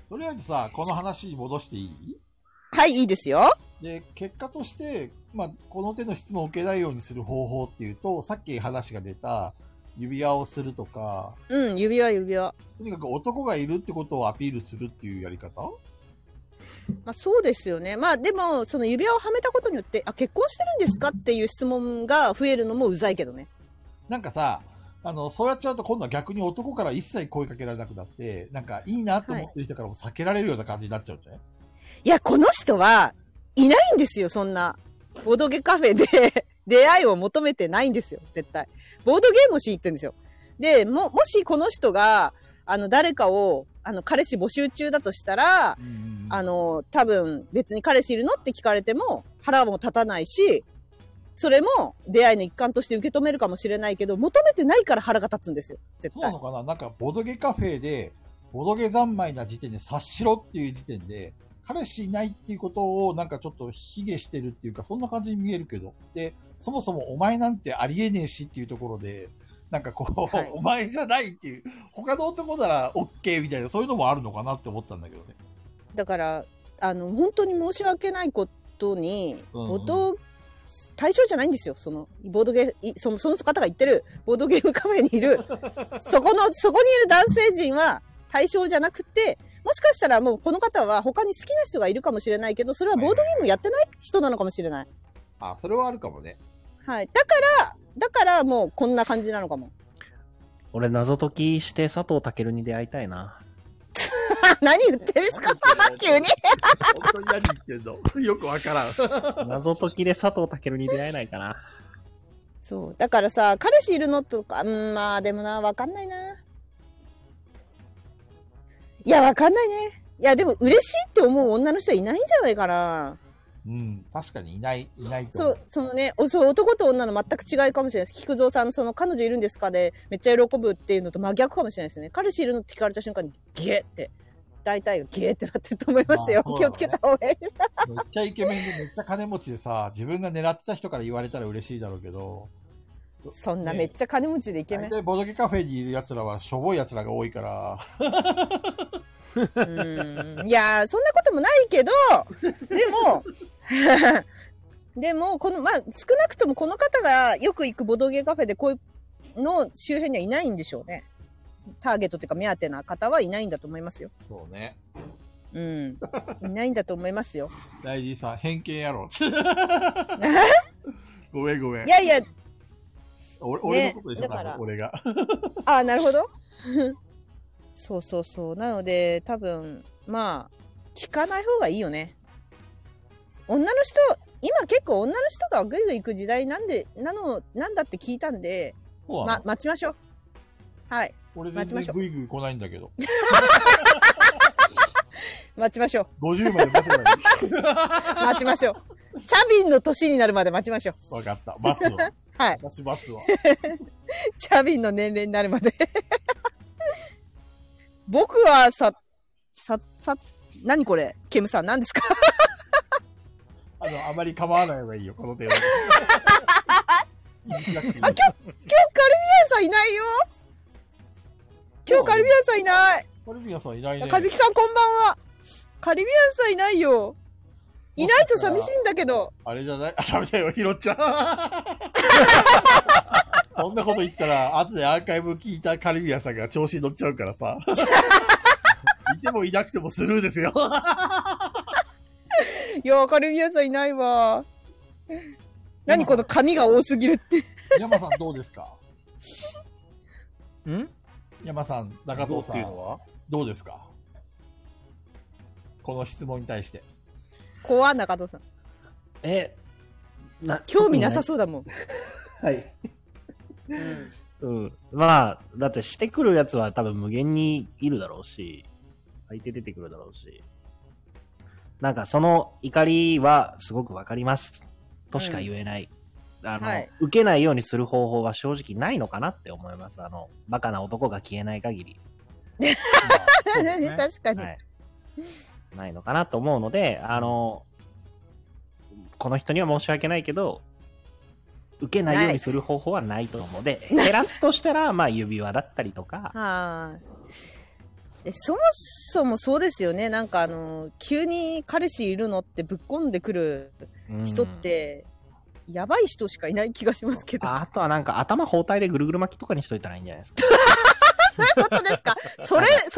とりあえずさ、この話に戻していいはい、いいですよ。で、結果として、まあ、この手の質問を受けないようにする方法っていうと、さっき話が出た、指輪をするとか、うん、指輪、指輪。とにかく男がいるってことをアピールするっていうやり方まあ、そうですよね。まあでも、その指輪をはめたことによって、あ、結婚してるんですかっていう質問が増えるのもうざいけどね。なんかさ、あの、そうやっちゃうと今度は逆に男から一切声かけられなくなって、なんかいいなと思ってる人からも避けられるような感じになっちゃうじゃない、いや、この人はいないんですよ、そんな。ボードゲカフェで 出会いを求めてないんですよ、絶対。ボードゲームをしに行ってるんですよ。で、も、もしこの人が、あの、誰かを、あの、彼氏募集中だとしたら、あの、多分別に彼氏いるのって聞かれても腹も立たないし、それも出会いの一環として受け止めるかもしれないけど、求めてないから腹が立つんですよ、絶そうな対の。かななんか、ボドゲカフェで、ボドゲ三昧な時点で察しろっていう時点で、彼氏いないっていうことをなんかちょっと卑下してるっていうか、そんな感じに見えるけど。で、そもそもお前なんてありえねえしっていうところで、なんかこう、はいお前じゃないっていう、他の男なら OK みたいな、そういうのもあるのかなって思ったんだけどね。だから、あの、本当に申し訳ないことに、うんボト、対象じゃないんですよ。その、ボードゲー、いその、その方が言ってる、ボードゲームカフェに いる、そこの、そこにいる男性陣は対象じゃなくて、もしかしたらもうこの方は他に好きな人がいるかもしれないけど、それはボードゲームやってない人なのかもしれない。あ、それはあるかもね。はい。だから、だからもうこんな感じなのかも。 俺、謎解きして佐藤健に出会いたいな。何言ってるんですか急に。本当に何言ってんのよくわからん。謎解きで佐藤健に出会えないかな。そう。だからさ、彼氏いるのとか、うん、まあでもな、わかんないな。いや、わかんないね。いや、でも嬉しいって思う女の人はいないんじゃないかな。うん、確かにいない、いないとそ思う。う、そのね、おそう男と女の全く違いかもしれないです。菊蔵さんのその彼女いるんですかで、めっちゃ喜ぶっていうのと真逆かもしれないですね。彼氏いるのって聞かれた瞬間に、ゲーって、大体がゲーってなってると思いますよま。あ気をつけた方がいいです。めっちゃイケメンでめっちゃ金持ちでさ、自分が狙ってた人から言われたら嬉しいだろうけど、そんなめっちゃ金持ちでイケメ大ン。体ボドゲカフェにいる奴らはしょぼい奴らが多いから、うんいやーそんなこともないけどでも でもこの、まあ、少なくともこの方がよく行くボドゲカフェでこういうの周辺にはいないんでしょうねターゲットというか目当てな方はいないんだと思いますよ、そうね。うん、いないんだと思いますよ 大事さん、偏見やろ。 ごめんごめんい。やいや俺俺のことでしょ、ね多だか分ら俺 が。ああなるほど そうそうそうなので多分まあ聞かない方がいいよね女の人今結構女の人がグイグイ行く時代なんでなのなんだって聞いたんでそうなまの待ちましょうはい俺待全ち然ましょうグイグイ来ないんだけど。待ちましょう50まで待てばい い。待ちましょう チャビンの年になるまで待ちましょうわかった。待つわ。はい私待つわ。チャビンの年齢になるまで 僕はさささ何これケムさん何ですかあの、あまり構わない方がいいよ、この 手は。言いづらくていい今日カルビアンさんいないよ今日カルビアンさんいないカルビアさんいないね。和樹さんこんばんはカルビアンさんいないよいないと寂しいんだけどあれじゃない あ、ダメだよ、ひろちゃん。 そんなこと言ったら、後でアーカイブ聞いたカルビアさんが調子に乗っちゃうからさ。 いてもいなくてもスルーですよ。 いやーカルビアンさんいないわ何この髪が多すぎるって山さんどうですかん山さん、中どう藤ってさ、いうんのはどうですかこの質問に対して。怖中藤さんえ、な興味なさそうだもん、はい。うんうん。まあ、だってしてくるやつは多分無限にいるだろうし、相手出てくるだろうし。なんかその怒りはすごくわかります。としか言えない。あの、はい受けないようにする方法は正直ないのかなって思います。あの、バカな男が消えない限り。そうですね 確かに、はい。ないのかなと思うので、あの、この人には申し訳ないけど、受けないようにする方法はないと思うので、減らすとしたら、まあ指輪だったりとか、はい。でそもそもそうですよね。なんかあの、急に彼氏いるのってぶっ込んでくるうん人って、やばい人しかいない気がしますけど。ああとはなんか頭包帯でぐるぐる巻きとかにしといたらいいんじゃないですか。そういうことですかそれ、それで減る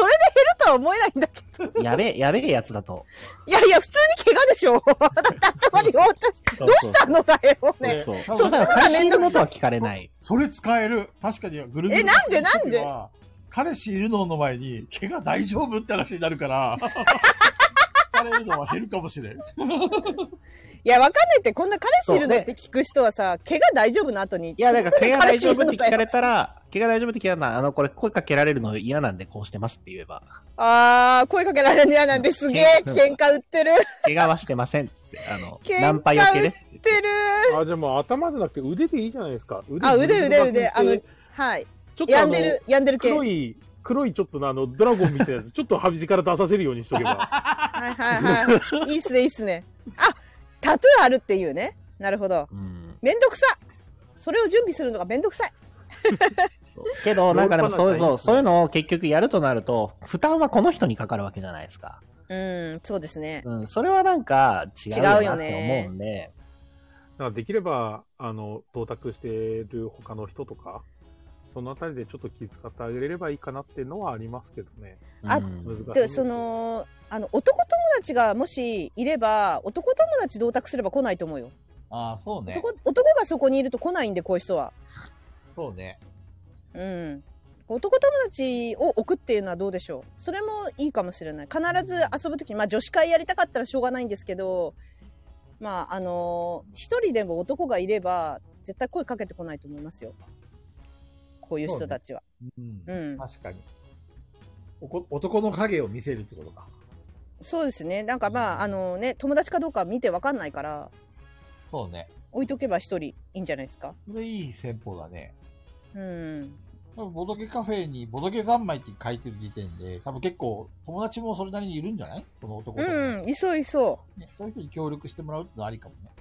とは思えないんだけやべえ、やべえやつだと。ど。いやいや、普通に怪我でしょ。 だって頭に本当にどどうしたのだよ、そうね。そう。そそううだから、そ彼氏っちの方が面い倒るくさいのとは聞かれない。それ使える。確かに、ぐるぐる。えなんでなんで時は彼氏いるのの前に、怪我大丈夫って話になるから、 疲れるのは減るかもしれん。いや、わかんないって、こんな彼氏いるのそうねって聞く人はさ、怪我大丈夫の後に。いや、だから、怪我彼大氏丈いる夫のっだて聞よかれたら、怪我大丈夫って聞かれたら、あの、これ声かけられるの嫌なんでこうしてますって言えば、あー、声かけられるやなん てすげえ、喧嘩売ってる、売っ怪我はしてませんっつって、あの喧嘩、ナンパ余計ですって。てる。あ、じゃあもう頭じゃなくて腕でいいじゃないですか。腕あ、腕、腕、ぐるぐる腕。巻きあにのして、はい。ちょっとあ病んのでる、病んでる系。黒はいい、黒いちょっとなあの、ドラゴンみたいなやつ、ちょっとはみじから出させるようにしとけば。はいはい。いいっすね、いいっすね。あ、タトゥーあるっていうね。なるほど。うん。めんどくさそれを準備するのがめんどくさい。そうけど、なんかでもヨそーロッうパの大変ですねそう、そういうのを結局やるとなると、負担はこの人にかかるわけじゃないですか。うん、そうですね。うん、それはなんか違う違うよよなってね思うんで、だからできれば、あの、到達してる他の人とか、そのあたりでちょっと気遣ってあげれればいいかなっていうのはありますけどね。あうん難しいですで、そ、の、あの、男友達がもしいれば、男友達同卓すれば来ないと思うよ。ああ、そうね。男男がそこにいると来ないんで、こういう人は。そうね。うん。男友達を置くっていうのはどうでしょうそれもいいかもしれない。必ず遊ぶときに、まあ女子会やりたかったらしょうがないんですけど、まああの一人でも男がいれば、絶対声かけてこないと思いますよ。こういう人たちは。うん。うん確かに。おこ男の影を見せるってことか。そうですね。なんかまああのね、友達かどうかは見てわかんないから、そうね。置いとけば一人いいんじゃないですか。それいい戦法だね。うん。多分ボドゲカフェにボドゲ三昧って書いてる時点で、多分結構友達もそれなりにいるんじゃないこの男とか、うん、いそういそね。そういう人に協力してもらうってのはありかもね。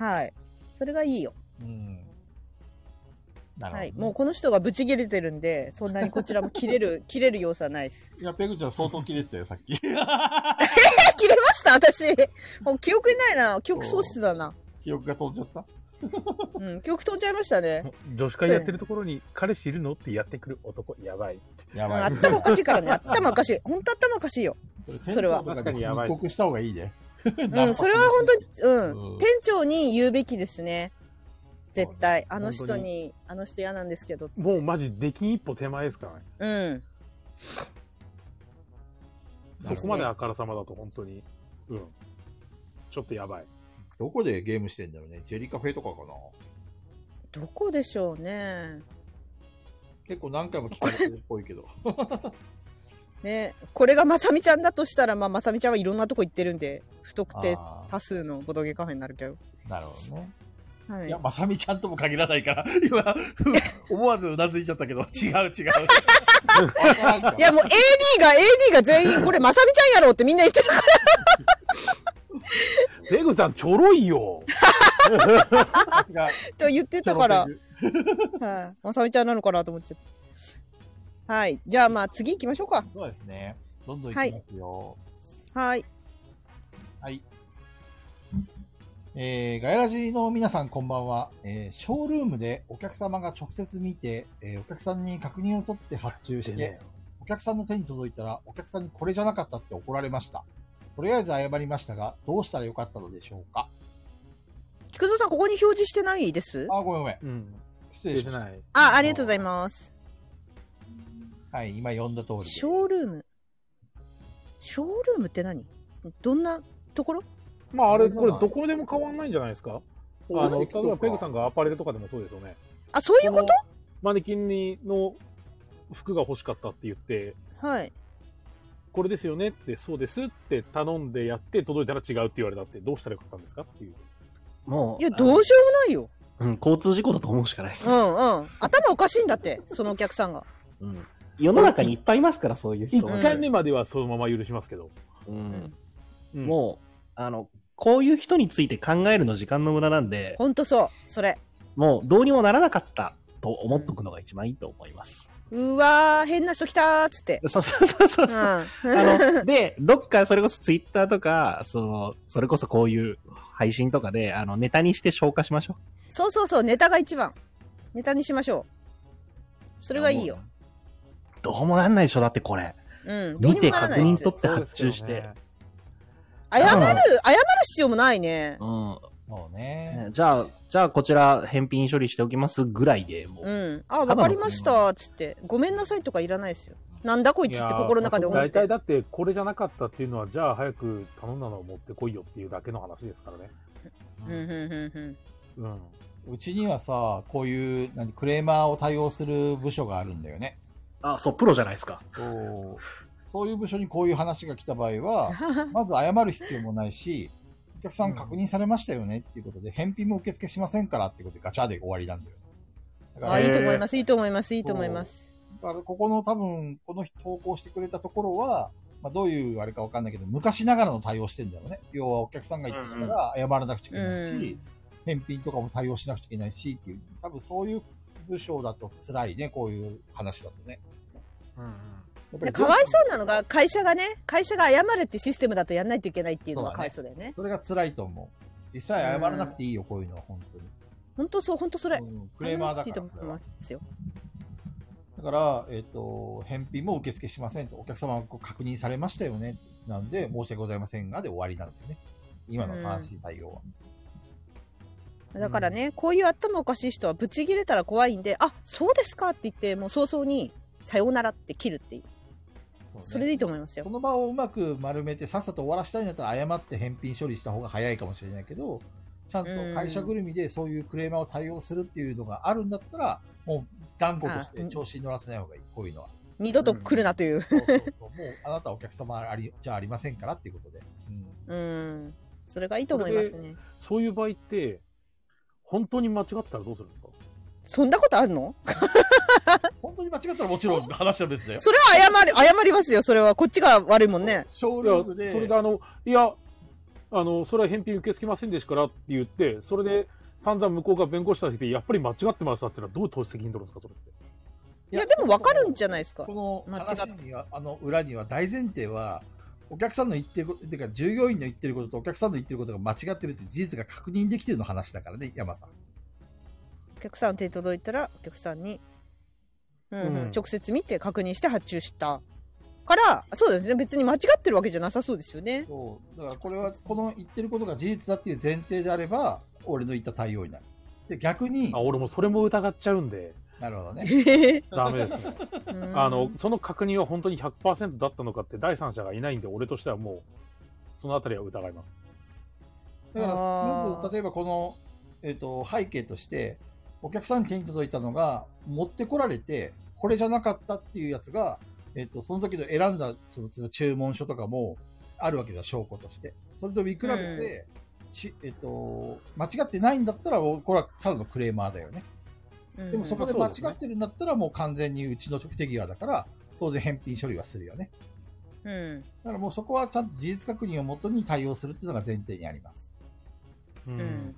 う。はい。それがいいよ。うん。なるほど、ねはい。もうこの人がブチ切れてるんで、そんなにこちらも切れ る、切れる要素はないです。いや、ペグちゃん相当切れてたよ、さっき。 切れました私。もう記憶にないな。記憶喪失だな。記憶が飛んじゃった。うん、記憶飛んじゃいましたね。女子会やってるところに、彼氏いるのってやってくる男、やばい。やうん、ばい。頭おかしいからね。頭おかしい。本当頭おかしいよ。それは店長とか確かににやばい密告した方がいいね。うん、 それは本当に、ううんん。店長に言うべきですね。絶対。あ本の人当に、あの人嫌なんですけど。もうマジ、できん一歩手前ですからね。うん。なるほどそこまであからさまだと、本当に。うん。ちょっとやばい。どこでゲームしてんだろうね。ジェリカフェとかかな。どこでしょうね。結構何回も聞かれてるっぽい けど。ね、これがまさみちゃんだとしたら、まあ、まさみちゃんはいろんなとこ行ってるんで、不特定あ多数のボドゲカフェになるけど。ーなるほどね。はいいや、。まさみちゃんとも限らないから、 今、思わずうなずいちゃったけど、 違 う違う。いや、もう AD が、AD が全員、これまさみちゃんやろってみんな言ってるから。ペグさん、ちょろ いよ。さすがと言ってたから。はい。まさみちゃんなのかなと思っちゃった。はい。じゃあまあ次行きましょうか。そうですね。どんどんいきますよ。はい。はい。えーガヤラジの皆さんこんばんは、えーショールームでお客様が直接見て、えーお客さんに確認を取って発注して、お客さんの手に届いたら、お客さんにこれじゃなかったって怒られました。とりあえず謝りましたが、どうしたらよかったのでしょうか。菊蔵さん、ここに表示してないですあー、ごめんごめん。うん。失礼出してましない。あ、ありがとうございます。た。はい、今読んだ通りで。ショールーム。ショールームって何どんなところまあ、あれ、これ、どこでも変わんないんじゃないですかおあの、そう例かえばペグさんがアパレルとかでもそうですよね。あ、そういうこそのマネキンにの服が欲しかったって言って、とはい。これですよねって、そうですって頼んでやって、届いたら違うって言われたって、どうしたらよかったんですかっていう。もう、いや、どうしようもないよ。うん、交通事故だと思うしかないでうす。んうん。頭おかしいんだって、そのお客さんが。うん世の中にいっぱいいますから、そういう人一は。回目まではそのまま許しますけど。うんうんもう、あの、こういう人について考えるの時間の無駄なんで、ほんとそう。それ。もうどうにもならなかったと思っとくのが一番いいと思います。うわー、変な人来たーっつって。そうそうそうそううそう。ん。ああの、で、どっか、それこそツイッターとか、その、それこそこういう配信とかで、あの、ネタにして消化しましょ。そうそうそう、ネタが一番。ネタにしましょう。そうれはいいよも。う。どうもなんないでしょ、だってこれ。うん。どう見にてもなら確な認いです取よ。って発注して。謝る、謝る必要もないね。うん。そうね。ねじゃあ、じゃあこちら返品処理しておきますぐらいでもうう。ん。あ、わかりました。つって。ごめんなさいとかいらないですよ。なんだこいつって心の中で思っ大体て。だってこれじゃなかったっていうのはじゃあ早く頼んだのを持ってこいよっていうだけの話ですからねうん、うん、うん、ううん。んうちにはさ、こういう、何、クレーマーを対応する部署があるんだよね。あ、そう、プロじゃないですか。そうそういう部署にこういう話が来た場合 は、まず謝る必要もないし、お客さん確認されましたよねっていうことで、返品も受付しませんからってことでガチャで終わりなんだよ。だからあ、いいと思います、いいと思います、いいと思います。だからここの多分、この人投稿してくれたところは、まあ、どういうあれかわかんないけど、昔ながらの対応してんだよね。要はお客さんが言ってきたら謝らなくちゃいけないし、返品とかも対応しなくちゃいけないしっていう、多分そういう部署だと辛いね、こういう話だとね。やっぱりかわいそうなのが、会社がね、会社が謝れってシステムだとやんないといけないっていうのがかわいそうだよね。それが辛いと思う。実際謝らなくていいよ、こういうのは、本当に。ほんとそう、ほんとそれ。うんクレーマーだいいかとら。思こいれはますよ。だから、えっ、と、返品も受付しませんと、お客様はこう確認されましたよね。なんで、申し訳ございませんが、で終わりなんでね。今の正しい対応は。だからね、こういう頭おかしい人はブチ切れたら怖いんで、あ、そうですかって言って、もう早々に、さようならって切るっていう。うねそれでいいと思いますそよ。の場をうまく丸めて、さっさと終わらしたいんだったら、謝って返品処理した方が早いかもしれないけど、ちゃんと会社ぐるみでそういうクレーマーを対応するっていうのがあるんだったら、もう断固として調子に乗らせない方がいい、こういうのは。二度と来るなという。そうそうそうもうあなたはお客様ありじゃありませんからっていうことで。うんうん。それがいいと思いますね。そういう場合って本当に間違ってたらどうするんですかそんなことあるの本当に間違ったらもちろん話は別だよ。それは謝る、謝りますよ。それは。こっちが悪いもんね。ショーいルームやで。それであのいやあのそれは返品受け付けませんでしたからって言ってそれで散々向こうが弁護士さんてやっぱり間違ってましたってのはどう投資責任取るんですかそれっていや、でもわかるんじゃないですか。この間違った話には、あの裏には大前提は、お客さんの言ってること、てか従業員の言ってることとお客さんの言ってることが間違ってるって事実が確認できてるの話だからね、山さん。お客さん手届いたらお客さんに、うんうんうん直接見て確認して発注したからそうですね別に間違ってるわけじゃなさそうですよねそう。だからこれは、この言ってることが事実だっていう前提であれば、俺の言った対応になる。で、逆にあ、俺もそれも疑っちゃうんでなるほどね。あダメですね あのその確認は本当に100%だったのかって第三者がいないんで俺としてはもうそのあたりは疑いますだから、あーまず、例えばこの、えっ、と、背景として、お客さんに手に届いたのが、持ってこられて、これじゃなかったっていうやつが、えっ、と、その時の選んだ、その、その注文書とかも、あるわけだ、証拠として。それと見比べて、ちえっ、と、間違ってないんだったら、おこれはただのクレーマーだよね。でもそこで間違ってるんだったら、もう完全にうちの手際だから、当然返品処理はするよね。うんうんだからもうそこはちゃんと事実確認をもとに対応するっていうのが前提にあります。ううんうん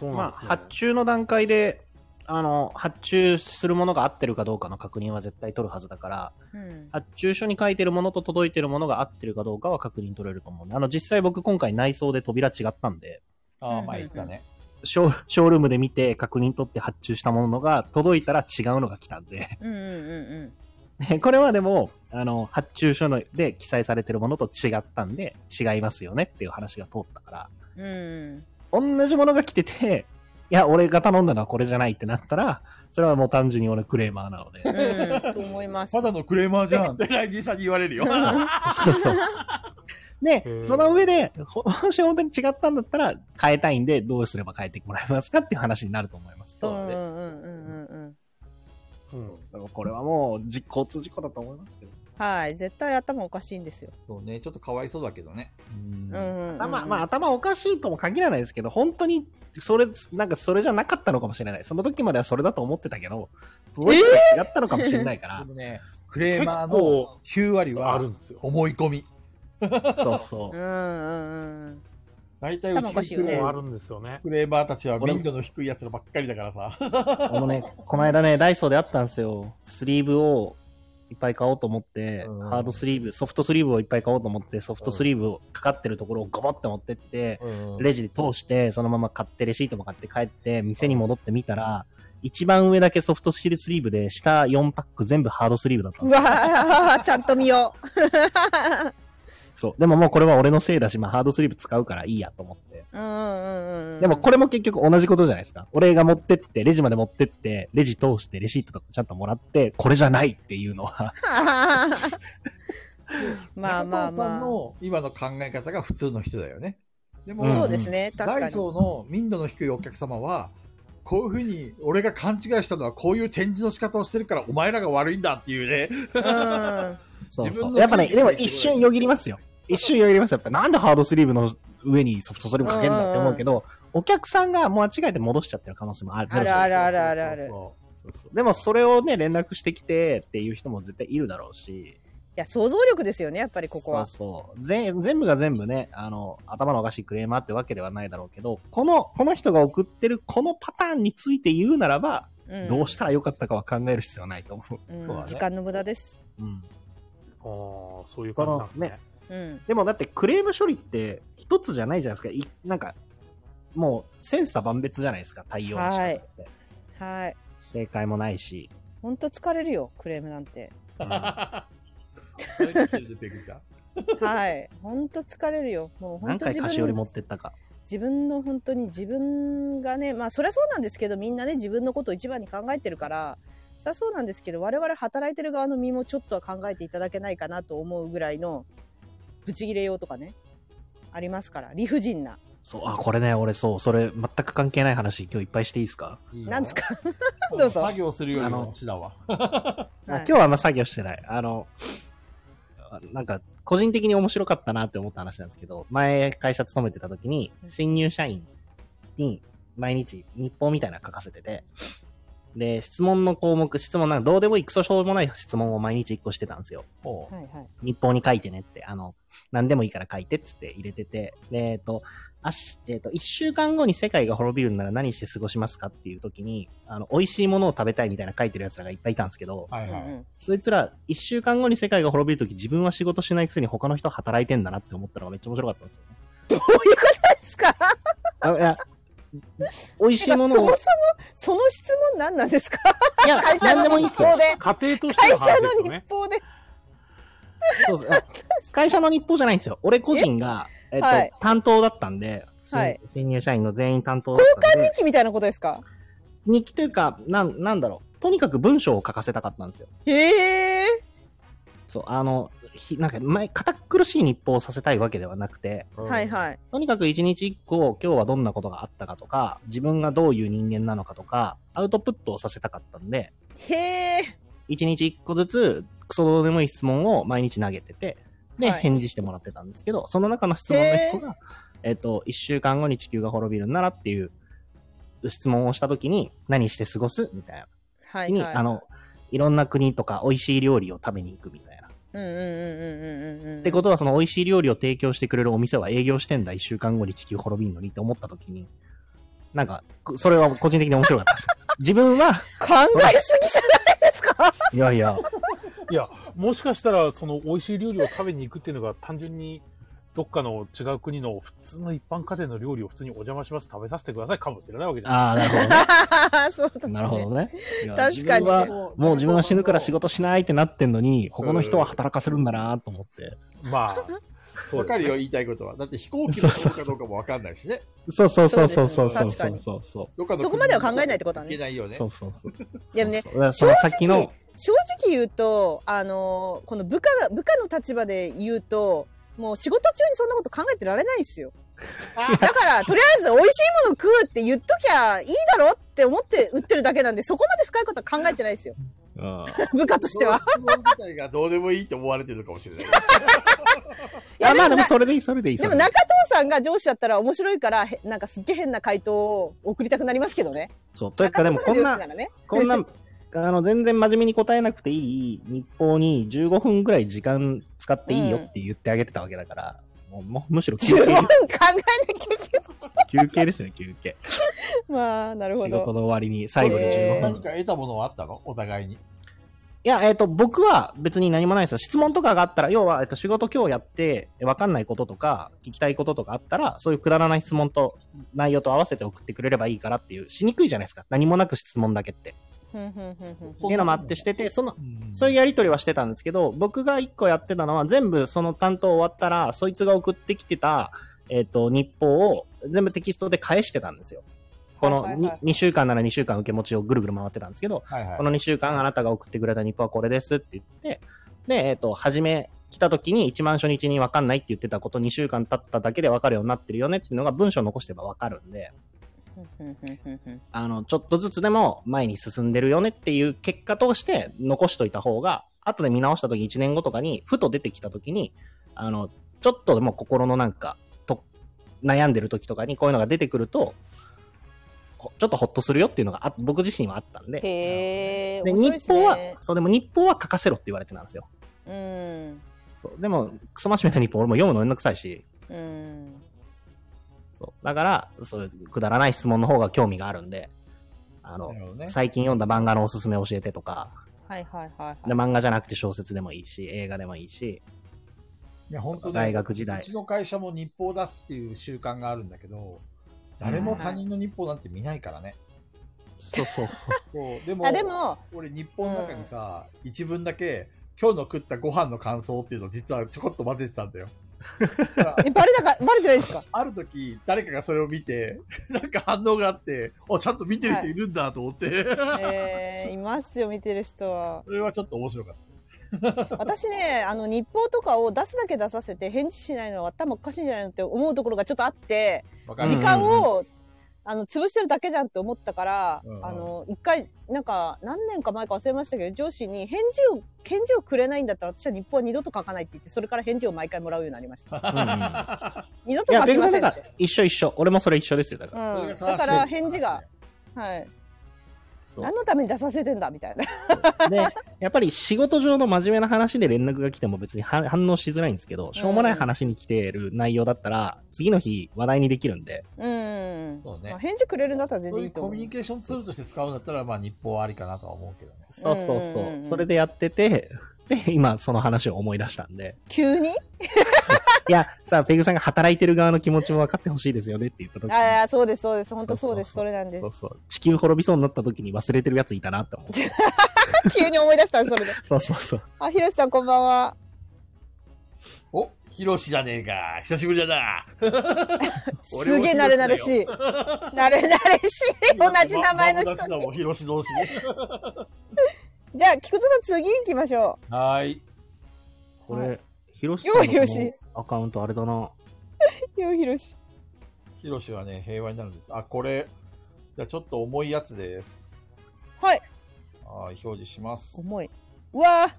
そうまなあ、んですね、発注の段階で、あの、発注するものが合ってるかどうかの確認は絶対取るはずだから、うん発注書に書いてるものと届いてるものが合ってるかどうかは確認取れると思うんで、あの、実際僕今回内装で扉違ったんで、あうあ、んまあ言ったね。ショーショールームで見て確認取って発注したものが届いたら違うのが来たんで、 うんうんでこれはでも、あの、発注書ので記載されてるものと違ったんで、違いますよねっていう話が通ったから、うんうん同じものが来てて、いや、俺が頼んだのはこれじゃないってなったら、それはもう単純に俺クレーマーなの で。うんうんと思いますただのクレーマーじゃんってライジンさんに言われるよ。そうそう。でへー、その上で、ほもし本当に違ったんだったら、変えたいんで、どうすれば変えてもらえますかっていう話になると思います。 うんうだんうんうんうんうんからこれはもう、じ交通事故だと思いますけど。はい絶対頭おかしいんですよ、そうね、ちょっとかわいそうだけどね。うんうんうんうん、頭、まあ、頭おかしいとも限らないですけど、本当に、それ、なんかそれじゃなかったのかもしれない。その時まではそれだと思ってたけど、届いたら違ったのかもしれないかでら、もね、クレーマーの9割あはるんですよ思い込み。 そうそうう。んうんうん大体うちに来るねもあるんですよね。クレーマーたちは民度の低いやつらばっかりだからさ。あのね、この間ね、ダイソーであったんですよ。スリーブをいっぱい買おうと思って、うんハードスリーブ、ソフトスリーブをいっぱい買おうと思って、ソフトスリーブをかかってるところをゴボって持ってって、うんレジで通して、そのまま買って、レシートも買って帰って、店に戻ってみたら、一番上だけソフトスリーブで、下4パック全部ハードスリーブだったんうですよわーちゃんと見よそう。でももうこれは俺のせいだし、まあハードスリーブ使うからいいやと思って。う。うんうんうん。でもこれ。れも結局同じことじゃないですか。俺が持ってって、レジまで持ってって、レジ通して、レシートとかちゃんともらって、これじゃないっていうのは、 まあまあ中川さんまの今の考え方が普通の人だよね。でも、あ。そうですね、確ダかイに。ソーの民度の低いお客様は、こういうふうに俺が勘違いしたのはこういう展示の仕方をしてるからお前らが悪いんだっていうね。うん。 そう自そ分う。のやっぱね、せいにしでなもいってことだよね一瞬よぎりますよ。一瞬よぎりますよ。やっぱなんでハードスリーブの上にソフトスリーブかけるんだって思うけど、お客さんが間違えて戻しちゃってる可能性もある。あるあるあるあるある。いそそうそうでもそれをね、連絡してきてっていう人も絶対いるだろうし。や、想像力ですよね、やっぱりここは。そうそうぜ全部が全部ね、あの、頭のおかしいクレーマーってわけではないだろうけど、この、この人が送ってるこのパターンについて言うならば、うんどうしたらよかったかは考える必要はないと思う。うんそうだね時間の無駄です。うん。ああ、そういうこ感じのなんですねね。、うん。でもだってクレーム処理って一つじゃないじゃないですか。いなんか、もう千差万別じゃないですか、対応の仕方って。はい。正解もないし。ほんと疲れるよ、クレームなんて。う。何言ってるのペグちゃんはい。ほんと疲れるよ。もうほん何と回自菓分子折り持のってったか。自分の本当に自分がね、まあそりゃそうなんですけど、みんなね、自分のことを一番に考えてるから、さそうなんですけど、我々働いてる側の身もちょっとは考えていただけないかなと思うぐらいの、ブチギレようとかね、ありますから、理不尽な。そう、あ、これね、俺そう、それ全く関係ない話今日いっぱいしていいですか、いいよなんですかそどううぞ作業するよりもこっちだわ。あは今い日はあんま作業してない。あの、あなんか、個人的に面白かったなって思った話なんですけど、前会社勤めてた時に、新入社員に毎日日報みたいなの書かせてて、で、質問の項目、質問なんかどうでもいいクソしょうもない質問を毎日1個してたんですよ。ほうはいはい。日報に書いてねって、あの、何でもいいから書いてっつって入れてて、でえっ、と、あし、えっ、と、一週間後に世界が滅びるなら何して過ごしますかっていう時に、あの、美味しいものを食べたいみたいな書いてる奴らがいっぱいいたんですけど、はいはうんうい。んそいつら、一週間後に世界が滅びる時自分は仕事しないくせに他の人働いてんだなって思ったのがめっちゃ面白かったんですよね。どういうことですかあいや、美味しいもの そをもそも、その質問何なん ですかいや、会社何でものいいっ日すよ報。で。家庭として会の社話ですよの日ね。報で。そうそうあ会社の日報じゃないんですよ。俺個人が、えっ、と、はい担当だったんで、新はい新入社員の全員担当だったんで。日記みたいなことですか日記というか、なん、なんだろう。とにかく文章を書かせたかったんですよ。へえ。そう、あの、ひなんか、前、堅苦しい日報をさせたいわけではなくて、はいはい。とにかく一日一個、今日はどんなことがあったかとか、自分がどういう人間なのかとか、アウトプットをさせたかったんで、へえ。一日一個ずつ、クソどうでもいい質問を毎日投げてて、で、はい返事してもらってたんですけど、その中の質問の一個が、えっ、と、一週間後に地球が滅びるならっていう質問をしたときに、何して過ごすみたいな。は時いに、はい。あの、いろんな国とか美味しい料理を食べに行くみたいな。うんうんうんうんうんうんうん。ってことは、その美味しい料理を提供してくれるお店は営業してんだ、一週間後に地球滅びんのにって思った時に、なんか、くそれは個人的に面白かったです。自分は、考えすぎじゃないですかいやいや、いや、もしかしたら、その美味しい料理を食べに行くっていうのが単純に、どっかの違う国の普通の一般家庭の料理を普通にお邪魔します、食べさせてくださいかもしれないわけじゃない。ああ、なるほどね。 そうだなるほどね。いや確か自に分はももう自分は死ぬから仕。事しないってなってんのに、他の人は働かせるんだなと思って。 まあ、そうわですかるねよ、言いたいことは。だって飛行機の飛ぶかどうかもわかんないしね。そうそうそうそうそうそそううですね確かそうにそうそう。どっかのそこまでは考えないってことはねいけないよね。そうそうそう。でもねそうそうだからその先の、正直言うとあのこの部下が部下の立場で言うともう仕事中にそんなこと考えてられないで すよあだからとりあえず美味しいもの食うって言っときゃいいだろって思って売ってるだけなんでそこまで深いことは考えてないで すようん部下としてはその質問自体がどうでもいいって思われてるかもしれない。いや、まあでもそれでいい、それでいい。でもそれ中いい藤さんが上司だったら面白いからへなんかすっげえ変な回答を送りたくなりますけどねそう、というかでも中こ藤んさなが上 司、らねこんな、あの、全然真面目に答えなくていい日報に15分ぐらい時間使っていいよって言ってあげてたわけだから、もうもうむしろ十休 分憩考えなきゃいけない。休憩ですね、休憩。まあ、なるほ仕事ど。の終わりに最後に15えー分。何か得たものはあったのお互いに。いや、えっ、と、僕は別に何もないですよ。質問とかがあったら、要は、えっと仕事今日やって、わかんないこととか、聞きたいこととかあったら、そういうくだらない質問と内容と合わせて送ってくれればいいからっていう、しにくいじゃないですか。何もなく質問だけって。ふんふんふんふんっていうのもあってしてて、その、うんそういうやりとりはしてたんですけど、僕が一個やってたのは、全部その担当終わったら、そいつが送ってきてた、えっ、と、日報を全部テキストで返してたんですよ。このはいはいはい 2, 週間なら2週間受け持ちをぐるぐる回ってたんですけど、はいはい。この2週間あなたが送ってくれた日報はこれですって言って、で、えっ、と、初め来た時に一番初日に分かんないって言ってたこと2週間経っただけで分かるようになってるよねっていうのが文章残してれば分かるんで、ふんふんふんふんあの、ちょっとずつでも前に進んでるよねっていう結果として残しといた方が、後で見直した時1年後とかに、ふと出てきた時に、あの、ちょっとでも心のなんか、と、悩んでる時とかにこういうのが出てくると、ほちょっとほっとするよっていうのがあ僕自身はあったんで、へえ。で、面白いっ日すね報は、そう、でも日報は書かせろって言われてたんですよ。うん。そう、でも、クソ真面目な日報俺も読むのめんどくさいし、うん。そう、だから、そういうくだらない質問の方が興味があるんで、あのな、るほどね。最近読んだ漫画のおすすめ教えてとか、はいはいはいではい。漫画じゃなくて小説でもいいし、映画でもいいし、いや、本当ね大学時う代ち。の会社も日報出すっていう習慣があるんだけど、誰も他人の日報なんて見ないからね。そうそう。そうでもあ、でも、俺日報の中にさ、一文だけ、今日の食ったご飯の感想っていうのを実はちょこっと混ぜてたんだよ。だからえ、バレたか、バレてないですかある時、誰かがそれを見て、なんか反応があって、あ、ちゃんと見てる人いるんだと思って、 えー、いますよ、見てる人は。それはちょっと面白かっ私ね、あの、日報とかを出すだけ出させて返事しないのは頭おかしいんじゃないのって思うところがちょっとあって、た。わかうんる時間を、あの、潰してるだけじゃんって思ったから、うんうんあの、一回、なんか、何年か前か忘れましたけど、上司に返事を、返事をくれないんだったら私は日報は二度と書かないって言って、それから返事を毎回もらうようになりま した。うんうんい二度と や、書ペきグまさせんんだっかてら。、一緒一緒。俺もそれ一緒ですよ、だから。うん、それが正しいだから返事が、はい、そう何のために出させてんだみたいな。 で、やっぱり仕事上の真面目な話で連絡が来ても別には反応しづらいんですけど、しょうもない話に来てる内容だったら、次の日話題にできるんで、うん、そうねまあ返事くれるんだったら全そう然いいういと思コうミュ。ニケーションツールとして使うんだったら、まあ日報はありかなとは思うけどね。そうそううそんうんうんう。うんそれでやってて、 で、今その話を思い出したんで、急に？いや、さあ、ペグさんが働いてる側の気持ちも分かってほしいですよねって言った時にああそうですそうです本当そうですそそうそうそうれなんですそうそう。地球滅びそうになった時に忘れてるやついたなって思 って。急に思い出したんですそれで。そうそうそう。あひろしさんこんばんは。お、ヒロシじゃねえか。久しぶりだな。す俺もげえ慣れ慣れしい。慣れ慣れしい同じ名前の人まま同じだに。もん、ヒロシ 同士。じゃあ菊田さん次行きましょはーい。こはれ、ヒロシようヒロシアカウントあれだな。う。よひろし。ヒロシはね、平和になるんです。あ、これ、じゃあちょっと重いやつです。はい。はーい、表示します。重い。うわあ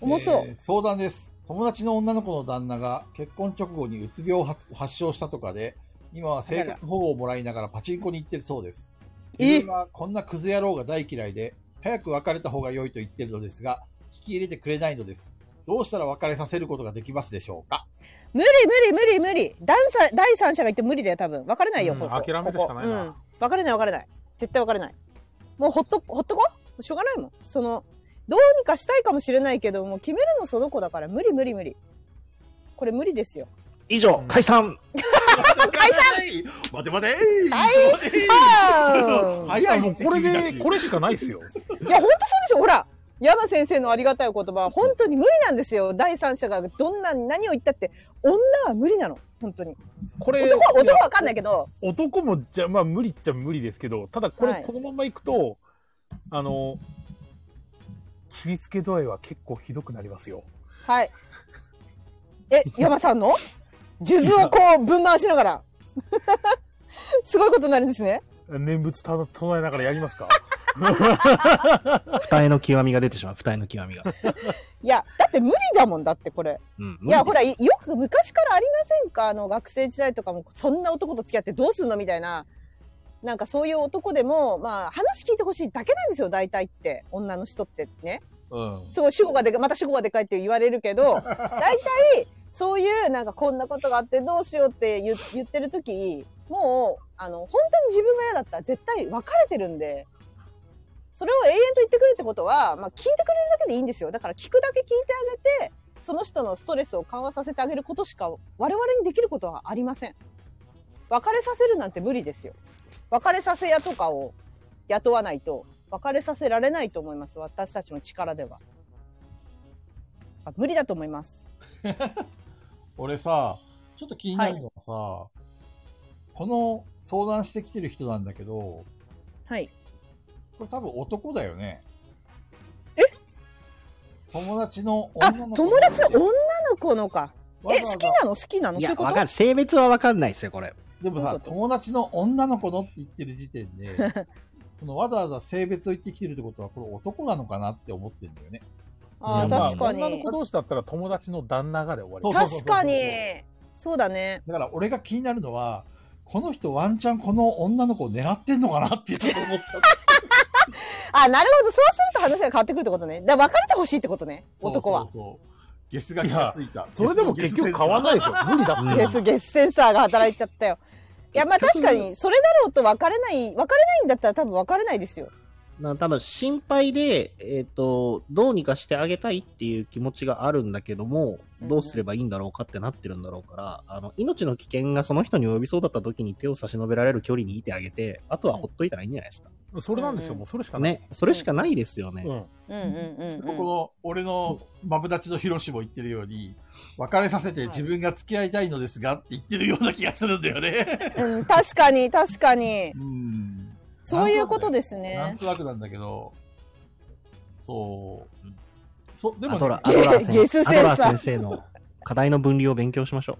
重そう。えー相談です。友達の女の子の旦那が結婚直後にうつ病を発発症したとかで、今は生活保護をもらいながらパチンコに行ってるそうです。え自分はこんなクズ野郎が大嫌いで、早く別れた方が良いと言ってるのですが、聞き入れてくれないのです。どうしたら別れさせることができますでしょうか無理無理無理無理第三第三者が言って無理だよ多分分かれないよ、うんここ諦めるしかないなここうん、分かれない分かれない絶対分かれないもうほっとほっとこうしょうがないもんそのどうにかしたいかもしれないけどもう決めるのその子だから無理無理無理これ無理ですよ以上、うん解散解散待て待て待てあー早いもっうてこれ君たで、ちこれしかないですよ。いやほんとそうですよほら柳先生のありがたいお言葉は本当に無理なんですよ第三者がどんな何を言ったって女は無理なの本当にこれ、男は男は分かんないいけどや男も、じゃ、まあ無理っちゃ無理ですけど、ただこれ、はいこのまま行くと、あの、切りつけ度合いは結構ひどくなりますよ。はい。え、山さんの数珠をこう、ぶん回しながら。 すごいことになるんですね。念仏た唱えながらやりますか二重の極みが出てしまう、二重の極みが。いや、だって無理だもんだってこれ。うん。いや、ほら、いよく昔からありませんかあの、学生時代とかも、そんな男と付き合ってどうすんのみたいな。なんかそういう男でも、まあ、話聞いてほしいだけなんですよ、大体って。女の人ってね。うん。すごい主語がでかい、また主語がでかいって言われるけど、大体、そういうなんかこんなことがあってどうしようって言言ってる時もうあの本当に自分が嫌だったら絶対別れてるんでそれを永遠と言ってくるってことは、まあ、聞いてくれるだけでいいんですよだから聞くだけ聞いてあげてその人のストレスを緩和させてあげることしか我々にできることはありません別れさせるなんて無理ですよ別れさせ屋とかを雇わないと別れさせられないと思います私たちの力ではあ無理だと思います俺さ、ちょっと気になるのがさ、この相談してきてる人なんだけど、はいこれ多分男だよね。え友達のあ女の子友達の女の子のかわえざわざ好きなの好きなのいそや、ういうこわとかる。性別はわかんないですよ、これ。でもどういさう、こと友達の女の子のって言ってる時点 で、そのわざわざ性別を言ってきてるってことは、これ男なのかなって思ってんだよね。あいーやまあ確か女のに子同士だったら友達の旦那がで終わりそう確かにそうだねだから俺が気になるのは、この人ワンチャンこの女の子を狙ってんのかなってちょっと思った。あなるほどそうすると話が変わってくるってことねだから別れてほしいってことね男はそうそうそう。ゲスが気がついた。それでも結局変わんないでしょ。無理だうっんて。ゲスゲスセンサーが働いちゃっ たよいやまあ結確局かにそれだろうと別れない別れないんだったら多分別れないですよな多分心配で、えっ、と、どうにかしてあげたいっていう気持ちがあるんだけども、うんどうすればいいんだろうかってなってるんだろうから、あの、命の危険がその人に及びそうだった時に手を差し伸べられる距離にいてあげて、あとはほっといたらいいんじゃないですか。それなんですよ。うんもうそれしかない。ね、それしかないですよね。うん。うんうんこの俺のマブダチのヒロシも言ってるように、別れさせて自分が付き合いたいのですがって言ってるような気がするんだよね。うん、うん、確かに確かに うん。そういうことですなんねとなくなんだけど、そう。そう、でもアドラ、ね、アドラー先ゲスセンサーアドラー先生の課題の分離を勉強しましょ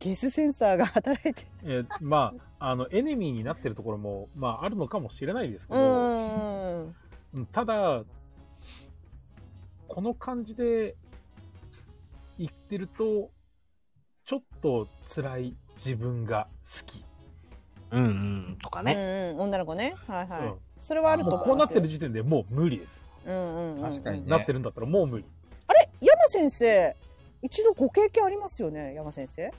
ゲスセンサーが働いてえーまあ、あの、エネミーになってるところも、まあ、あるのかもしれないですけうど、ーんうんただ、この感じで言ってると、ちょっと辛い自分が好き。う。うんうん。とかうんね。うん女の子ねはいはい、うんそれはあるとも思ういこうなますってるよ時点でもう無理です。うんうんうんうん確かにねなってるんだったらもう無理。あれ山先生一度ご経験ありますよね山先生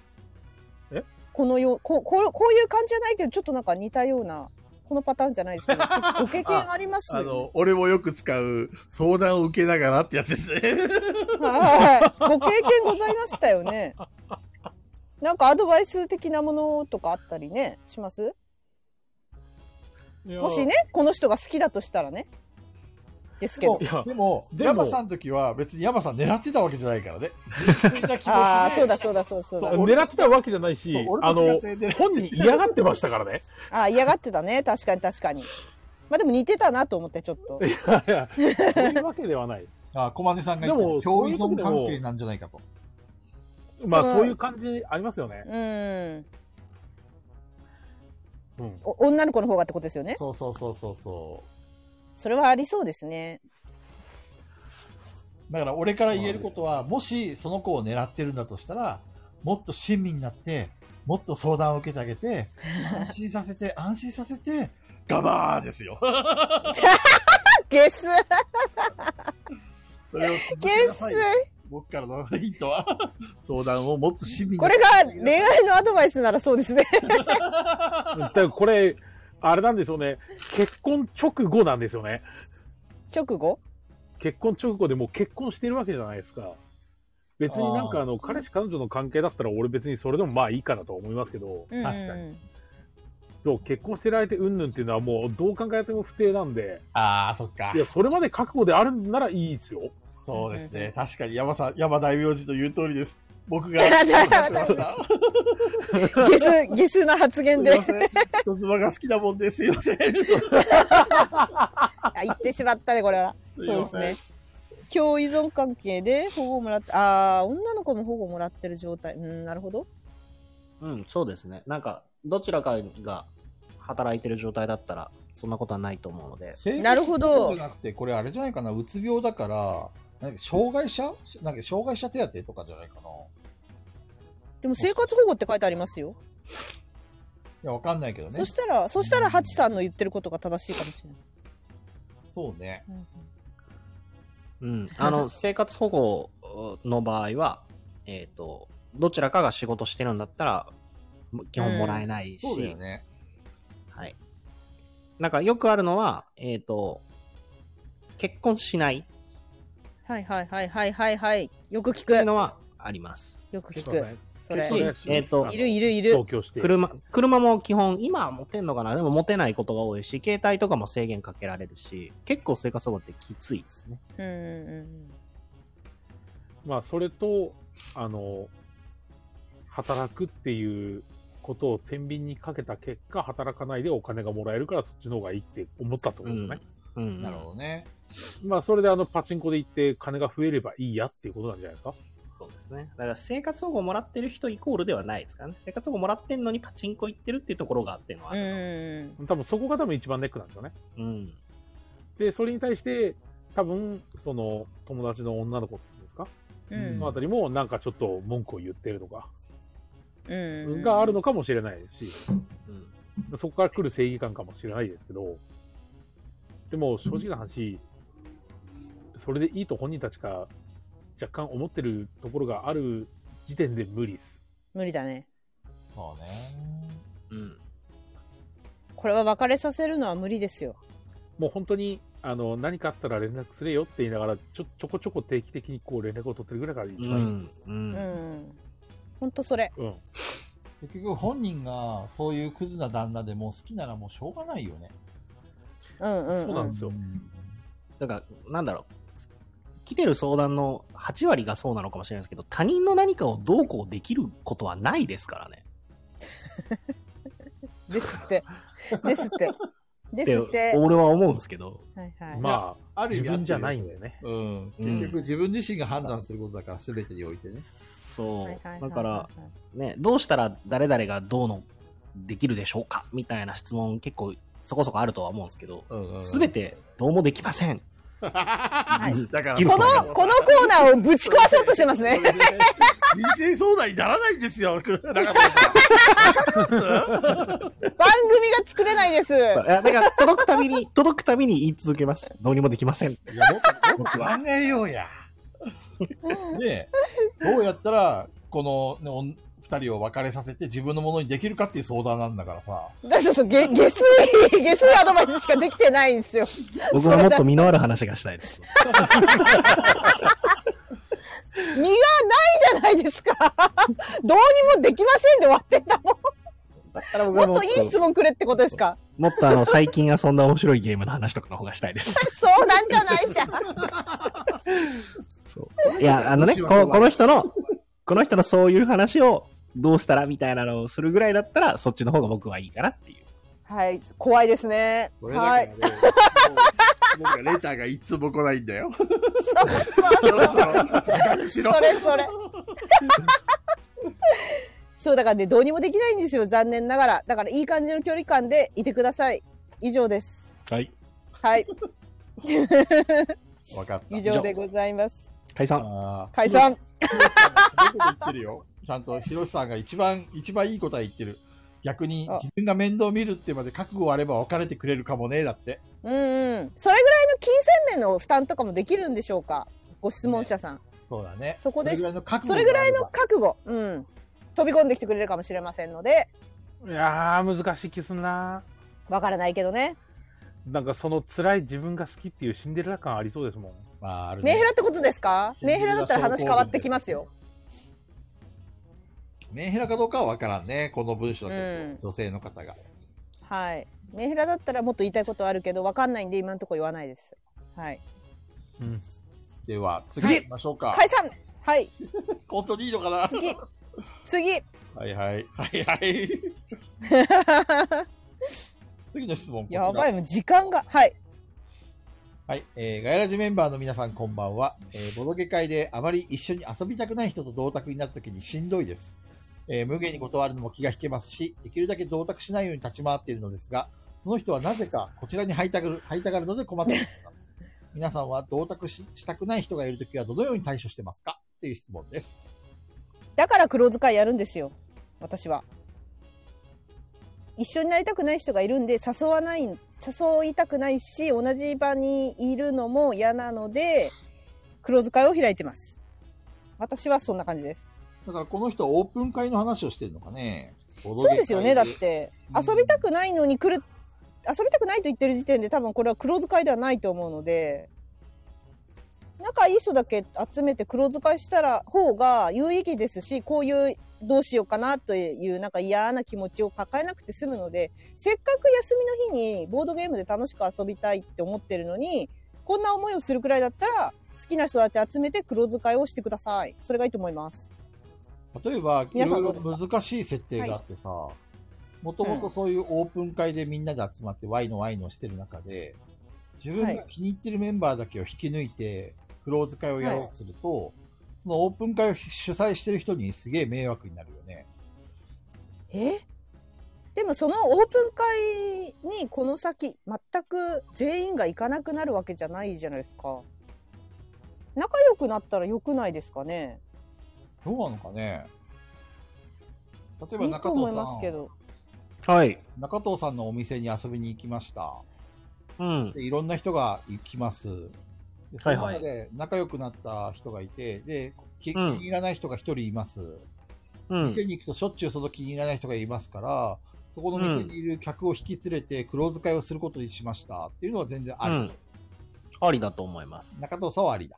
えこのようこうこうこういう感じじゃないけどちょっとなんか似たようなこのパターンじゃないですけ どご経験ありま すあの、俺もよく使う相談を受けながらってやつですね。はいご経験ございました よねなんかアドバイス的なものとかあったりねしますもしねこの人が好きだとしたらねですけでもどいや でも、でもヤマさんの時は別にヤマさん狙ってたわけじゃないから ね。純粋な気持ちでああそうだそうだそうだそうだそう 狙ってたわけじゃないしそう、あ俺と違のっ、て狙本人嫌がってましたからね。ああ嫌がってたね確かに確かにまあでも似てたなと思ってちょっといやいや、そういうわけではないです。あ、小金さんが言ってでるも教そうい依う時存で関も係なんじゃないかと。まあそのそういう感じありますよね。うんうん。お女の子の方がってことですよねそうそうそうそうそう。それはありそうですねだから俺から言えることは、もしその子を狙ってるんだとしたら、もっと親身になって、もっと相談を受けてあげて、安心させて、安心させて、ガバーですよ。ゲスそれを続ゲけなスさい。僕からのヒントは、相談をもっと親身にこれが恋愛のアドバイスならそうですねだからこれ、あれなんですよね。結婚直後なんですよね。直後結婚直後でもう結婚してるわけじゃないですか。別になんかあの、彼氏彼女の関係だったら俺別にそれでもまあいいかなとは思いますけど、確。確かにそう、結婚してる相手うんぬんっていうのはもうどう考えても不定なんで、ああ、そっかい。や、それまで覚悟であるんならいいですよ。そうですね。確かに山さん、山大名字の言う通りです。僕がわか りましたゲスゲスな発言すいでません。人妻が好きなもんです。すいません。あ言ってしまったねこれはすいそうまですせんね。強依存関係で保護をもらってああ女の子も保護をもらってる状態うんなるほどうん、そうですね。なんか、どちらかが働いてる状態だったら、そんなことはないと思うので。性格なるほどじゃなくて、これあれじゃないかな、うつ病だから、なんか障害者なんか障害者手当とかじゃないかな。いでも生活保護って書いてありますよ、や、わかんないけどねそ。したらそしたらハチさんの言ってることが正しいかもしれない、そうね。うん うん。あの、生活保護の場合は、えっ、と、どちらかが仕事してるんだったら、も基本もらえないし、そうだよね。はい。なんかよくあるのは、えっ、と、結婚しないっはいはいはいはいはいはい。よく聞ていうく。のはあります。よく聞結構く。ねでそれそ。うえーとあのいるいるいる同。居して。車、車も基本、今は持てんのかなでも持てないことが多いし、携帯とかも制限かけられるし、結構生活保護ってきついですね。うんうんまあ、それと、あの、働くっていうことを天秤にかけた結果、働かないでお金がもらえるから、そっちの方がいいって思ったってことですね。うん。なるほどね。まあ、それであの、パチンコで行って、金が増えればいいやっていうことなんじゃないですか。そうですね。だから生活保護もらってる人イコールではないですからね。生活保護もらってんのにパチンコ行ってるっていうところがあってのはうんう。ん多分そこが多分一番ネックなんですよね。うん。で、それに対して、多分、その、友達の女の子っていうんですか、うそんのあたりも、なんかちょっと文句を言ってるとか、うんうん。があるのかもしれないですし、うん。そこから来る正義感かもしれないですけど、でも正直な話、それでいいと本人たちが若干思ってるところがある時点で無理です。無理だね。そうね。うん。これは別れさせるのは無理ですよ。もう本当に、あの、何かあったら連絡すれよって言いながら、ちょ、ちょこちょこ定期的にこう連絡を取ってるぐらいから一う番いいでんす。。う。うんん。ほんとそれ。うん。結局本人がそういうクズな旦那でもう好きならもうしょうがないよね。うんうんそうなうんんで。すよ。だから、なんだろう。来てる相談の8割がそうなのかもしれないですけど、他人の何かをどうこうできることはないですからね。ですって。ですって。ですっってて。俺は思うんですけど。はいはい。まあ、ある意味合って自るよ分じゃないんだよね。うん。うん結局自分自身が判断することだから、すべてにおいてね。そ。はいはいはいうはいだから、、ね、どうしたら誰々がどうのできるでしょうかみたいな質問結構そこそこあるとは思うんですけど、うんうん。すべてどうもできません。いだからここの、このコーナーを ぶち壊そうとしてますね。人生相談にならないんです よ、中田さん。番組が作れないです。いやだから届くたびに、届くたびに言い続けます。どうにもできません。いや、もっともっと考えようや。ねえどうやったら、この、ねおん、二人を別れさせて自分のものにできるかっていう相談なんだからさ。だそうそう、げ下水、下水アドバイスしかできてないんですよ。僕はもっと身のある話がしたいです。身がないじゃないです か。どうにもできませんで終わってんだもん。もっといい質問くれってことですかもっとあの、最近遊んだ面白いゲームの話とかの方がしたいです。そうなんじゃないじゃん。いや、あのね、このこの人の、この人のそういう話をどうしたらみたいなのをするぐらいだったら、そっちの方が僕はいいかなっていう。はい、怖いですね。はい。らね、僕がレターがいつも来ないんだ よ。そろそろ、時間にしろそ。れそれ。そう、だからね、どうにもできないんですよ、残念ながら。だから、いい感じの距離感でいてください。以上です。はい。はい、わかった。以上でございます。解散。あー解散。そういうこと言ってるよ。ちゃんと、ひろしさんが一番、一番いい答え言ってる。逆に、あ自分が面倒見るってまで覚悟あれば別れてくれるかもね、だって。うんうん。それぐらいの金銭面の負担とかもできるんでしょうかご質問者さん。そうだね。そこですれぐらいの覚悟それぐらいがのあ覚悟。うん。飛び込んできてくれるかもしれませんので、いやー、難しい気すんなわからないけどね。なんかその辛い自分が好きっていうシンデレラ感ありそうですもん。れば。まあ、あるメンヘね。ラってことですかメンヘラだったら話変わってきますよ。メンヘラかどうかはわからんね。この文章だけど、うん女性の方が。はい。メンヘラだったらもっと言いたいことあるけど、わかんないんで今のところ言わないです。はい。うん。では、次行きましょうか。解散はい。本当にいいのかな 次。次。 はいはい。はいはい。次の質問。こちらやばい、もう時間が。はい。はい、えーガヤラジメンバーの皆さんこんばんは、えーボドゲ会であまり一緒に遊びたくない人と同卓になった時にしんどいです、えー無限に断るのも気が引けますし、できるだけ同卓しないように立ち回っているのですが、その人はなぜかこちらに入りたがる、入りたがるので困っています。 皆さんは同卓ししたくない人がいるときはどのように対処してますかっていう質問です。だから黒遣いやるんですよ。私は。一緒になりたくない人がいるんで、誘わない、誘いたくないし、同じ場にいるのも嫌なので、黒遣いを開いてます。私はそんな感じです。だからこの人はオープン会の話をしてるのかね。そうですよねだってうん遊びたくないのに来る遊びたくないと言ってる時点で多分これは黒使いではないと思うので仲いい人だけ集めて黒使いしたら方が有意義ですしこういうどうしようかなというなんか嫌な気持ちを抱えなくて済むのでせっかく休みの日にボードゲームで楽しく遊びたいって思ってるのにこんな思いをするくらいだったら好きな人たち集めて黒使いをしてくださいそれがいいと思います例えば、い皆さろんいどろうですか難しい設定があってさ、もともとそういうオープン会でみんなで集まってワイのワイのしてる中で、自分が気に入ってるメンバーだけを引き抜いて、クローズ会をやろうとすると、そのオープン会を主催してる人にすげえ迷惑になるよね。えでもそのオープン会にこの先全く全員が行かなくなるわけじゃないじゃないですか仲良くなったら良くないですかねどうなのかね例えばいいと中思藤いさますけん、どはい。中藤さんのお店に遊びに行きました。うん。でいろんな人が行きます。でそはいのはい中で仲良くなった人がいて、で、気気うんに入らない人が一人います。うん。店に行くとしょっちゅうその気に入らない人がいますから、そこの店にいる客を引き連れて、クローズ会をすることにしましたっていうのは全然あり。うんありだと思います。中藤さんはありだ。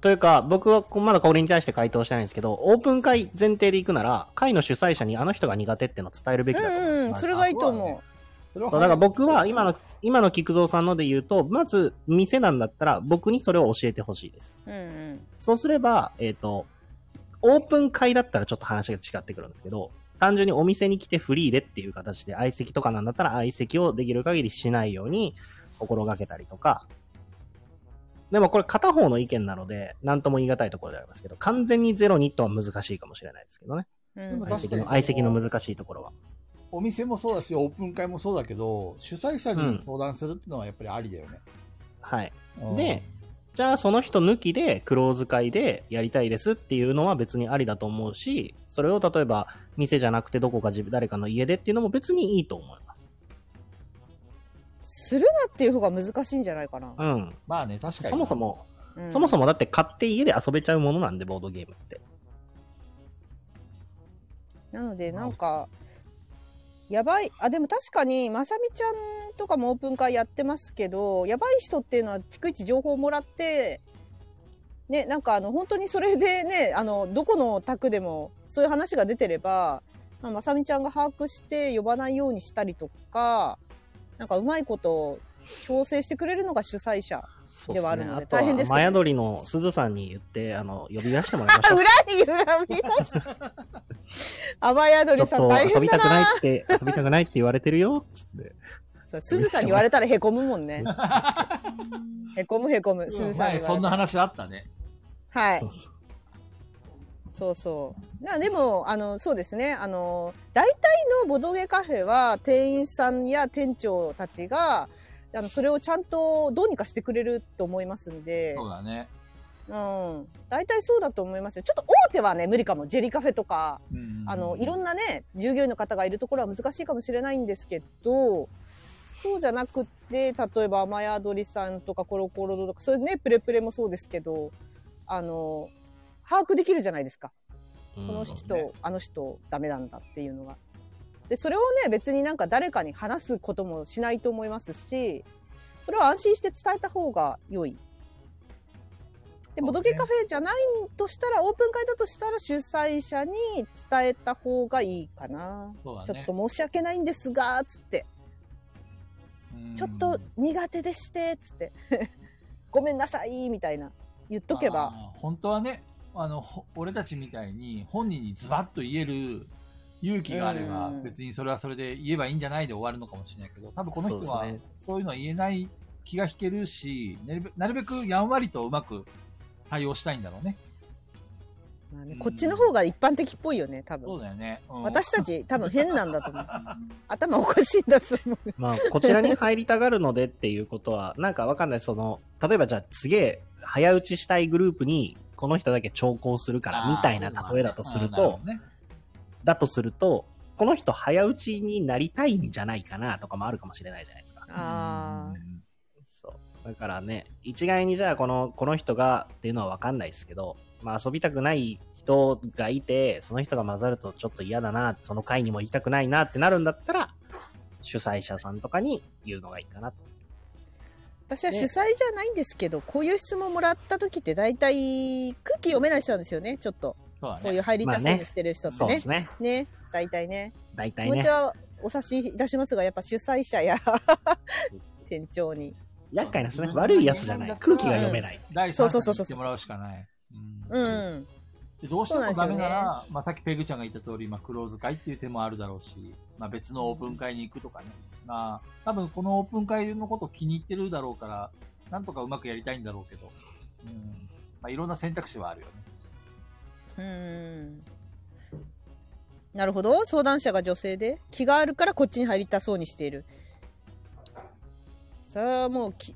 というか、僕はこまだこれに対して回答してないんですけど、オープン会前提で行くなら、会の主催者にあの人が苦手ってのを伝えるべきだと思うんですうん、うん、それがいいと思うそれはそう、だから僕は今の、今の菊蔵さんので言うと、まず店なんだったら僕にそれを教えてほしいです。うんうんそうすれば、えっ、と、オープン会だったらちょっと話が違ってくるんですけど、単純にお店に来てフリーでっていう形で相席とかなんだったら相席をできる限りしないように心がけたりとか、でもこれ片方の意見なので、何とも言い難いところでありますけど、完全にゼロにとは難しいかもしれないですけどね。うんまあ相席の確かに相席の難しいところは。お店もそうだし、オープン会もそうだけど、主催者に相談するっていうのはやっぱりありだよね。はい。うんで、じゃあその人抜きでクローズ会でやりたいですっていうのは別にありだと思うし、それを例えば店じゃなくてどこか自分誰かの家でっていうのも別にいいと思います。するなっていう方が難しいんじゃないかな、うん。まあね、確かに。そもそも、うんそもそもだって買って家で遊べちゃうものなんで、ボードゲームって。なのでなんかやばいあでも確かにまさみちゃんとかもオープン会やってますけどやばい人っていうのは逐一情報をもらってねなんかあの本当にそれでねあのどこの宅でもそういう話が出てればまあまさみちゃんが把握して呼ばないようにしたりとかなんかうまいこと調整してくれるのが主催者そうでですはあるね。のであとは大変ですけどマヤドリの鈴さんに言って、あの、呼び出してもらいましあょう。裏に恨みました 雨宿ちょりっさんと 大遊変びだたくなないって、遊びたくないって言われてるよ、つって。そうすずさんに言われたらへこむも んね。へこむへこむ、すうんずさん前に言わそれんたなら。話あったね。はそ、いうそうそうそう。なでもあのそうですね。あの大体のボドゲカフェは店員さんや店長たちがあのそれをちゃんとどうにかしてくれると思いますんで、そうだね。うん、大体そうだと思いますよ。ちょっと大手はね無理かも。ジェリカフェとか。うんあのいろんなね従業員の方がいるところは難しいかもしれないんですけどそうじゃなくて例えば雨宿りさんとかコロコロとかそういうねプレプレもそうですけどあの把握できるじゃないですかうんその人と、うんあの人ダメなんだっていうのが。でそれをね別になんか誰かに話すこともしないと思いますしそれは安心して伝えた方が良い。そうでねボドゲカフェじゃないとしたらオープン会だとしたら主催者に伝えた方がいいかな。そうだちょねっと申し訳ないんですがつってうんちょっと苦手でしてつって ごめんなさいみたいな言っとけばあー本当はねあのほ俺たちみたいに本人にズバッと言える勇気があれば、うん別にそれはそれで言えばいいんじゃないで終わるのかもしれないけど多分この人はそうですそういうのは言えない気が引けるしなるべなるべくやんわりとうまく対応したいんだろうねまあねうんこっちの方が一般的っぽいよね多分そうだよね、うん私たち多分変なんだと思う頭おかしいんだと思うまあ、こちらに入りたがるのでっていうことは、なんかわかんない、その、例えばじゃあ、すげえ、早打ちしたいグループに、この人だけ調校するから、みたいな例えだとすうんると、なるほどねだとすると、この人早打ちになりたいんじゃないかなとかもあるかもしれないじゃないですか。あうんそう。だからね、一概にじゃあこの、この人がっていうのは分かんないですけど、まあ遊びたくない人がいて、その人が混ざるとちょっと嫌だな、その会にも行きたくないなってなるんだったら、主催者さんとかに言うのがいいかな。私は主ね催じゃないんですけど、こういう質問もらった時って大体空気読めない人なんですよねちょっとそうだこういね。う入りたそうまあにねしてる人ってそうね,、ですね。ね大体ね大気体持ねち。はお察しいたしますがやっぱ主催者や 店長に厄介なんですね。悪いやつじゃない。空気が読めない。。第そ三うそ者うそに言うそうってもらうしかない。ううんんでどうしてもダメなそうら、まあ、さっきペグちゃんが言った通り、まあ、クローズ会っていう手もあるだろうし、まあ、別のオープン会に行くとかね。まあ、多分このオープン会のこと気に入ってるだろうから、なんとかうまくやりたいんだろうけど、うん。まあ、いろんな選択肢はあるよね。うんなるほど相談者が女性で気があるからこっちに入りたそうにしているさあもうき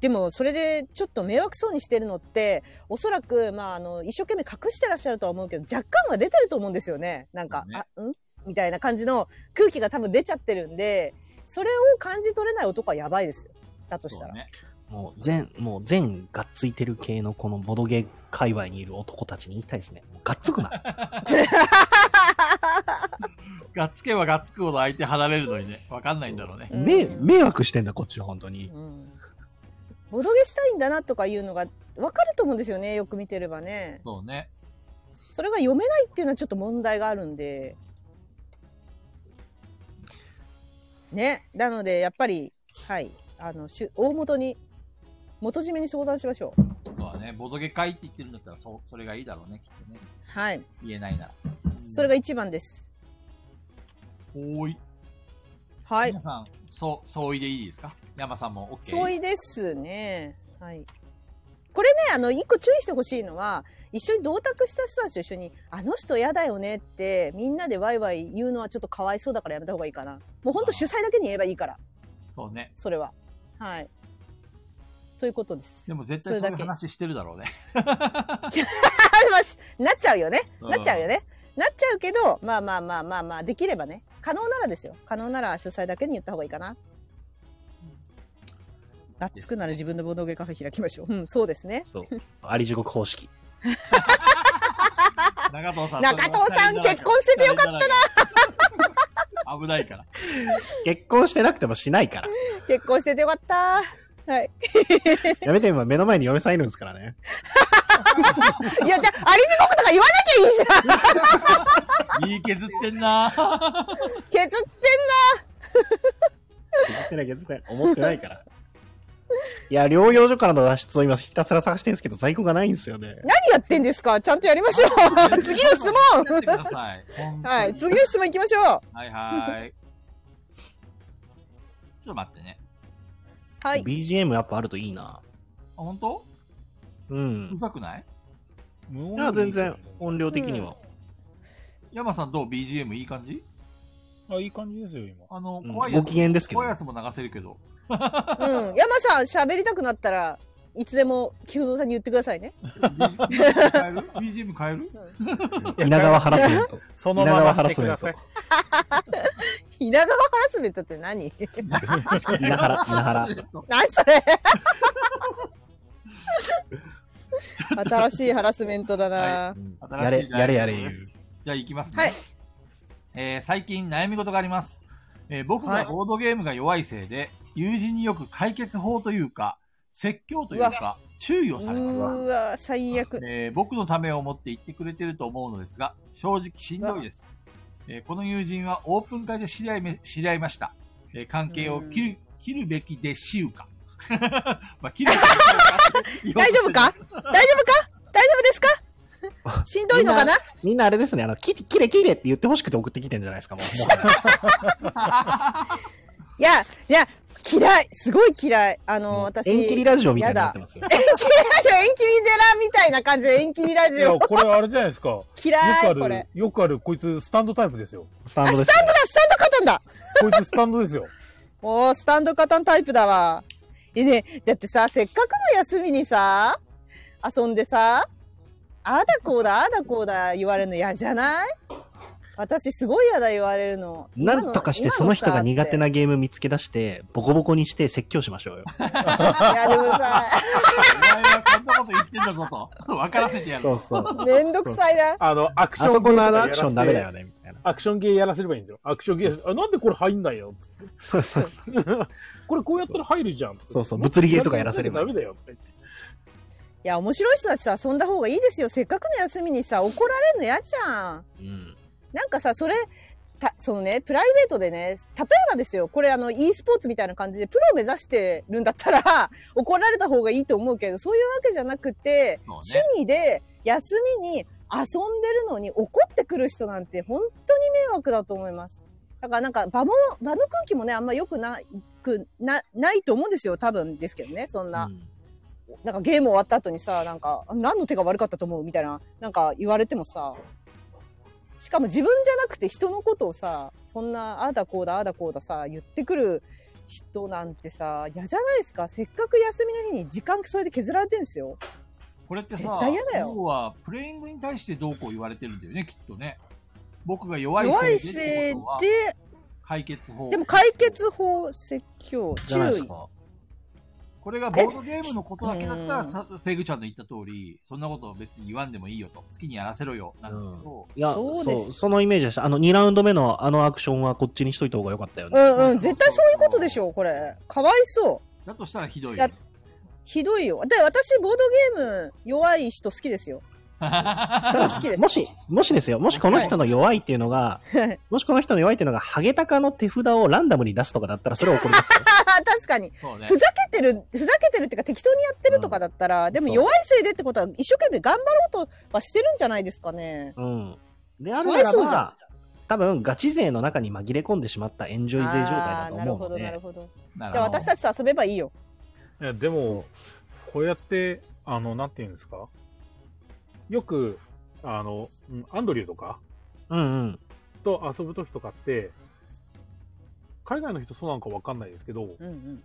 でもそれでちょっと迷惑そうにしてるのっておそらく、まあ、あの一生懸命隠してらっしゃるとは思うけど若干は出てると思うんですよねなんそかう、ねあうんみたいな感じの空気が多分出ちゃってるんでそれを感じ取れない男はやばいですよだとしそたうら、ね。もう全、もう全がっついてる系のこのボドゲ界隈にいる男たちに言いたいですね。もうがっつくな。がっつけばがっつくほど相手離れるのにね、わかんないんだろうね。迷うん迷惑してんだ、こっちは本当に。うんボドゲしたいんだなとかいうのが分かると思うんですよねよく見てればねそうね。それが読めないっていうのはちょっと問題があるんでねなのでやっぱりはいあのしゅ大元に元締めに相談しましょうそうだね。ボドゲ会って言ってるんだったら、そ、それがいいだろうね、きっとね。はい言えないなら。それが一番ですおーい。はい皆さん、そう、相違でいいですか山さんも OK。相違ですねはいこれねあの一個注意してほしいのは一緒に同卓した人たちと一緒に「あの人嫌だよね」ってみんなでワイワイ言うのはちょっとかわいそうだからやめた方がいいかなもうほんと主催だけに言えばいいからそうね。それは。はい。ということです。であも絶対そうそいれうだけ話してるだろうね。まあなっちゃうよね。うんなっちゃうよね。なっちゃうけど、まあまあまあまあまあ、できればね。可能ならですよ。可能なら主催だけに言った方がいいかな。がっつくなら自分のボードゲーカフェ開きましょう。うん、そうですね。そう。そうあり地獄方式。中藤さん。中藤さん結婚しててよかったな。危ないから。結婚してなくてもしないから。結婚しててよかった。はい。やめて今目の前に嫁さんいるんですからね。いや、じゃあ、アリ地獄とか言わなきゃいいじゃんいい削ってんな。削ってん思ってないけど、思ってないから。いや、療養所からの脱出を今ひたすら探してるんですけど、在庫がないんですよね。な何やってんですかちゃんとやりましょう 次の質問やってください。本当にはい、次の質問行きましょうはいはい。ちょっと待ってね。はい BGM やっぱあるといいな。あ、本当うんう。ざくない無音いでいや、い全然音音量。量的には。山さんどう ?BGM いい感じあ、いい感じですよ、今。あの、うん怖いやごつ機。嫌ですけど怖い。やつも流せるけど。うん、山さん喋りたくなったらいつでも木造さんに言ってくださいね。 BGM 変える ?BGM 変える 稲川ハラスメント。そのまましてください。稲川ハラスメントって 何？ 稲原、稲原。 何それ？新しいハラスメントだな。はやれ、やれやれ言う。じゃあ行きますね。はいえー最近悩み事があります。えー僕がボードゲームが弱いせいで、友人によく解決法というか、説教といううか、注意をうされます。ーわ最悪。えー僕のためを思って言ってくれてると思うのですが、正直しんどいです。えーこの友人はオープン会で知り合いめ知り合いました。えー関係を切る、切るべきでしゅうか。 まあ、切るべきでしゅうか大丈夫か？大丈夫か？大丈夫ですか？しんどいのかな？みんなあれですね、あの、き、きれきれって言ってほしくて送ってきてんじゃない ですか、もう。もいやいや嫌いすごい嫌いあのう私縁切りラジオみたいになってますよ。縁切りラジオ縁切り寺みたいな感じで縁切りラいジや、オこれあれじゃないです か。よ嫌いくこあれる。、よくある、こいつスタンドタイプですよ。スタンドです。あスタンド勝ったんだ。こいつスタンドですよ。おー、スタンドカタンタイプだわ。えね、だってさ、せっかくの休みにさ、遊んでさ、ああだこうだ、ああだこうだ言われるの嫌じゃない私すごい嫌だ言われるの。今なんとかして今その人がさ苦手っなゲーム見つけ出して、ボコボコにして説教しましょうよ。ていやでもさ、お前はこんなこと言ってんだぞと。 分からせてやる。そうそう。めんどくさいな。あの、アクショあンそこのあのゲーアムクとシかョンダメだやらせて。よね、みたいな。アクションゲーやらせればいいんですよ。アクションゲー、あなんでこれ入んない よつってそうそうそう。これこうやったら入るじゃん。そうそう物理ゲーとかやらせればダメだよ。っていや面白い人たちと遊んだ方がいいですよ。せっかくの休みにさ怒られるの嫌じゃん。うん。なんかさそれたそのねプライベートでね例えばですよこれあの e スポーツみたいな感じでプロ目指してるんだったら 怒られた方がいいと思うけどそういうわけじゃなくて、そう趣ね味で休みに遊んでるのに怒ってくる人なんて本当に迷惑だと思います。だからなんか場も場の空気もねあんま良くなくなないと思うんですよ多分ですけどねそんな。なんかゲーム終わった後にさ、なんか、何の手が悪かったと思うみたいな、なんか言われてもさ、しかも自分じゃなくて人のことをさ、そんな、ああだこうだ、ああだこうださ、言ってくる人なんてさ、嫌じゃないですかせっかく休みの日に時間それで削られてんですよ。これって絶さ、対嫌だよ要はプレイングに対してどうこう言われてるんだよね、きっとね。僕が弱い弱いせいせでっいてでことは、解決法。でも解決法説教、じゃないで注す意。か。これがボードゲームのことだけだったら、うんさペグちゃんの言った通り、そんなこと別に言わんでもいいよと、好きにやらせろよ、なんだけど、いや、そそううですそのイメージでした。あの、2ラウンド目のあのアクションはこっちにしといた方が良かったようね。んうん、絶対そういうことでしょう、これ。かわいそう。だとしたらひどいだよっ。ひどいよ。で、私、ボードゲーム弱い人好きですよ。 好きです。もし、もしですよ、もしこの人の弱いっていうのが、はいもしこの人の弱いっていうのが、ハゲタカの手札をランダムに出すとかだったら、それは怒りますよ。確かに。 そうねふ。ざけてる、ふざけてるっていうか適当にやってるとかだったら、んでもそう弱いせいでってことは一生懸命頑張ろうとはしてるんじゃないですかね。うん。であるかなわいらそうじゃんば、多分、ガチ勢の中に紛れ込んでしまったエンジョイ勢状態だあとーなる思ほうのど、なるで、ほど。じなゃあるほど私たちと遊べばいいよ。いやでもこうやってあのなんていうんですかよくあのうんアンドリューとかうんうん。と遊ぶ時とかって海外の人そうなのかわかんないですけどうんうん。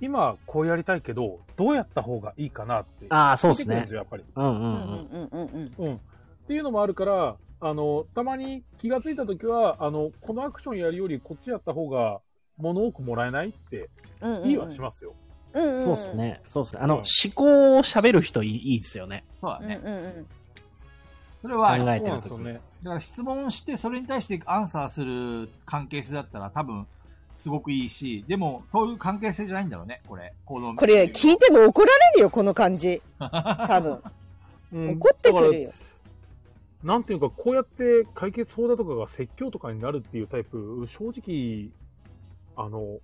今こうやりたいけどどうやった方がいいかなってああ、そう出てですくるんでねす。よやっぱり。うんううんんうん。うんうんうん。うん、っていうのもあるからあのたまに気がついた時はあのこのアクションやるよりこっちやった方が物多くもらえないってうんうん。いいはしますよ。うんうんうん。そうですね。そうですね。あうの、ん思考を喋る人いいいいですよね。そうだうんうね。んうん。それは、考えてそうなるんです時よね。だから質問して、それに対してアンサーする関係性だったら多分、すごくいいし、でも、そういう関係性じゃないんだろうね、これ。このこれ聞いても怒られるよ、この 感じ。多分。うん怒ってくるよ。なんていうか、こうやって解決法だとかが説教とかになるっていうタイプ、正直、あの、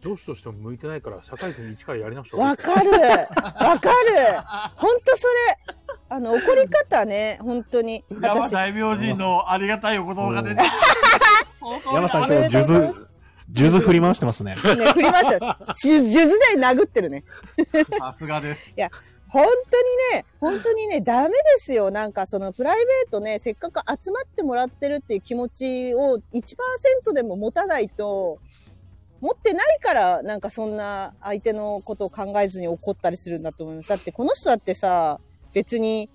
上司としても向いてないから、社会人に一からやり直した方がいわいですよかる。わかる。ほんとそれ。あの、怒り方ね、本当に。やば私、大名人のありがたいお言葉が出てきた。山さんおめ今で日、数とうございま珠、数珠振り回してますね。ね、振りました。数珠で殴ってるね。さすがです。本当にね、 本当にね、ダメですよ。なんかそのプライベートね、せっかく集まってもらってるっていう気持ちを1%でも持たないと、持ってないから、なんかそんな相手のことを考えずに怒ったりするんだと思います。だってこの人だってさ、別に、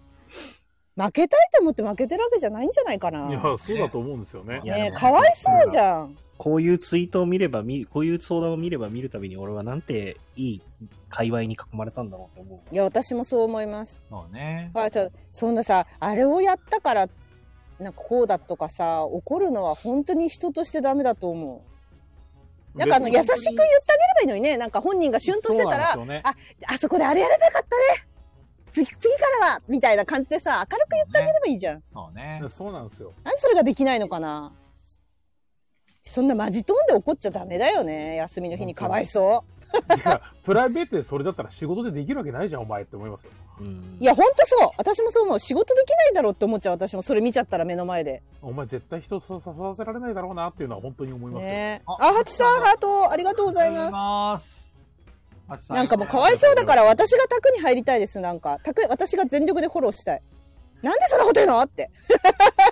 負けたいと思って負けてるわけじゃないんじゃないかな。いや、そうだと思うんですよねい。やねでもかわいそうじゃん。こういうツイートを見れば見、こういう相談を見れば見るたびに、俺はなんていい界隈に囲まれたんだろうって思いや、私もそう思います。そうね。まあ、ちょそんなさあれをやったからなんかこうだとかさ怒るのは本当に人としてダメだと思うなんかあの優しく言ってあげればいいのにねなんか本人がシュンとしてたら、そうなんですよねあそこであれやればよかったね次次からはみたいな感じでさ明るく言ってあげればいいじゃん、そうね。そうなんですよ。なんでそれができないのかなそんなマジ飛んで怒っちゃダメだよね休みの日にかわいそいや、プライベートでそれだったら仕事でできるわけないじゃん、お前って思いますよ。う。うんういやほんとそう私もそう思う仕事できないだろうって思っちゃう私もそれ見ちゃったら目の前でお前絶対人と育てられないだろうなっていうのは本当に思いますけど。ねえああはちさんハートありがとうございますます。あつさなんかもうかわいそうだから私が宅に入りたいですなんか宅私が全力でフォローしたいなんでそんなこと言うのって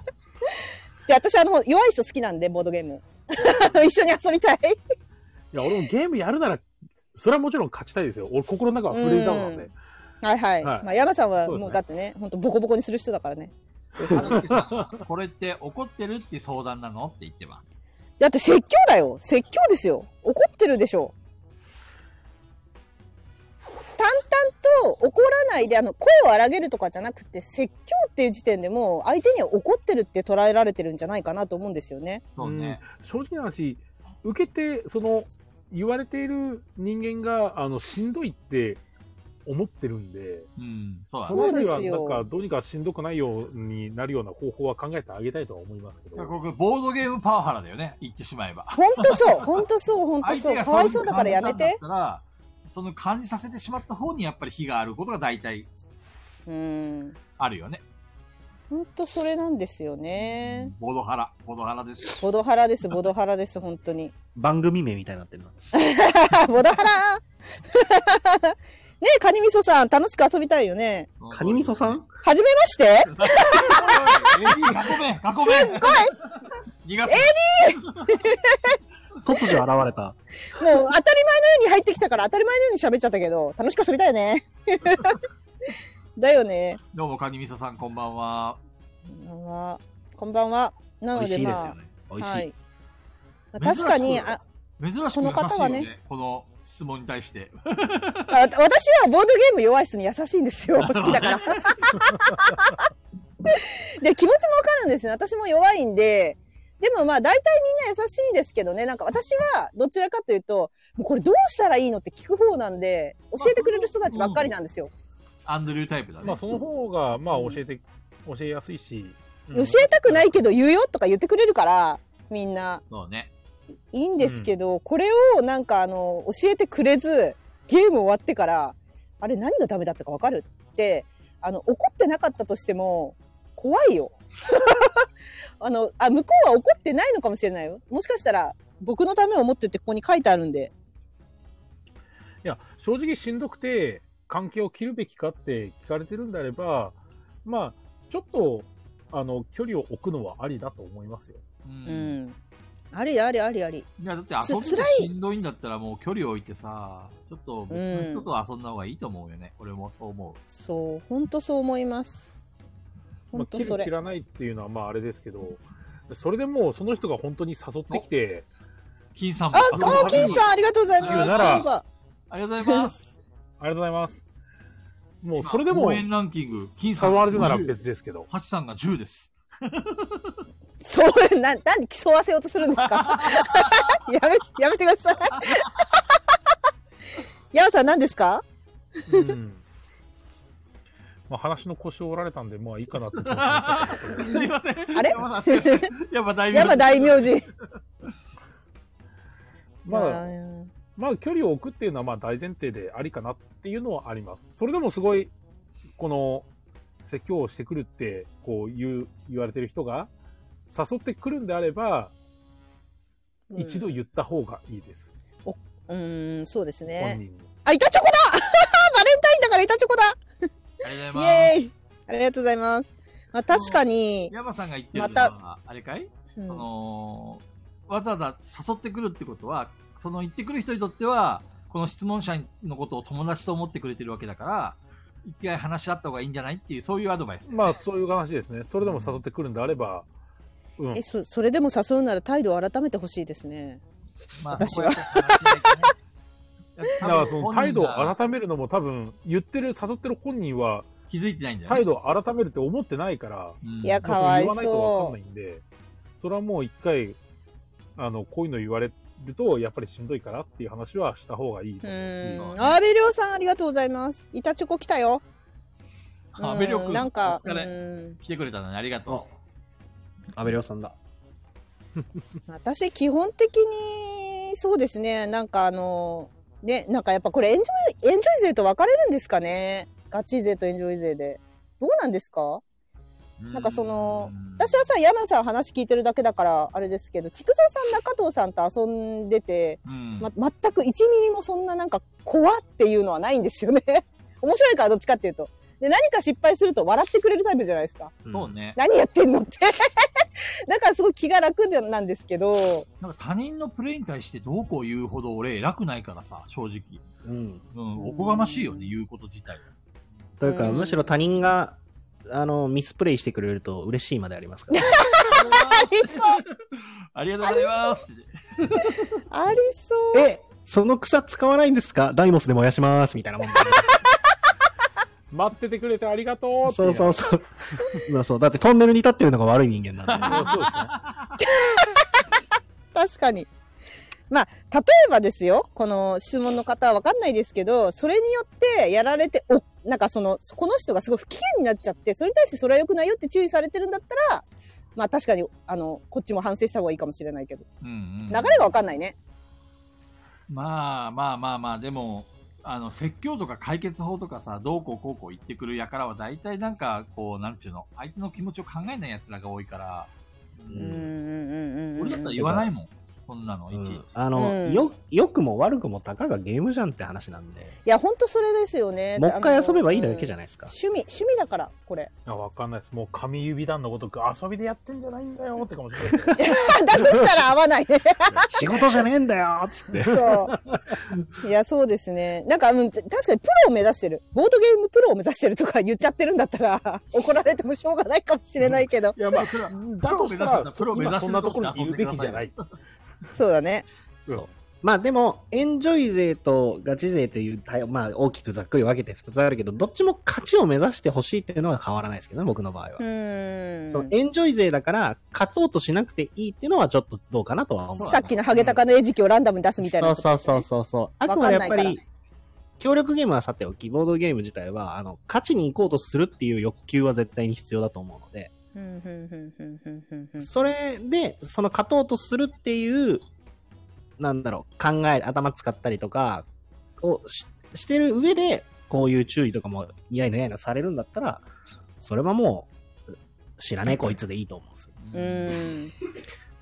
で私あの弱い人好きなんでボードゲーム 一緒に遊びたいいや、俺もゲームやるなら、それはもちろん勝ちたいですよ。俺心の中はフレイザーなんで。はいはい、はいまあ山さんはそうですもうね だってね本当ボコボコにする人だからねそうそうこれって怒ってるって相談なのって言ってます。だって説教だよ説教ですよ怒ってるでしょ淡々と怒らないであの声を荒げるとかじゃなくて説教っていう時点でもう相手には怒ってるって捉えられてるんじゃないかなと思うんですよね。そうね。正直な話、受けて、その、言われている人間が、あの、しんどいって思ってるんで、うん、そうだそね。のそう時ですよは、なんか、どうにかしんどくないようになるような方法は考えてあげたいとは思いますけど。これボードゲームパワハラだよね。言ってしまえば。ほん とそうほんとそうほんと相そ手うがかそうわいいうふそううにだからやめ感じたんだてったら。その感じさせてしまった方にやっぱり非があることが大体うんあるよね。ほんとそれなんですよね。ボードハラ、ボードハラですよ。ボドハラですボドハラです本当に。 番組名みたいになってるな。あボドハラ ねえカニ味噌さん楽しく遊びたいよね。カニ味噌さんはじめましてえ AD 囲め、囲め。すっごい。逃がす。突如現れた。もう当たり前のように入ってきたから当たり前のように喋っちゃったけど、楽しく遊びたい よね。だよね。どうもカニ味噌さんこんばんは。こんばんは。こんばんは。な美の味で、しいですまよね。美味あ、しい。はい。珍し確くかに、あ、珍しく優このしい方よはねね。この質問に対して。あわ私はボードゲーム弱い人に優しい んですよ。好きだから。で、気持ちもわかるんですね。私も弱いんで。でもまあ大体みんな優しいですけどね。なんか私はどちらかというと、もうこれどうしたらいいのって聞く方なんで、教えてくれる人たちばっかりなんですよ。アンドリュータイプだね。まあ、その方が、まあ、教えて、教えやすいし。うん教えたくないけど言うよとか言ってくれるからみんなそうね。いいんですけど、これをなんかあの教えてくれずゲーム終わってからあれ何がダメだったか分かるってあの怒ってなかったとしても怖いよ あのあ向こうは怒ってないのかもしれないよもしかしたら僕のためを思ってってここに書いてあるんでいや、正直しんどくて、関係を切るべきかって聞かれてるんであれば、まあ、ちょっと、あの、距離を置くのはありだと思いますよ。う。うんん、ありありありありいや、だって遊びがしんどいんだったらもう距離を置いてさ、ちょっと別の人と遊んだ方がいいと思うよね。俺もそう思そうほんとそう思いますほまあ、んと切そるれ切らないっていうのは、まあ、あれですけど、それでもう、その人が本当に誘ってきて、う。金さんも。ああこあ金さんありがとうございますなら金さんありがとうございます。ありがとうございます。もう、それでも応、援ランキング、金さん誘がわれるなら50、別ですけど。ハチさんが10です。そう、な、 なんで競わせようとするんですか やめ、やめてくだ さい。ヤオさん何で すかうん。まあ、話の腰を折られたんで、まあ、いいかなって気持ちになったんですすいまけど。せん。あれやばさんやっぱ大名。やっぱ大名人。まあう、んまあ、距離を置くっていうのはまあ大前提でありかなっていうのはあります。それでもすごい、この、説教をしてくるって、こう言う、言われてる人が、誘ってくるんであれば、一度言った方がいいです。うん、そうです本人ね。に。あ、板チョコだ バレンタインだから板チョコだありがとうございます。イェーイありがとうございます。まあ確かに、ヤマさんが言ってるまのたは、あれかい、うんその、わざわざ誘ってくるってことは、その言ってくる人にとっては、この質問者のことを友達と思ってくれてるわけだから、一回話し合った方がいいんじゃないっていう、そういうアドバイス。まあ、そういう話ですね。それでも誘ってくるんであれば、うんえ、。そ、それでも誘うなら態度を改めてほしいですね。まあ、私そこははやっぱ話しないとね。 だから、その態度を改改めるのも多分、言ってる、誘ってる本人は、気づいてないんだよね。態度を改めるって思ってないから、うんいやかわいそうもちろん言わないとわかんないんで、それはもう一回、あの、こういうの言われると、やっぱりしんどいからっていう話はした方がいいとう思うしん。アーベリオさんありがとうございます。板チョコ来たよ。うん安倍亮君、なんか、お疲れうん来てくれたのにありがと安倍亮さんだ。私基本的にそうですねなんかあのねなんかやっぱこれエンジョイエンジョイ勢と分かれるんですかねガチ勢とエンジョイ勢でどうなんですかう。なんかそのうん私はさ山さん話聞いてるだけだからあれですけど菊蔵さん中藤さんと遊んでて、うんま、全く1ミリもそんななんか怖っていうのはないんですよね 面白いからどっちかっていうとで何か失敗すると笑ってくれるタイプじゃないですかそうね。何やってんのって だからすごい気が楽なんですけどなんか他人のプレイに対してどうこう言うほど俺偉くないからさ、正直。うん。うん、おこがましいよね、言うこと自体。というか、うんむしろ他人があの、ミスプレイしてくれると嬉しいまでありますから。ありそうありがとうございますって。ありそう え、その草使わないんですかダイモスで燃やしますみたいなもんで。待っててくれてありがとうって。そうそうそう。そうそう。だってトンネルに立ってるのが悪い人間 なんで。そうそうですね。確かに。まあ、例えばですよ、この質問の方はわかんないですけど、それによってやられて、お、なんかその、この人がすごい不機嫌になっちゃって、それに対してそれは良くないよって注意されてるんだったら、まあ確かに、あの、こっちも反省した方がいいかもしれないけど、うんうん流れがわかんないね。まあまあまあまあ、でも、あの、説教とか解決法とかさ、どうこうこうこう言ってくるやからは、大体なんか、こう、なんていうの、相手の気持ちを考えない奴らが多いから、うんうんうんうん。俺だったら言わないもん。こんなの、いちいち。あの、うんよ、良くも悪くもたかがゲームじゃんって話なんで。いや、ほんとそれですよね。もう一回遊べばいいだけじゃなない、いです か。趣味、趣味だから、これ。 あわかんないです。もう紙指弾のごとく遊びでやってんじゃないんだよってかもしれないですよ。だとしたら合わないね。仕事じゃねえんだよーっつって。そう。いや、そうですね。なんか、うん、確かにプロを目指してる。ボードゲームプロを目指してるとか言っちゃってるんだったら、 怒られてもしょうがないかもしれないけど。いや、まあ、だロを目とし指たすんだら、プロを目指今すそんんだなところにいるべきじゃない。そうだね。そうまあでも、エンジョイ勢とガチ勢という対応、まあ大きくざっくり分けて2つあるけど、どっちも勝ちを目指してほしいっていうのは変わらないですけどね、僕の場合は。うーそのん。エンジョイ勢だから、勝とうとしなくていいっていうのはちょっとどうかなとは思う。さっきのハゲタカの餌食をランダムに出すみたいな。そうそうそうそうそう。あくまでやっぱわかんないり、協力ゲームはさておき、ボードゲーム自体は、あの、勝ちに行こうとするっていう欲求は絶対に必要だと思うので、うんうんうんうんうんうんうんそれで、その勝とうとするっていう、なんだろう、考え、頭使ったりとか、をししてる上で、こういう注意とかも、いやいやいやいやされるんだったら、それはもう、知らねえこいつでいいと思うんですよ。うーん。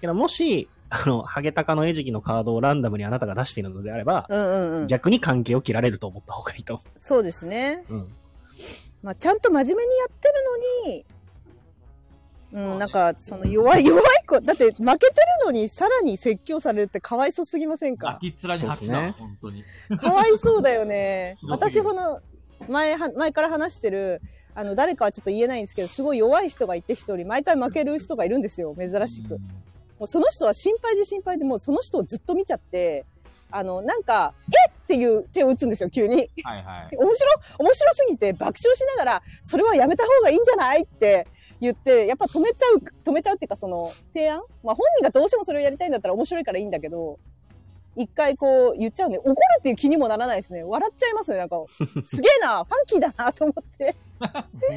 けど、もし、あの、ハゲタカの餌食のカードをランダムにあなたが出しているのであれば、うんうんうん。逆に関係を切られると思った方がいいと思そうですね。う。うん。まあ、ちゃんと真面目にやってるのに、うん、なんか、その弱い、弱い子、だって負けてるのにさらに説教されるってかわいそうすぎませんガかキっ面に蜂そうだ、ですね本当に。。かわいそうだよねひどすぎ私るこの前は前から話してるあの誰かはちょっと言えないんですけどすごい弱い人がいて一人毎回負ける人がいるんですよ珍しく。うんもうその人は心配で心配でもうその人をずっと見ちゃってあのなんか「えっ!」っていう手を打つんですよ急に。はいはい。 面白、面白すぎて爆笑しながら、それはやめた方がいいんじゃないって言って、やっぱ止めちゃう、止めちゃうっていうかその提案まあ本人がどうしてもそれをやりたいんだったら面白いからいいんだけど、一回こう言っちゃうね。怒るっていう気にもならないですね。笑っちゃいますね、なんか。すげえな、ファンキーだなと思って。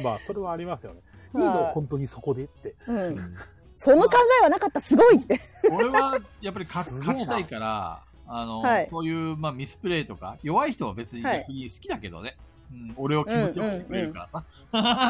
まあ、それはありますよね。いいはいの、本当にそこでって。うん。その考えはなかった、すごいって。俺は、やっぱり勝すげえな勝ちたいから、あの、はいそういう、まあ、ミスプレイとか、弱い人は別にはい逆に好きだけどね。うん、俺を気持ちよくしてくれるから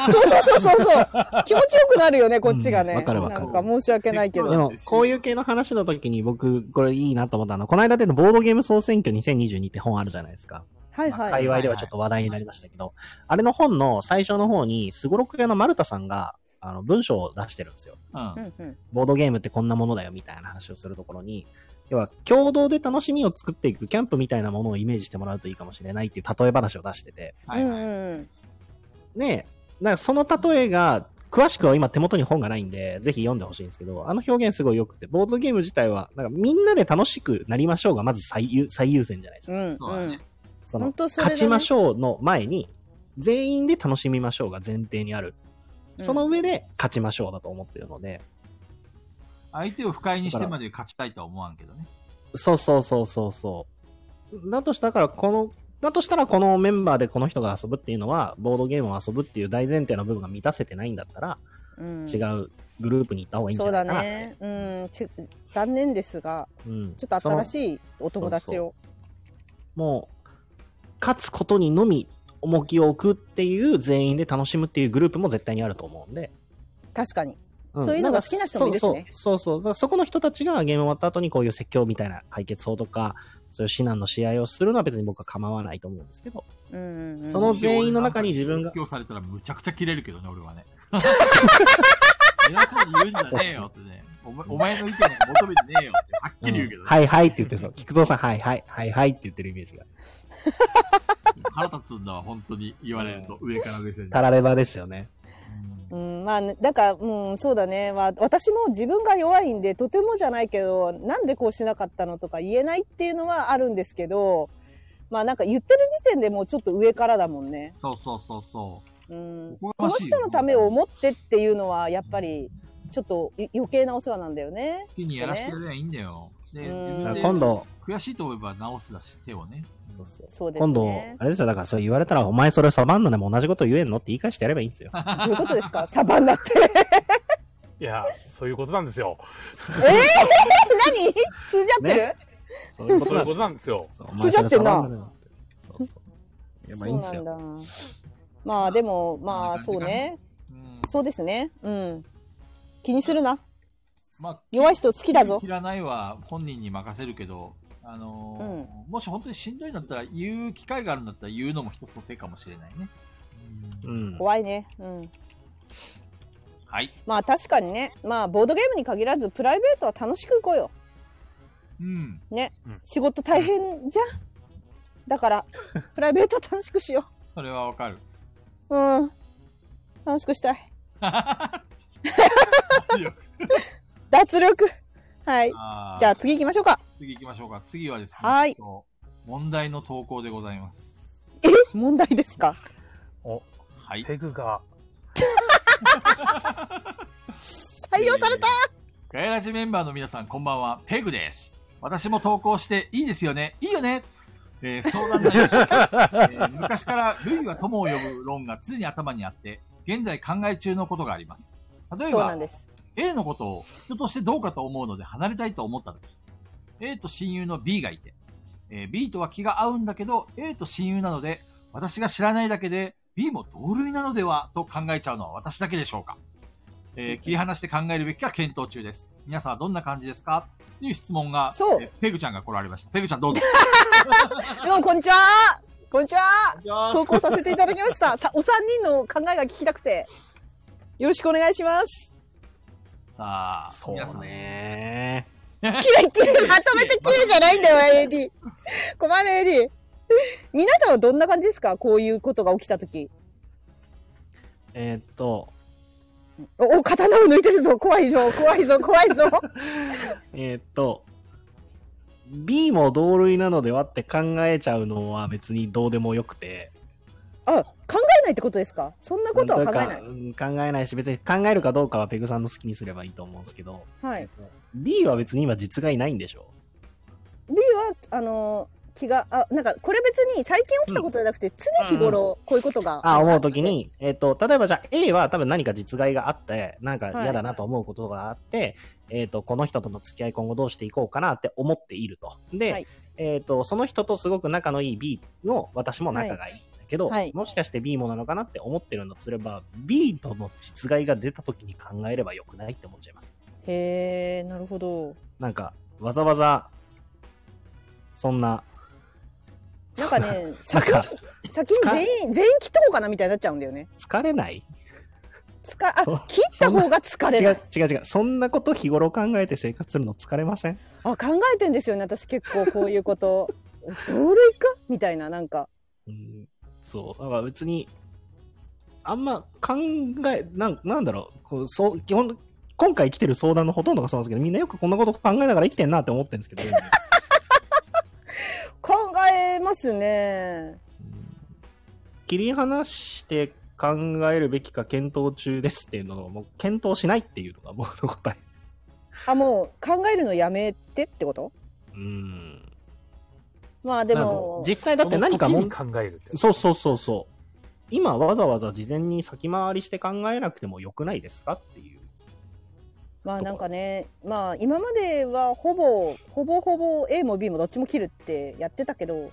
さ。そうそうそうそうそう。気持ちよくなるよね、こっちがね。うんわかるわかるなんか申し訳ないけそでうど。なんもですよ、こういう系の話の時に僕、これいいなと思ったのは、この間出たボードゲーム総選挙2022って本あるじゃないですか。はいは界い。隈ではちょっと話題になりましたけど、あれの本の最初の方に、すごろく屋の丸田さんが、あの、文章を出してるんですよ。うんう。んうん。ボードゲームってこんなものだよみたいな話をするところに、要は共同で楽しみを作っていくキャンプみたいなものをイメージしてもらうといいかもしれないっていう例え話を出してて、はういんはい。うんねえ、なんかその例えが、詳しくは今手元に本がないんで、ぜひ読んでほしいんですけど、あの表現すごい良くて、ボードゲーム自体は、なんかみんなで楽しくなりましょうが、まず最優最優先じゃないですうか。ん。そうだうんね。その本、当それだね勝ちましょうの前に、全員で楽しみましょうが前提にある。うんその上で、勝ちましょうだと思ってるので、相手を不快にしてまで勝ちたいとは思わんけどね。そうそうそうそうそう。だとしたら、この、だとしたらこのメンバーでこの人が遊ぶっていうのは、ボードゲームを遊ぶっていう大前提の部分が満たせてないんだったら、うん違うグループに行った方がいいんじそうゃないかなだって。ね。うん、ち残念ですが、うんちょっと新しいお友達を。もう、勝つことにのみ重きを置くっていう、全員で楽しむっていうグループも絶対にあると思うんで。確かに。んそういうのが好きな人もいるしね。そうそうそうそうだからそこの人たちがゲーム終わった後にこういう説教みたいな解決法とか、そういう指南の試合をするのは別に僕は構わないと思うんですけど。うんうんうんその全員の中に自分が説教されたらむちゃくちゃ切れるけどね、俺 はね。偉そうに言うんじゃねえよってね。お前お前の意見なんか求めてねえよってはっきり言うけどうねん。はいはいって言ってそう。菊蔵さん、はいはい、はいはいって言ってるイメージが。腹立つんだわ、本当に言われると、上から目線で。タラレバですよね。うんうん、まあ、ね、だから、うん、そうだね。まあ、私も自分が弱いんで、とてもじゃないけど、なんでこうしなかったのとか言えないっていうのはあるんですけど、まあなんか言ってる時点でもうちょっと上からだもんね。そうそうそうそう。うん。ここの人のためを思ってっていうのは、やっぱり、ちょっとい余計なお世話なんだよね。好きにやらせてやればいいんだよ。で、うん自分だからで今度、悔しいと思えば直すだし、手をね。そうそうそうです今度ね、。あれですよ、だからそれ言われたら、お前それサバンナでも同じこと言えんのって言い返してやればいいんですよ。どういうことですかサバンナって。いや、そういうことなんですよ。えー、何通じ合ってる、ねそういうこそとういうんことなですなんですよ。そう通じ合ってんおな前それサバンナでもってそうそう。言えばいいんですよ。そうなんだ。まあでも、ままああそうね。うん、そうですね。うん。気にするな。まあ、弱い人好きだぞ切。らないは本人に任せるけど、あのーもし本当にしんどいんだったら、言う機会があるんだったら言うのも一つの手かもしれないね。うん。怖いね。うん。はい。まあ確かにね。まあボードゲームに限らず、プライベートは楽しく行こうよ。うん。仕事大変じゃん。だから、プライベート楽しくしよそれはわかる。う。うん。楽しくしたい。脱力。は い。あーじゃあ次行きましょうか。次行きましょうか。次はですね、はいちょっと問題の投稿でございます。え問題ですかはい。ペグが、採用されたガヤラジメンバーの皆さん、こんばんは。ペグです。私も投稿していいですよねいいよねえー相談内 容、えー昔から「類は友を呼ぶ論」が常に頭にあって、現在考え中のことがあります。例えそうなばん、です。 A のことを人としてどうかと思うので離れたいと思った時、A と親友の B がいて、えー B とは気が合うんだけど、A と親友なので、私が知らないだけで、B も同類なのではと考えちゃうのは私だけでしょうか、えー切り離して考えるべきか検討中です。皆さんはどんな感じですかという質問が、そうえーペグちゃんが来られました。ペグちゃんどうぞ。どうもこんにちはこんにちは投稿させていただきました。さお三人の考えが聞きたくて、よろしくお願いします。さあ、そ皆さうんね。キレイキレイまとめてキレイじゃないんだよ、AD。困る AD。皆さんはどんな感じですかこういうことが起きたとき。えーっと、お、お刀を抜いてるぞ怖いぞ怖いぞ怖いぞえーっと、B も同類なのではって考えちゃうのは別にどうでもよくて。あ、考えないってことですかそんなことは考えなうい。ん考えないし、別に考えるかどうかはペグさんの好きにすればいいと思うんですけど、はい。 B は別に今実害ないんでしょ B は、あのー気が、あ、なんか、これ別に最近起きたことじゃなくて、常日頃、こういうことが。あ思うとき。に、えっ、と、例えばじゃあ A は多分何か実害があって、なんか嫌だなと思うことがあって、えっ、と、この人との付き合い今後どうしていこうかなって思っていると。で、はいえっ、と、その人とすごく仲のいい B の私も仲がいい。だけど、はいもしかして B もなのかなって思ってるのとすれば B との実害が出た時に考えればよくないって思っちゃいますへー、なるほど。なんかわざわざそんななん かね、な先んか先に全員、全員切っとこうかなみたいになっちゃうんだよね。疲れないつか、あそう、切った方が疲れ違るう。違う違うそんなこと日頃考えて生活するの疲れませんあ、考えてんですよね。私結構こういう こと。同類かみたいな、なんか。うんそう、だから別に、あんま考え、なんなんだろうこうそう基本、今回来てる相談のほとんどがそうなんですけど、みんなよくこんなこと考えながら生きてんなって思ってるんですけど、考えますね。うん切り離して考えるべきか検討中ですっていうのを、もう検討しないっていうのが僕の答え。あ、もう考えるのやめてってことうん。まあでなんかそもう、実際だって何かそものん時に考えるって。そうそうそうそう。今わざわざ事前に先回りして考えなくてもよくないですかっていう。まあなんかね、まあ今まではほぼ、ほぼほぼ A も B もどっちも切るってやってたけど、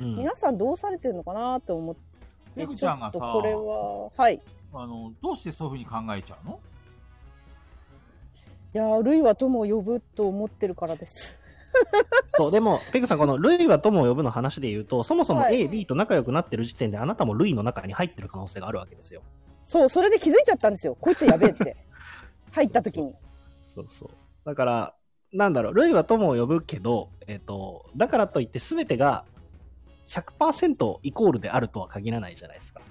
うん皆さんどうされてるのかなと思って。ペグちゃんがさちょっとこれは、はい。あの、どうしてそういうふうに考えちゃうの いやー、類は友を呼ぶと思ってるからです。そう、でも、ペグさん、この、ルイは友を呼ぶの話で言うと、そもそもはい A、B と仲良くなってる時点で、あなたもルイの中に入ってる可能性があるわけですよ。そう、それで気づいちゃったんですよ。こいつやべえって。入った時に。そうそう。だから、なんだろう、ルイは友を呼ぶけど、えっ、と、だからといって全てが100%イコールであるとは限らないじゃないですか。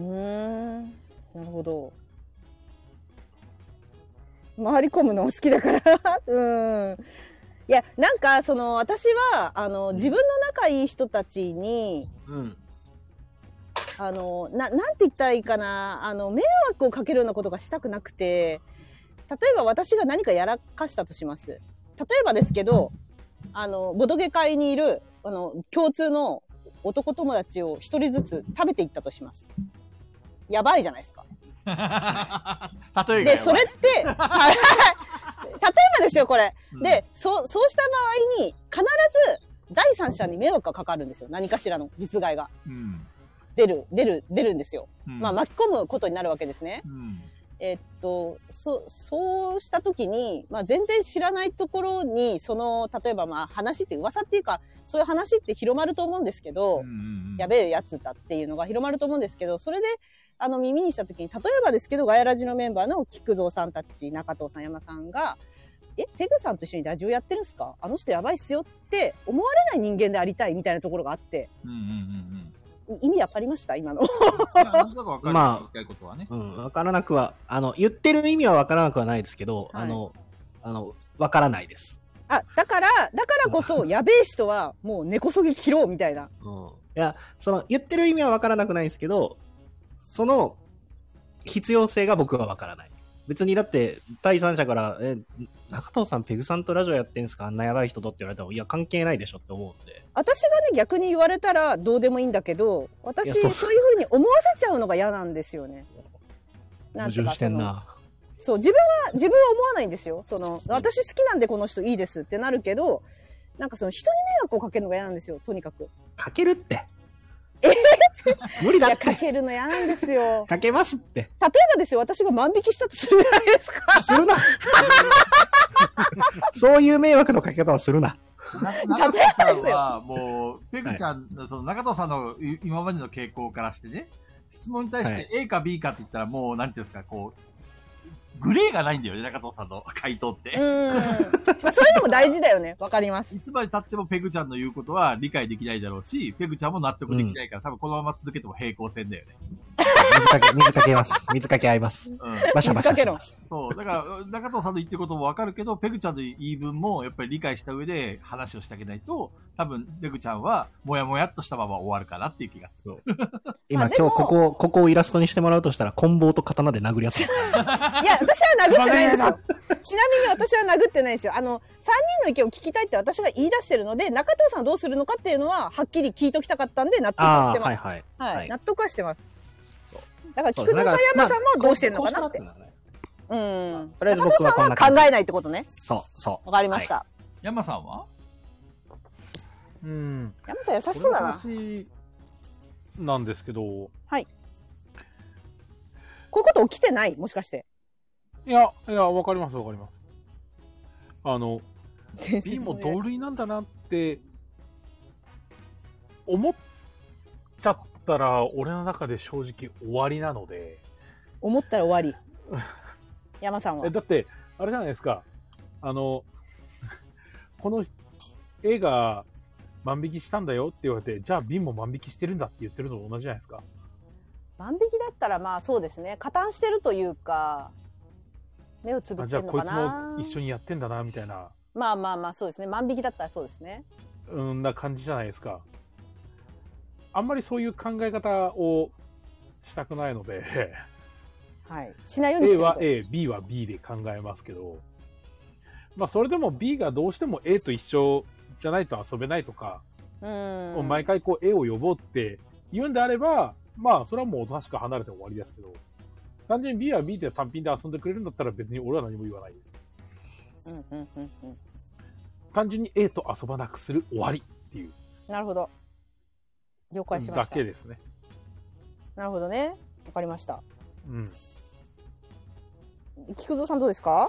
うーん。なるほど。回り込むの好きだから うんいやなんかその私はあの自分の仲いい人たちにうん。あのななんて言ったらいいかなあの迷惑をかけるようなことがしたくなくて例えば私が何かやらかしたとします例えばですけどあのボドゲ会にいるあの共通の男友達を一人ずつ食べていったとしますやばいじゃないですか例えがでやばいそれってはい 例えばですよこれ、うんでそうそうした場合に必ず第三者に迷惑がかかるんですよ何かしらの実害がうん。出る出る出るんですようんまあ、巻き込むことになるわけですね。うん。えっと、そそうした時に、まあ、全然知らないところにその例えばまあ話って噂っていうかそういう話って広まると思うんですけど、やべえやつだっていうのが広まると思うんですけどそれであの耳にした時に例えばですけどガヤラジのメンバーの菊蔵さんたち中藤さん山さんが「えペグさんと一緒にラジオやってるんですかあの人やばいっすよ」って思われない人間でありたいみたいなところがあってうんうんうんい意味わかりました今の。うん。いやなんとかわかる。まあ言いたいことはね。うん、わからなくは、あの、言ってる意味はわからなくはないですけど、はいあの、あの、わからないです。あ、だから、だからこそ、やべえ人は、もう根こそぎ切ろうみたいな。うん。いや、その、言ってる意味はわからなくないですけど、その、必要性が僕はわからない。別にだって、第三者から、え、中藤さん、ペグさんとラジオやってんすかあんなやばい人とって言われたら、いや、関係ないでしょって思うんで。私がね、逆に言われたら、どうでもいいんだけど、い私、やそそうういうふうに思わせちゃうのが嫌なんですよね。矛てい盾うかしてんな。そのそう、自分は、自分は思わないんですよ。その、私好きなんでこの人いいですってなるけど、なんかその人に迷惑をかけるのが嫌なんですよ、とにかく。かけるって。 無理いだや、っかて。けるの嫌なんですよ。かけますって。例えばですよ、私が万引きしたとするじゃないです か。するな。そういう迷惑のかけ方はするな。中藤さんは、もう、ペグちゃん、その中藤さんのい今までの傾向からしてね、質問に対して A か B かって言ったら、もう、なんていうんですか、こう、グレーがないんだよね、中藤さんの回答っうて。ん。まあ、そういうのも大事だよね。わかります。いつまで経ってもペグちゃんの言うことは理解できないだろうし、ペグちゃんも納得できないから、多分このまま続けても平行線だよね。水かけ、水かけます。水かけ合います。うん。バシャバシャ水かけしろます。そう。だから、 中藤さんの言ってることもわかるけど、ペグちゃんの言い分も、やっぱり理解した上で話をしてあげないと、多分、ペグちゃんは、もやもやっとしたまま終わるかなっていう気がする。今、まあで今も日ここを、ここをイラストにしてもらうとしたら、棍棒と刀で殴り合 ってます。いや、私は殴ってないんですよ。ちなみに私は殴ってないんですよ。あの、3人の意見を聞きたいって私が言い出してるので、中藤さんどうするのかっていうのは、はっきり聞いときたかったんで、納得はああしてー、まはす。いはい。はい。はい納得はしてます。だから、そう菊蔵さん、だから山さんもどうしてんこのうかしたならっってて。なるねうん。とりあえず中僕藤はこさんんなは考感じ。えないってことね。そう、そう。わかりました。山さんはうん。山さん優しこそうのだな。話なんですけど、こういうこと起きてないもしかして。いや、いや、わかります、わかります。あの、全 B も同類なんだなって、思っちゃったら、俺の中で正直終わりなので、 思ったら終 わり。山さんはえ。だってあれじゃないですかあの この映画万引きしたんだよって言われてじゃあ瓶も万引きしてるんだって言ってるのと同じじゃないですか万引きだったら、まあそうですね。加担してるというか、目をつぶあっじゃてあんのこいかつなも。一緒にやってんだなみたいなまあまあまあそうですね万引きだったらそうですねうんな感じじゃないですかあんまりそういう考え方をしたくないのではいしないようにし A てるはと AB は B で考えますけどまあそれでも B がどうしても A と一緒じゃないと遊べないとかうん毎回こう絵を呼ぼうって言うんであれば、まあそれはもうおとなしく離れて終わりですけど、単純に B は B で単品で遊んでくれるんだったら別に俺は何も言わないです。うんうんうんうん単純に A と遊ばなくする終わりっていうなるほど了解しまだしたけですね。なるほどねわかりましたうん。菊蔵さんどうですか、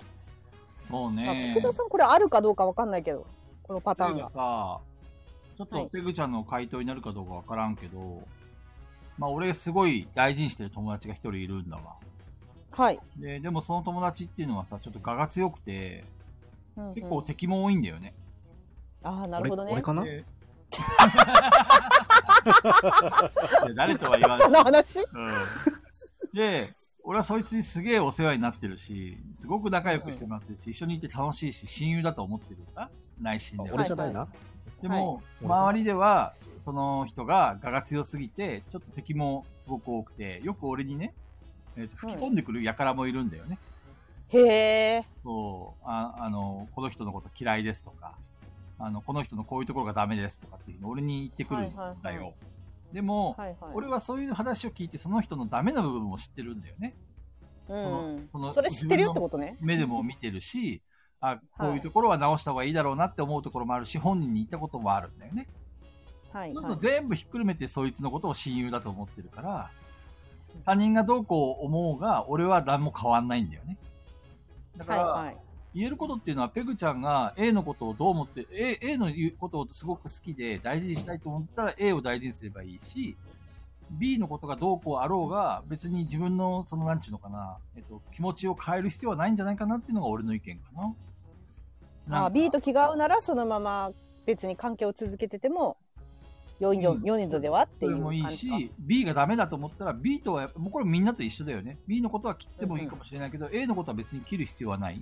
もうまあね菊蔵さんこれあるかどうかわかんないけどこのパターン例えばがさ、ちょっとはいペグちゃんの回答になるかどうかわからんけど、まあ俺すごい大事にしてる友達が一人いるんだわ。はい、で、でもその友達っていうのはさ、ちょっと我が強くて、うんうん結構敵も多いんだよ ね。ああなるほどね俺俺かなでいや誰とは言わそんずな話うんで、俺はそいつにすげえお世話になってるし、すごく仲良くしてもらってるし、一緒にいて楽しいし、親友だと思ってるんだ、内心では。俺じゃないな。でも、周りでは、その人が我が強すぎて、ちょっと敵もすごく多くて、よく俺にね、えーと吹き込んでくる輩もいるんだよね。へえ。そうああの、この人のこと嫌いですとか、あの、この人のこういうところがダメですとかっていうの俺に言ってくるんだよ。はいはいはでも、はいはい。俺はそういう話を聞いて、その人のダメな部分を知ってるんだよね。うんそのそれ知ってるよってことね。目でも見てるし、あ、こういうところは直した方がいいだろうなって思うところもあるし、本人に言ったこともあるんだよね。はいそういうはのい。全部ひっくるめてそいつのことを親友だと思ってるから、他人がどうこう思おうが、俺は何も変わんないんだよね。だかはいら、はい。言えることっていうのは、ペグちゃんが A のことをどう思って、A, A の言うことをすごく好きで大事にしたいと思ってたら A を大事にすればいいし、B のことがどうこうあろうが、別に自分の、その、なんちゅうのかな、えっと、気持ちを変える必要はないんじゃないかなっていうのが俺の意見かな。なんあか B と気が合うならそのまま別に関係を続けてても4以上、うん4人とではっそていれうもいい感じか。し、B がダメだと思ったら、B とはやっぱ、もうこれみんなと一緒だよね。B のことは切ってもいいかもしれないけど、A のことは別に切る必要はない。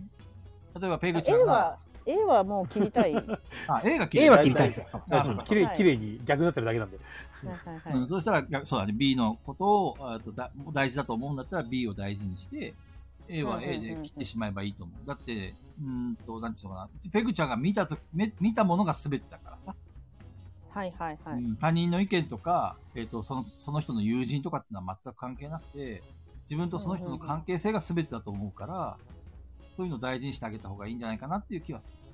例えば、ペグちゃ A んが、は A はもう切りた い。はいあ、A が切 A るは切りたいんですよ。そうあそうかきれい、きれいに逆になってるだけなんで。はいはういん、そうしたら逆、そうだね、B のことをあとだ大事だと思うんだったら B を大事にして、A は A で切ってしまえばいいと思う。だって、うーんと、なんていうのかな、ペグちゃんが見たとめ見たものが全てだからさ、はいはいはい。うん他人の意見とか、えっとその、その人の友人とかってのは全く関係なくて、自分とその人の関係性が全てだと思うから、そういうのを大事にしてあげた方がいいんじゃないかなっていう気はする。う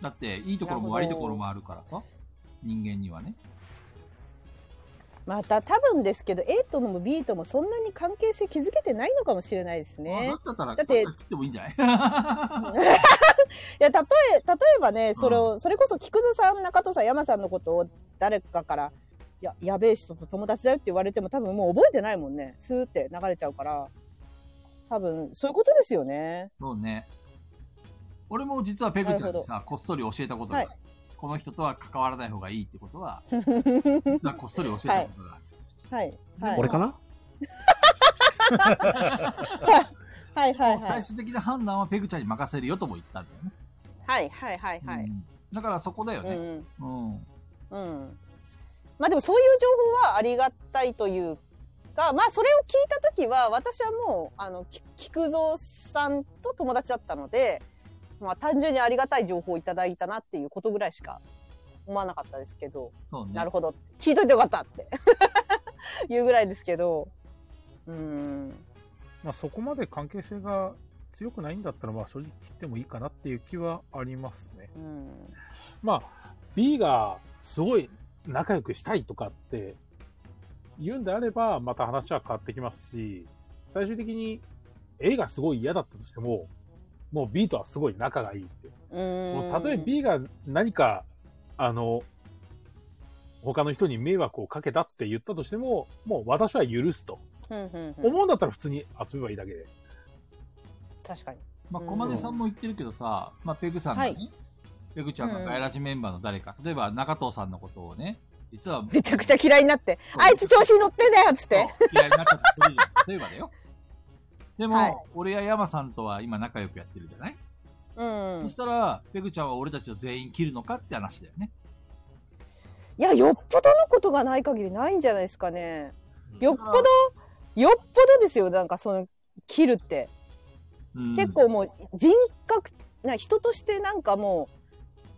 んだって、いいところもな悪るいとほどころもあるからさ、人間にはね。また多分ですけど A とも B ともそんなに関係性築けてないのかもしれないですねあ。だったら、だって切ってもいいんじゃないいや例え例えばねそれを、それこそ菊津さん中戸さん山さんのことを誰かから「ややべえ人と友達だよ」って言われても多分もう覚えてないもんねスーって流れちゃうから多分そういうことですよね。そうね。俺も実はペグちゃんにさ、こっそり教えたことがある、はこの人とは関わらない方がいいってこと は、実はこっそり教えたことがある。はい、はい、俺かな もうはいはいは最い終的な判断はペグちゃんに任せるよとも言ったんだよね。はいはいはいはうい。んだからそこだようんね。うん。うんうんまあでもそういう情報はありがたいというかまあそれを聞いた時は私はもうあのき菊蔵さんと友達だったので、まあ、単純にありがたい情報をいただいたなっていうことぐらいしか思わなかったですけど、そうね。なるほど聞いといてよかったって いうぐらいですけどうんまあ、そこまで関係性が強くないんだったら、まあ、正直切ってもいいかなっていう気はありますね。うんまあ、B がすごい仲良くしたいとかって言うんであれば、また話は変わってきますし、最終的に A がすごい嫌だったとしても、もう B とはすごい仲がいいって。うんもうたとえ B が何か、あの、他の人に迷惑をかけたって言ったとしても、もう私は許すと。うんうんうん思うんだったら普通に集めばいいだけで。確かにまあ、駒根さんも言ってるけどさ、まあ、ペグさんがね、はいペグちゃんがうんガイラジメンバーの誰か、例えば中藤さんのことをね、実は、めちゃくちゃ嫌いになって「あいつ調子に乗ってんだよ」っつってそう嫌いになっちゃった人いるじゃん例えば だよ。でも、はい俺や山さんとは今仲良くやってるじゃない、うんそしたら、ペグちゃんは俺たちを全員切るのかって話だよね。いや、よっぽどのことがない限りないんじゃないですかね。よっぽど、よっぽどですよ、なんかその、切るって。うん結構もう人格、な人としてなんかも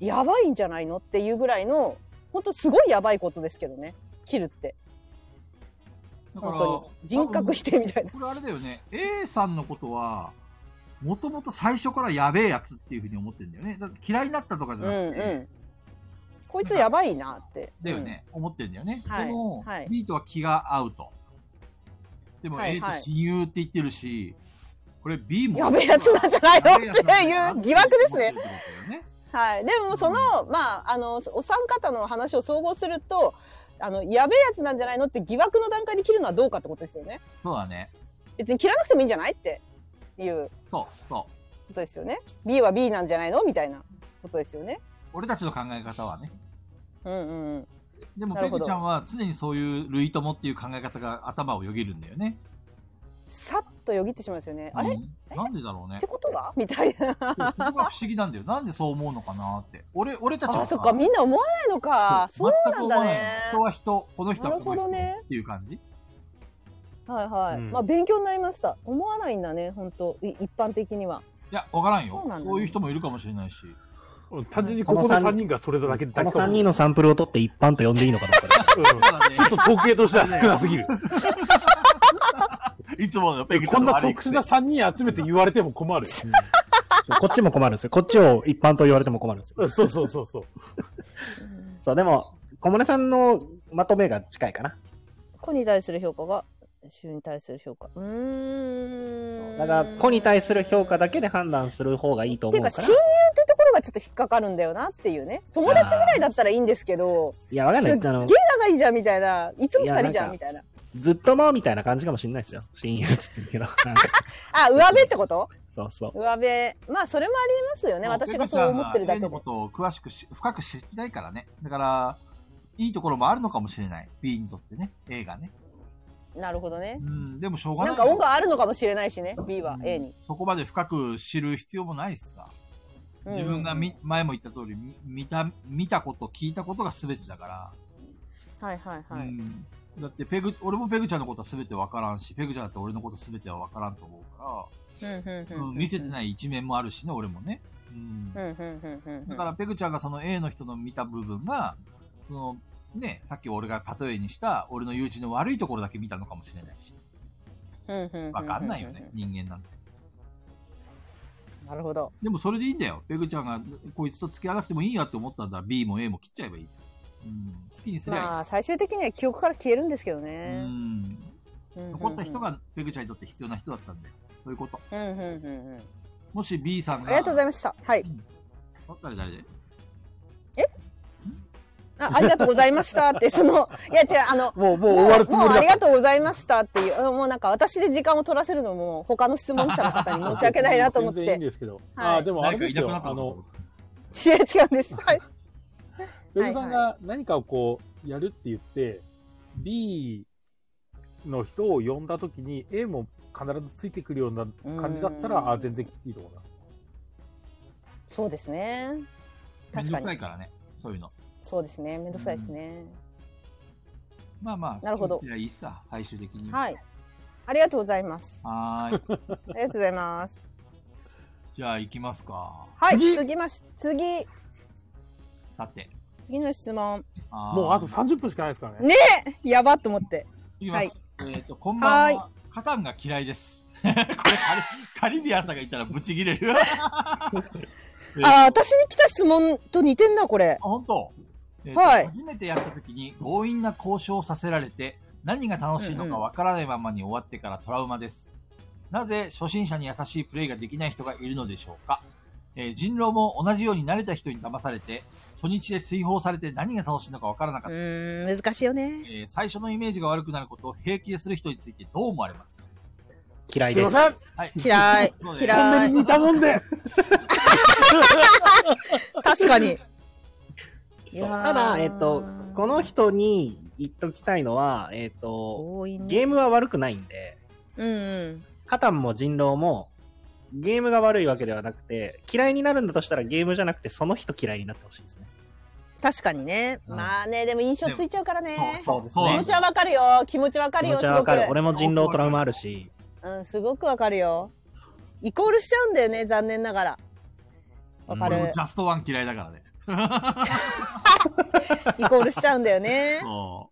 う、やばいんじゃないのっていうぐらいの、ほんとすごいやばいことですけどね。切るって。だから本当に。人格否定みたいな。これあれだよね。A さんのことは、もともと最初からやべえやつっていうふうに思ってるんだよね。だって嫌いになったとかじうゃなくんて、うん。こいつやばいなって。だよね、思ってるんだよね。はいでも、はい B とは気が合うと。でもはい A とはい親友って言ってるし、これ B うも。ん。やべえやつなんじゃないのって いう疑惑ですね。ね。はい、でもその、まあ、あのお三方の話を総合するとあのやべえやつなんじゃないのって疑惑の段階で切るのはどうかってことですよねそうだね。別に切らなくてもいいんじゃないっていうこそう、そう。とですよね B は B なんじゃないのみたいなことですよね俺たちの考え方はね。うんうんうんでも、なペるほグどちゃんは常にそういう類友っていう考え方が頭をよぎるんだよね。さっとよぎってしまうんですよね。あれ、うっんなんでだろうねて。ことはみたいな。そうここが不思議なんだよ。なんでそう思うのかなって。俺、俺たちあ、はさそっか、みんな思わないのか。そうなん全く思だね。わない人は人、この人はこなのるほ人、どねっていう感じ。はいはい。うんまあ、勉強になりました。思わないんだね、本当い一般的には。いや、わからんよ。そうなんだねそういう人もいるかもしれないし。単純にここの3人がそれだけこだのけ3人のサンプルを取って一般と呼んでいいのかな、これ。うんただねちょっと統計としては少なすぎる。 いつものペグちゃこんのな悪い特癖殊な3人集めて言われても困る。こっちも困るんですよ。こっちを一般と言われても困るんですよ。そうそうそうそう。そう、でも、小室さんのまとめが近いかな。子に対する評価が、主に対する評価。うーん。だから、子に対する評価だけで判断する方がいいとってい思ううかか親ら友っ。てところがちょっと引っかかるんだよなっていうね友達ぐらいだったらいいんですけどいや、わかんすなっい。げあえの、仲いいじゃんみたいないつも二人いじやゃなんかんみたいなずっともみたいな感じかもしれないですよ。親友っつってるけど。なんかあ上辺ってことそうそう。上辺まあそれもありますよねまあ私がそう思ってるだけペでグちゃんは A のことを詳しくし、深く知りたいからね。だから、いいところもあるのかもしれない。B にとってね。A がね。なるほどねうん、でもしょうがなないんよ。か音があるのかもしれないしね B は A に、そこまで深く知る必要もないしさ。うん自分がみ前も言った通り、み見た、見たこと、聞いたことが全てだから。はいはいはい、うんだってペグ、俺もペグちゃんのことは全てわからんし、ペグちゃんだって俺のこと全てはわからんと思うかうんうんら、うんうん見せてない一面もあるしね、俺もね。うんうんうんうんうんうんだからペグちゃんがその A の人の見た部分が、その、ね、さっき俺が例えにした、俺の友人の悪いところだけ見たのかもしれないし、うんうんうんうんわかんないよね、人間なんて。なるほどでもそれでいいんだよ。ペグちゃんがこいつと付き合わなくてもいいやって思ったんだら B も A も切っちゃえばいいじゃん。うん、好きにすりゃいい。まあ最終的には記憶から消えるんですけどうん、ね、うんうんうん残った人がペグちゃんにとって必要な人だったんだよ。そういうこと。うんうんうんうんもし B さんあが、りがとうございましたはいあ誰誰であありがとうございましたって、その、いや違う、あの、もう、もう終わるつももりうあだりがとうございましたっていう、うんもうなんか私で時間を取らせるのも、他の質問者の方に申し訳ないなと思っ全然いいんて。ですけど。はいあでもあ誰れかでいすなくよ。なったあののか、いや違うんです。はい。ウェブさんが何かをこう、やるって言って、B の人を呼んだときに A も必ずついてくるような感じだったうんら、あ全然切っていいと思います。そうですね。めん確どかくさにい。からね。そういうの。そうですね。めんどくさいですね。まあまあ、なるほど好きにすりゃいいさ、最終的に。はい。ありがとうございます。はーい。ありがとうございます。じゃあ行きますか。はい。次まし、次、さて。次の質問。 あーもうあと30分しかないですからね。ねやばっと思って。いきます。はいえっ、と、こんばんはは。カタンが嫌いです。 これカリ、カリビアンさんがいたらブチギレる。うんあー、私に来た質問と似てんな、これ。あ、本当。えーとはい初めてやった時に強引な交渉をさせられて、何が楽しいのかわからないままに終わってからトラウマです。なぜ初心者に優しいプレイができない人がいるのでしょうか、えー人狼も同じように慣れた人に騙されて、初日で追放されて何が楽しいのかわからなかうった、ーん、難しいよね。えー最初のイメージが悪くなることを平気でする人についてどう思われますか嫌いすいまで。すせんはい。嫌い そう。ねトン嫌ネルにいい。たもんで確 かに。いやーただ、えっと、この人に言っときたいのは、えっと、多いねゲームは悪くないんで、うんうんカタンも人狼も、ゲームが悪いわけではなくて、嫌いになるんだとしたらゲームじゃなくて、その人嫌いになってほしいですね。確かにね、うんまあねでも印象ついちゃうからねそうそうですね気持ちはわかるよ気持ちわかる気よ持すちはわごくかる。俺も人狼トラウマあるし、うんすごくわかるよイコールしちゃうんだよね残念ながらわかる、う俺もジャストワン嫌いだからね。イコールしちゃうんだ よねそ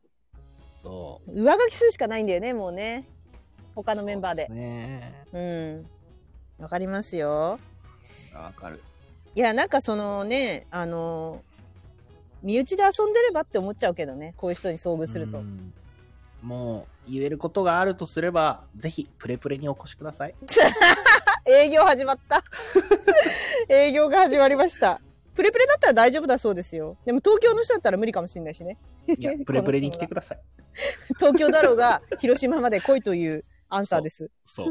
そう。上書きするしかないんだよねもうね他のメンバーでそうすね。うんわかりますよわかる。いやなんかそのねあの身内で遊んでればって思っちゃうけどねこういう人に遭遇すると、うんもう、言えることがあるとすれば、ぜひ、プレプレにお越しください。営業始 まった。営業が始まりました。プレプレだったら大丈夫だそうですよ。でも東京の人だったら無理かもしれないしね。 いやこの人、プレプレに来てください。東京だろうが、広島まで来いというアンサーです。 そう。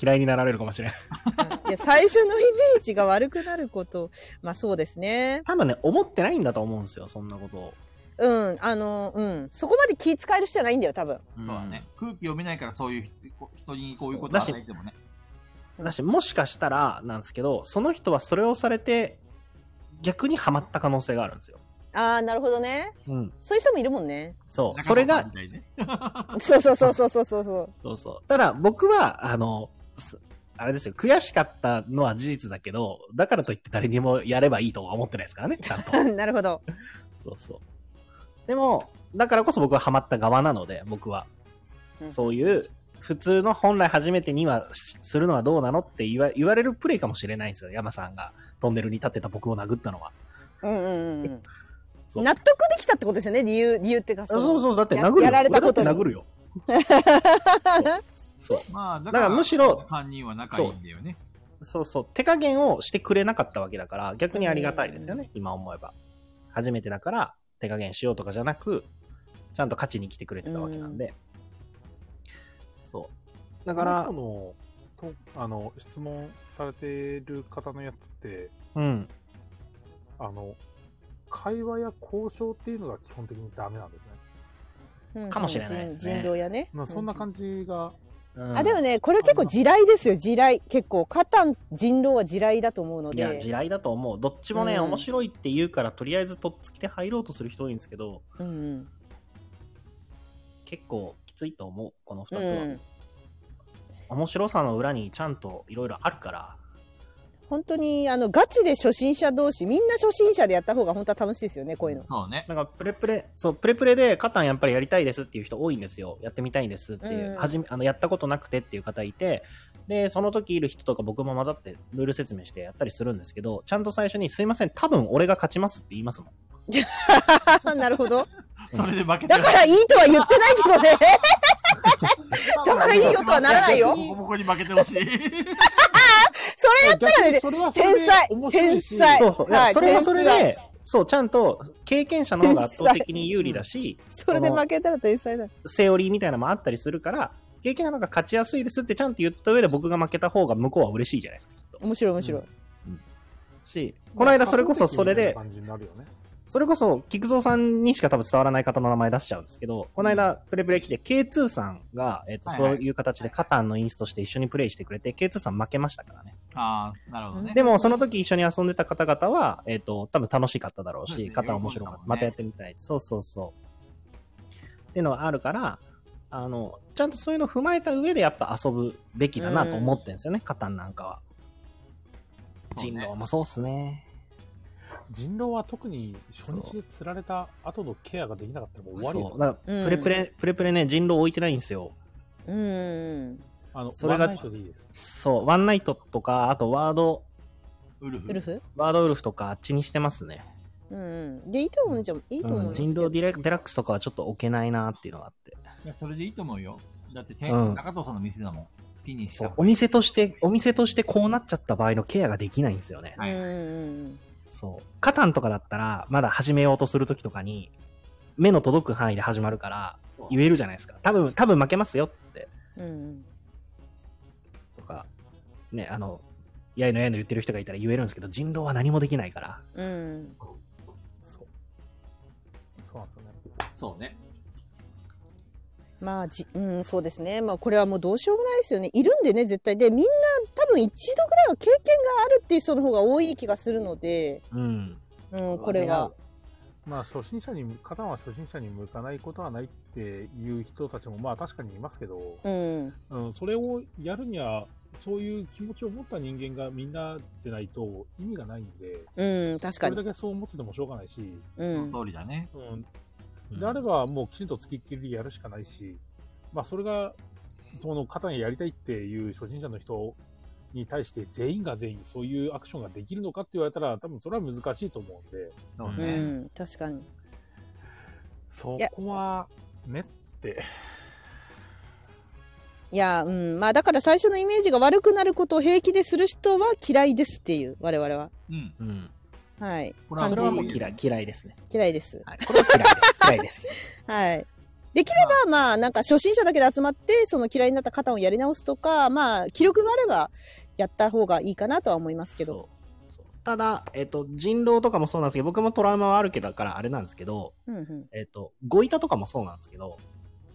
嫌いになられるかもしれない。いや、最初のイメージが悪くなること。まあそうですね。多分ね、思ってないんだと思うんですよ、そんなことを。うん、あの、うん。そこまで気使える人じゃないんだよ、多分。うんそうだね。空気読めないからそういう人人にこういうことを与えてもね。だし、もしかしたらなんですけど、その人はそれをされて、逆にハマった可能性があるんですよ。ああ、なるほどね。うん。そういう人もいるもんね。そう。それが中、野さんみたいにねそうそうそうそうそうそうそう。そうそう。ただ、僕は、あの、すあれですよ、悔しかったのは事実だけど、だからといって誰にもやればいいとは思ってないですからね、ちゃんと。 なるほど。そうそう。でも、だからこそ僕はハマった側なので、僕はう。んそういう、普通の本来初めてにはしするのはどうなのって言わ言われるプレイかもしれないんですよ。山さんがトンネルに立ってた僕を殴ったのは。うんうんうんそううん。納得できたってことですよね、理由、理由っていうか。そうそうう。そう、だってや殴るよ。やられたことに俺だって殴るよ。そうまあ、だだからむしろ3人は仲いいんだよね。そうそう。手加減をしてくれなかったわけだから、逆にありがたいですよね。今思えば。初めてだから、手加減しようとかじゃなく、ちゃんと勝ちに来てくれてたわけなんで。そう。だだか、かららそ、の人のとあの、質問されてる方のやつって、うん。あの、会話や交渉っていうのが基本的にダメなんですね。 うんかもしれないですね人人狼やね。まあ、そんなじ。感じが、うんあ、でもね、これ結構地雷ですよ、地雷。結構、カタン、人狼は地雷だと思うのいで。や、地雷だと思う。どっちもね、うん面白いって言うから、とりあえずとっつきで入ろうとする人多いんですけど、うんうん。結構きついと思う、この2つうは。ん。面白さの裏にちゃんといろいろあるから。本当に、あの、ガチで初心者同士、みんな初心者でやった方が本当は楽しいですよね、こういうの。そうね。なんかプレプレ、そう、プレプレで、カタンやっぱりやりたいですっていう人多いんですよ。やってみたいんですっていうう、んはじめ、あの、やったことなくてっていう方いて、で、その時いる人とか僕も混ざってルール説明してやったりするんですけど、ちゃんと最初に、すいません、多分俺が勝ちますって言いますもん。 なるほど。それで負けてだからいいとは言ってないけどね。 だからいいよとはならないよボコボコに負けてほしい。 それやったら逆にね、それはそれで天才面白いし、天才はいそうそう。いやはいそれはそれ天で、そう、ちゃんと経験者の方が圧倒的に有利だし、 それで負けたら天才だ。セオリーみたいなのもあったりするから、経験者の方が勝ちやすいですってちゃんと言った上で僕が負けた方が向こうは嬉しいじゃないですか、きっと。面白い面白い。し、この間それこそそれで仮想敵みたいな、感じになるよね。それこそ、菊蔵さんにしか多分伝わらない方の名前出しちゃうんですけど、この間、プレプレ来て、K2 さんが、えっ、と、はいはいそういう形でカタンのインストして一緒にプレイしてくれて、K2 さん負けましたからね。ああ、なるほどね。でも、その時一緒に遊んでた方々は、えっ、と、多分楽しかっただろうそうでし、すねカタン面白かった。喜んだもんねまたやってみたい。そうそうそう。っていうのがあるから、あの、ちゃんとそういうのを踏まえた上でやっぱ遊ぶべきだなと思ってんですよね、カタンなんかは。そうね人狼もそうっすね。人狼は特に初日で釣られた後のケアができなかったらもう終わりですそう。だから、プレプレ、プレプレね、人狼置いてないんですよ。うん。あの、それワがンナイトでいいです。そう、ワンナイトとか、あとワード、ウルフ。ウルフワードウルフとかあっちにしてますね。うん。で、いいと思うんじゃん。いいと思うんうん、です人けど狼ディレデラックスとかはちょっと置けないなっていうのがあって。いやそれでいいと思うよ。だって、天うん中藤さんの店だもん。好きにしそたう、お店として、お店としてこうなっちゃった場合のケアができないんですよね。うはいんうんそう。カタンとかだったら、まだ始めようとするときとかに、目の届く範囲で始まるから、言えるじゃないですか。多分、多分負けますよって、うん。うんとか、ね、あの、やいのやいの言ってる人がいたら言えるんですけど、人狼は何もできないから。うん。うん。そう。そうなんですよね。そうね。まあ、じ、うん、そうですね。まあ、これはもうどうしようもないですよね。いるんでね、絶対。で、みんな多分一度ぐらいは経験があるっていう人の方が多い気がするので、うん。うん、これは。まあ、初心者に、カタンは初心者に向かないことはないっていう人たちも、まあ確かにいますけど、うん。うん、それをやるには、そういう気持ちを持った人間がみんなでないと意味がないんで、うん、確そかれだに。けそう思っててもしょうがないし、うそん。の通りだね。うん、うんであればもうきちんとつきっきりやるしかないし、まあそれが、その肩にやりたいっていう初心者の人に対して全員が全員そういうアクションができるのかって言われたら多分それは難しいと思うんで、そううね。ん、確かに。そいやこはね、いや、うん。まあ、だから最初のイメージが悪くなることを平気でする人は嫌いですっていう、我々は。うん。うん。はい。こ感そじれはもう嫌い、嫌いですね。嫌いです。はい。これは嫌いです。嫌いです。はい。できれば、まあ、なんか初心者だけで集まって、その嫌いになった方をやり直すとか、まあ、記録があれば、やった方がいいかなとは思いますけど。そうそうただ、えっと、人狼とかもそうなんですけど、僕もトラウマはあるけどからあれなんですけど、うんうん。えっと、ゴイタとかもそうなんですけど、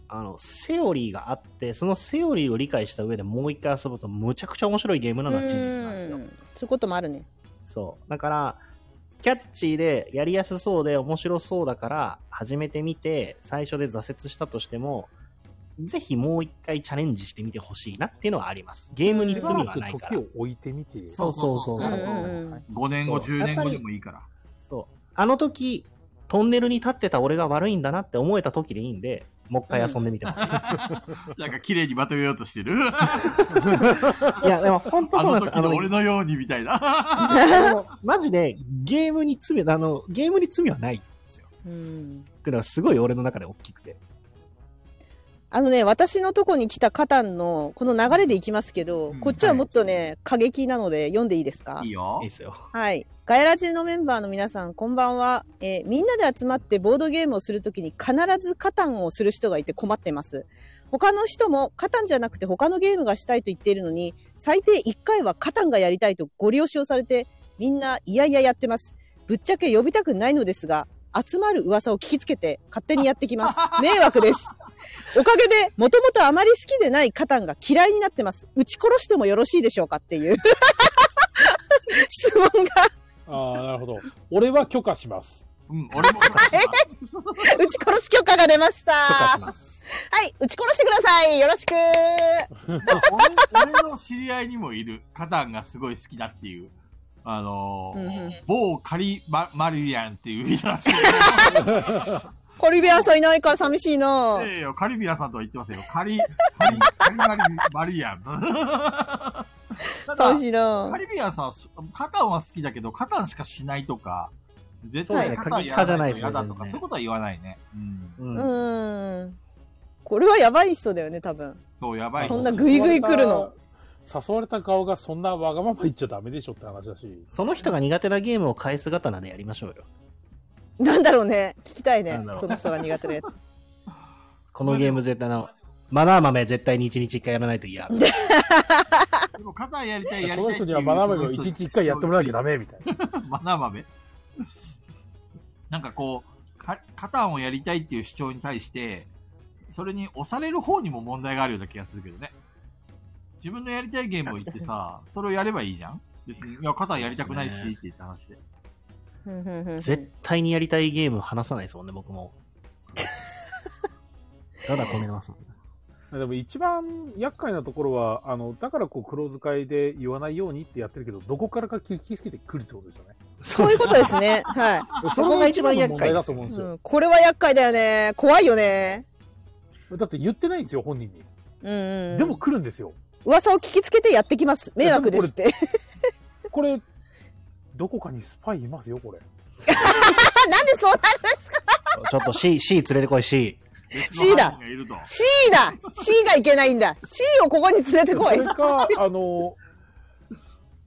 あの、セオリーがあって、そのセオリーを理解した上でもう一回遊ぶと、むちゃくちゃ面白いゲームなのは事実なんですよう。んそういうこともあるね。そう。だから、キャッチーでやりやすそうで面白そうだから始めてみて最初で挫折したとしてもぜひもう一回チャレンジしてみてほしいなっていうのはあります。ゲームにし罪ばらはくないか時らを。置いてみて、そうそうそううそんううんうん。 5年後、そう10年後でもいいから。そう。あの時、トンネルに立ってた俺が悪いんだなって思えた時でいいんで、もう一回遊んでみてほしい。なんか綺麗にまとめようとしてる。 いや、でも本当あそうのなんです時よ。あのの俺のようにみたいな。あのマジでゲームに罪、あの、ゲームに罪はないって いううんのはすごい俺の中で大きくて。あのね、私のとこに来たカタンのこの流れでいきますけど、うんこっちはもっとね、過激なので読んでいいですかいいよいい。ですよ。はい。ガヤラジのメンバーの皆さん、こんばんは。えーみんなで集まってボードゲームをするときに必ずカタンをする人がいて困ってます。他の人もカタンじゃなくて他のゲームがしたいと言っているのに、最低1回はカタンがやりたいとご了承されて、みんないやいややってます。ぶっちゃけ呼びたくないのですが、集まる噂を聞きつけて勝手にやってきます。迷惑です。おかげで、もともとあまり好きでないカタンが嫌いになってます。撃ち殺してもよろしいでしょうかっていう。 質問がああ、なるほど。俺は許可します。うん、俺 も。打ち殺し許可が出ました。許可しはます。い、打ち殺してください。よろしく。俺俺の知り合いにもいる。カタンがすごい好きだっていう。あのーうんうん某カリママリアンっていう人なんですカリビアさんいないから寂しいなけどい。やいやカリビアさんとは言ってますよ。カリ、カリ、カリマリマリアン。ただ寂しいなカ。リビアンさん、カタンは好きだけど、カタンしかしないとか、絶そうです対ねカタンやらないと過激派じゃないですね嫌だとか、全然そういうことは言わないね。うん。うんうーん。これはやばい人だよね、多分。そう、やばい。そんなグイグイ来るの。誘われた顔がそんなわがまま言っちゃダメでしょって話だし。その人が苦手なゲームを返す刀でやりましょうよ。なんだろうね。聞きたいなねんだ。ろうその人が苦手なやつ。このゲーム絶対な、マナー豆絶対に1日1回やらないと嫌。でも、カタンやりたい、やりたい。その人にはマナー豆を一日一回やってもらわなきゃダメみたいな。マナー豆 なんかこう、かカタンをやりたいっていう主張に対して、それに押される方にも問題があるような気がするけどね。自分のやりたいゲームを言ってさ、それをやればいいじゃん別に、いや、カタンやりたくないし、って言った話で。ふんふんふんふん絶対にやりたいゲーム話さないですもんね、僕も。ただこねますもんね。でも一番厄介なところは、あの、だからこう、黒使いで言わないようにってやってるけど、どこからか聞きつけてくるってことですよね。そういうことですね。はい。そこが一番厄介れでが一番の問題だすよと思うんですうよ。ん、これは厄介だよね。怖いよね。だって言ってないんですよ、本人に。うんうんうん。でも来るんですよ。噂を聞きつけてやってきます。迷惑ですって。これ、どこかにスパイいますよ、これ。あ、 なんでそうなるちょっと C、C 連れてこい C。 C だ別の犯人がいると ?C だ !C がいけないんだ !C をここに連れてこいそれか、あの、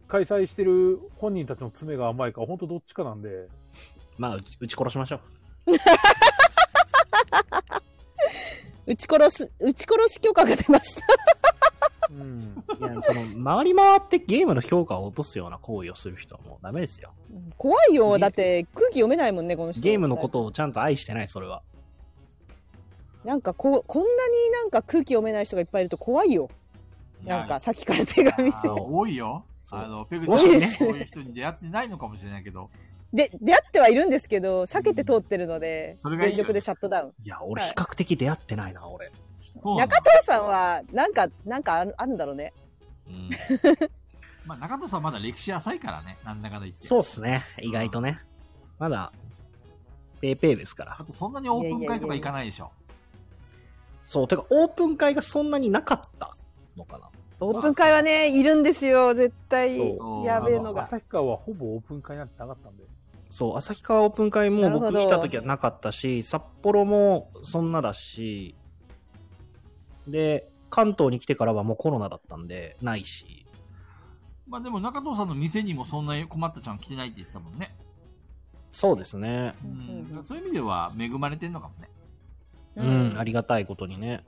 開催してる本人たちの爪が甘いか、本当どっちかなんで、まあ、うち、うち殺しましょう。撃ち殺す、撃ち殺し許可が出ました。うん、いや、その、回り回ってゲームの評価を落とすような行為をする人はもうダメですよ。怖いよ。ねだって空気読めないもんね、この人。ゲームのことをちゃんと愛してない、それは。なんかこう、こんなになんか空気読めない人がいっぱいいると怖いよ。なんかさっきから手紙してあ。ー 多いよ。そうあの、ペグちゃんは多いでねすそういう人に出会ってないのかもしれないけど、で、出会ってはいるんですけど、避けて通ってるので、それがいい全よね力でシャットダウン。いや、俺はい比較的出会ってないな、俺。そうなの中藤さんは、なんか、なんかあるあるんだろうね。うん、まあ、中戸さんまだ歴史浅いからね、なんだかんだ言って。そうっすね、意外とね。まだ、ペーペーですからあ。と、そんなにオープン会とか行かないでしょ。そう、てか、オープン会がそんなになかったのかな。オープン会はね、いるんですよ、絶対。そうやべえのあが。旭川はほぼオープン会なんてなかったんで、そう、旭川オープン会もなるほ僕ど来た時はなかったし、札幌もそんなだし、で、関東に来てからはもうコロナだったんで、ないし。まあでも中藤さんの店にもそんなに困ったちゃん来てないって言ってたもんね。そうですね。ううんんそういう意味では恵まれてんのかもね。うん、ありがたいことにね。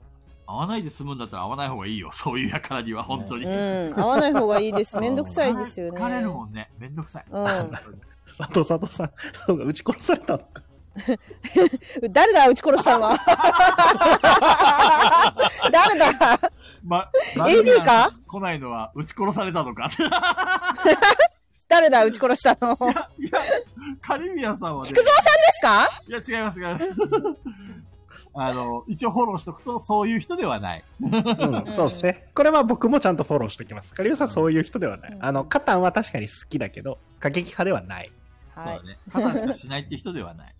合わないで済むんだったら合わない方がいいよ。そういうやからには、本当に。うん、合わない方がいいです。めんどくさいですよね。疲れるもんね。めんどくさい。うん佐藤佐藤さん、そうか、撃ち殺されたのか。誰だ、撃ち殺し たのは。誰だ。 ま、 AD か来ないのは、撃ち殺された のか。誰だ、撃ち殺した の。菊蔵いや、カリビアンさん はね、ですか。いや、違います、違います。 あの、一応フォローしとくと、そういう人ではない。うん、そうですね。これは僕もちゃんとフォローしておきます。カリオさん、そういう人ではない。あの、カタンは確かに好きだけど、過激派ではない。はそ。いうだね。肩しかしないって人ではない。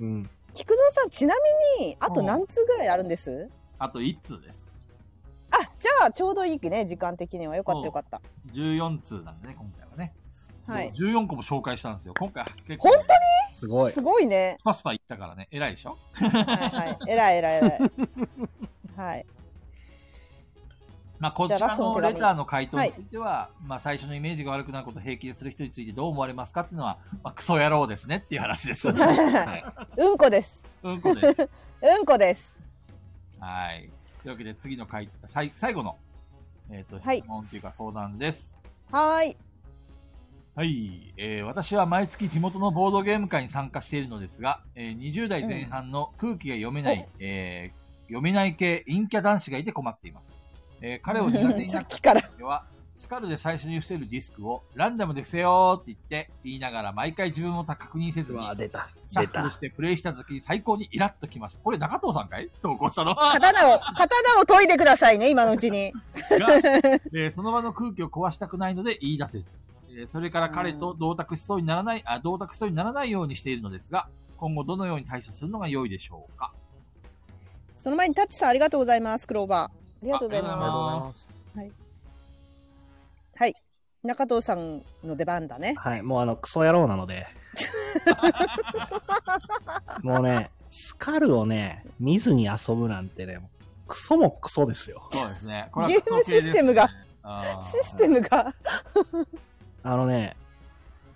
うん。菊蔵さん、ちなみに、あと何通ぐらいあるんです。あと1通です。あ、じゃあ、ちょうどいいね、時間的には、よかった、よかった。 14通なんでね、今回はね。はい。 14個も紹介したんですよ。今回、結本当にすごいす。ごいねス。パスパ行ったからね、偉いでしょはい、 はい、えらい、えらい、えらい。はい。まあ、こちじゃあらラストのの手紙レターの回答については、まあ、最初のイメージが悪くなることを平気でする人についてどう思われますかっていうのは、まあ、クソ野郎ですねっていう話です。 はい。うんこです。うんこです。うんこです。はい。というわけで、次の回、さい最後の、えっ、と、はい質問というか相談です。はーい。はい、えー私は毎月地元のボードゲーム会に参加しているのですが、えー20代前半の空気が読めない、えー読めない系陰キャ男子がいて困っています。えー彼を苦手に さなっっきから。では、 スカルで最初に伏せるディスクをランダムで伏せようって言って言いながら毎回自分を確認せずうにわ、出た。シャ出ッフルたし。てプレイした時に最高にイラッときました。これ中藤さんかい投稿したのは。刀を、刀を研いでくださいね、今のうちに。 が、えーその場の空気を壊したくないので言い出せず、えーそれから彼と同卓しそうにならない、あ、同卓しそうにならないようにしているのですが、今後どのように対処するのが良いでしょうか。その前にタッチさんありがとうございます、クローバー。ありがとうございありがとうございま。ますはい。中藤さんの出番だね。はい、もうあの、クソ野郎なの で。もうね、スカルをね、見ずに遊ぶなんてね、クソもクソですよ。そうです ね。これはゲームクソ系でシすステムがあーシステムが。あのね、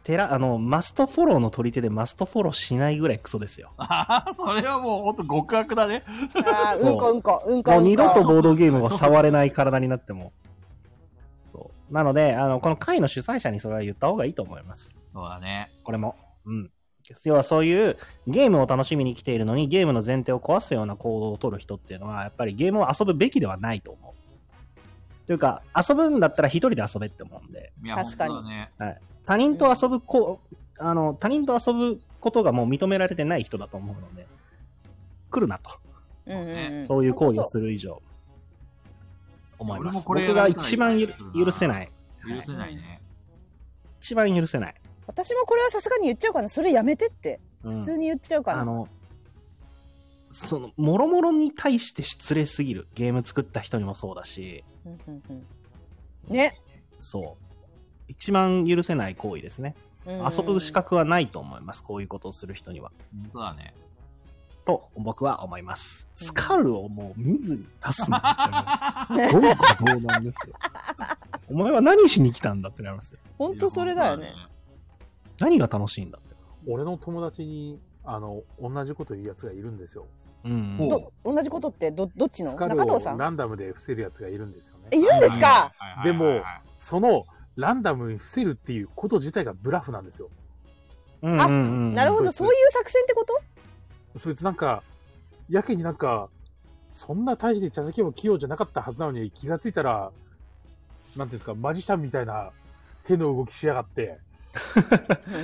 テラ、あの、マストフォローの取り手でマストフォローしないぐらいクソですよ。あー それはもうほんと極悪だね。あーそううんこうんこ、うんこもううん二度とこ。ボードゲームを触れない体になっても。そう。なので、あの、この会の主催者にそれは言った方がいいと思います。そうだね。これも。うん。要はそういうゲームを楽しみに来ているのにゲームの前提を壊すような行動を取る人っていうのはやっぱりゲームを遊ぶべきではないと思う。というか遊ぶんだったら一人で遊べって思うんでいや確かにほんとだね。他人と遊ぶこ、あの他人と遊ぶことがもう認められてない人だと思うので来るなと、うんうんうんそういう行為をする以上思います俺もこれ僕やらがれたら一番ゆやられたら許せない許せないね。一番許せない、私もこれはさすがに言っちゃうかな。それやめてって。うん普通に言っちゃうかあな。の、その、もろもろに対して失礼すぎる。ゲーム作った人にもそうだし、うんうんうんね。そう。一番許せない行為ですね。うんうん遊ぶ資。格はないと思います。こういうことをする人には。ほんとだね。と、僕は思います。うんスカルをもう見ずに出すなんて もう言語道断ですよ。お前は何しに来たんだってなりますよ。ほんとそれだよね。何が楽しいんだって。俺の友達に、あの、同じこと言うやつがいるんですよ。うんほうど、同じことって、ど、どっちのスカル中を藤さんランダムで伏せるやつがいるんですよえいね。るんですかはいはいはいはいはいその、ランダムに伏せるっていうこと自体がブラフなんですよ。うんうんあうんなるほど、そそううでいうす作戦ってことそいつなんか、やけになんか、そんな大事で手先も器用じゃなかったはずなのに気がついたら、なんていうんですか、マジシャンみたいな手の動きしやが って、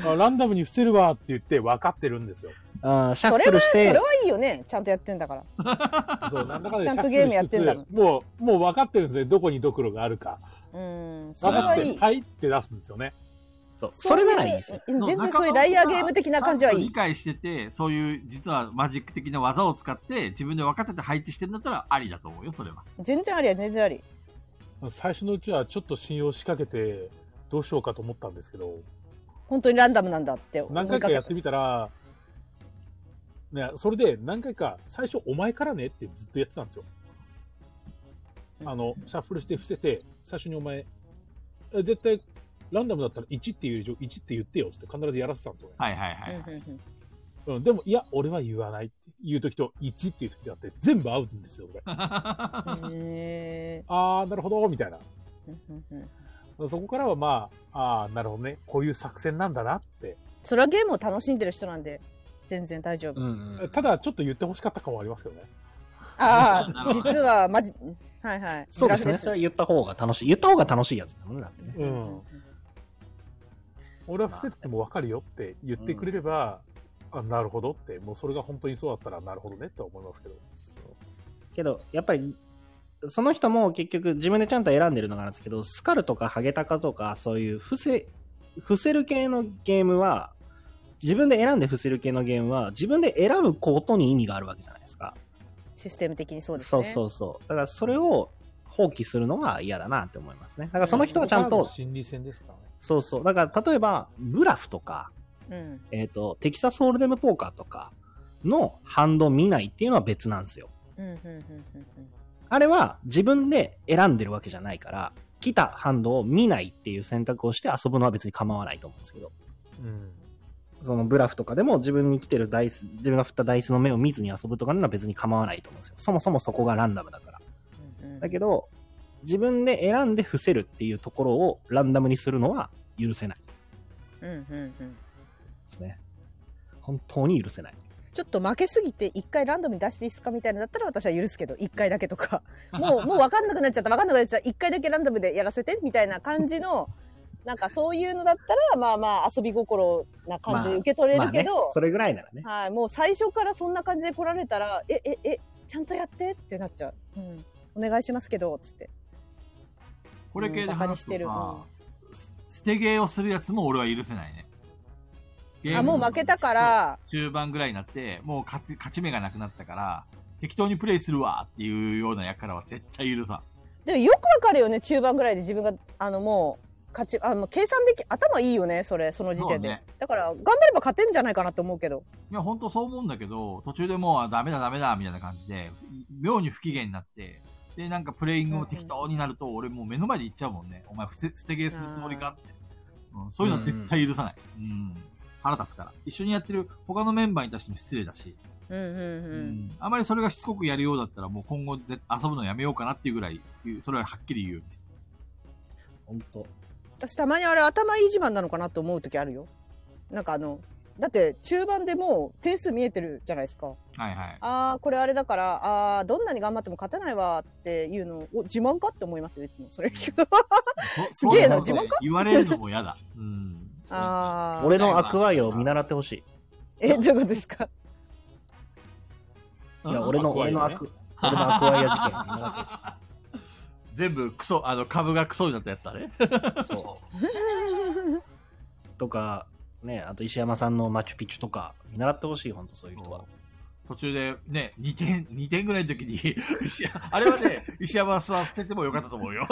あランダムに伏せるわって言って分かってるんですよ。あーシャそッれフは、ルしそてれ、はいいよね。ちゃんとやってんだから。そう、なんだかんだでちゃんとシャッフルしつつゲームやってんだもんもう、もう分かってるんですね。どこにドクロがあるか。うん。そ分れかはっていいる。。はいって出すんですよね。そうそれならいいですよ。うん全然そういうライアーゲーム的な感じはいちゃんと理い。解してて、そういう、実はマジック的な技を使って、自分で分かってて配置してるんだったら、ありだと思うよ、それは。全然ありや、全然あり。最初のうちはちょっと信用しかけて、どうしようかと思ったんですけど、本当にランダムなんだって思何い回かかけやたって。みたら、ね、それで何回か、最初お前からねってずっとやってたんですよ。あの、シャッフルして伏せて、最初にお前、え絶対、ランダムだったら1っていう以上、1って言ってよって必ずやらせてたんですよね。 はいはいはうい。んうんうんうん、でも、いや、俺は言わないっていう時と、1っていう時があって、全部アウトですよ、俺。へあー、なるほど、みたいな。ーうんうんうんそこからはまあ、あー、なるほどね。こういう作戦なんだなって。それはゲームを楽しんでる人なんで全然大丈夫、うんうん、ただ、ちょっと言ってほしかった感はありますけどね。あなあるほど実はマジはいはいそうですね。そグラフれは言った方が楽しい。言った方が楽しいやつですもんね、だってね。う。うん俺は伏せててもわかるよって言ってくれれば、あ、なるほどって、もうそれが本当にそうだったら、なるほどねって思いますけど。けど、やっぱり、その人も結局自分でちゃんと選んでるのがあるんですけど、スカルとかハゲタカとか、そういう伏せ、伏せる系のゲームは、自分で選んで伏せる系のゲームは、自分で選ぶことに意味があるわけじゃないですか。システム的にそうですそうねそうそう。だからそれを放棄するのは嫌だなって思いますね。だからその人はちゃそんこからとの、心理戦ですからね。そうそう。だから例えば、ブラフとか、うんえっ、と、テキサスホールデムポーカーとかのハンド見ないっていうのは別なんですよ。うんうんうんうんうんあれは自分で選んでるわけじゃないから、来たハンドを見ないっていう選択をして遊ぶのは別に構わないと思うんですけど、うん。そのブラフとかでも自分に来てるダイス、自分が振ったダイスの目を見ずに遊ぶとかのは別に構わないと思うんですよ。そもそもそこがランダムだから。うんうんだけど、自分で選んで伏せるっていうところをランダムにするのは許せないうんうんうんですね。本当に許せない。ちょっと負けすぎて一回ランダムに出していいですかみたいなのだったら私は許すけど一回だけ とかもうもう分かんなくなっちゃった分かんなくなっちゃった一回だけランダムでやらせてみたいな感じのなんかそういうのだったらまあまあ遊び心な感じで受け取れまるあけねど、、それぐらいならね。はいもう最初からそんな感じで来られたらえええちゃんとやってってなっちゃう、うん、お願いしますけどつってこれ系で話すとうん馬さ、す捨てゲーをするやつも俺は許せないね。ゲーあムもうの負けたから中盤ぐらいになって、もう勝ち勝ち目がなくなったから、適当にプレイするわっていうようなやからは絶対許さん。でもよくわかるよね中盤ぐらいで自分があのもう勝ちあもう計算でき頭いいよねそれその時点で、そうねだから頑張れば勝てんじゃないかなと思うけどいや、本当そう思うんだけど、途中でもうあダメだダメだみたいな感じで、妙に不機嫌になって、で、なんかプレイングも適当になると、俺もう目の前で行っちゃうもんね。お前、ふせ捨てゲーするつもりかって、うん。そういうのは絶対許さない。うん、腹立つから。一緒にやってる他のメンバーに対しても失礼だし、うんうんううんんあまりそれがしつこくやるようだったら、もう今後ぜ遊ぶのやめようかなっていうぐらい、それははっきり言うようにしてる本当。私たまにあれ頭いい自慢なのかなと思う時あるよなんかあのだって中盤でもう点数見えてるじゃないですかはいはい。ああこれあれだからああーどんなに頑張っても勝てないわっていうのお自慢かって思いますよいつもそれ聞くとすげえなそうそう自分言われるのも嫌だ。うん。 あー俺のアクアイを見習ってほしい。えどういうことですか いや、うん俺の、アクア俺イねのアク、俺のアクアイア事件を見習ってほしい。全部クソ、あの、株がクソになったやつだね。 そう。とか、ね、あと石山さんのマチュピチュとか、見習ってほしい、本当そういう人は。途中でね、2点、二点ぐらいの時に、 石山あれはね、石山さん捨ててもよかったと思 うよ。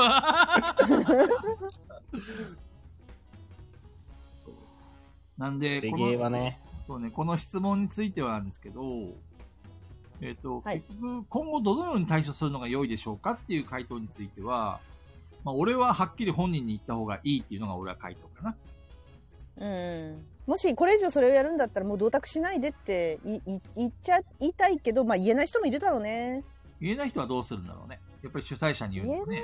そうなんで、レゲこエのはね、そうね、この質問についてはなんですけど、えっ、と、はい結局、今後どのように対処するのが良いでしょうかっていう回答については、まあ、俺ははっきり本人に言った方がいいっていうのが俺は回答かな。うんもしこれ以上それをやるんだったらもう銅鐸しないでっていい言っちゃ言いたいけどまあ言えない人もいるだろうね言えない人はどうするんだろうね。やっぱり主催者に言うんだよね。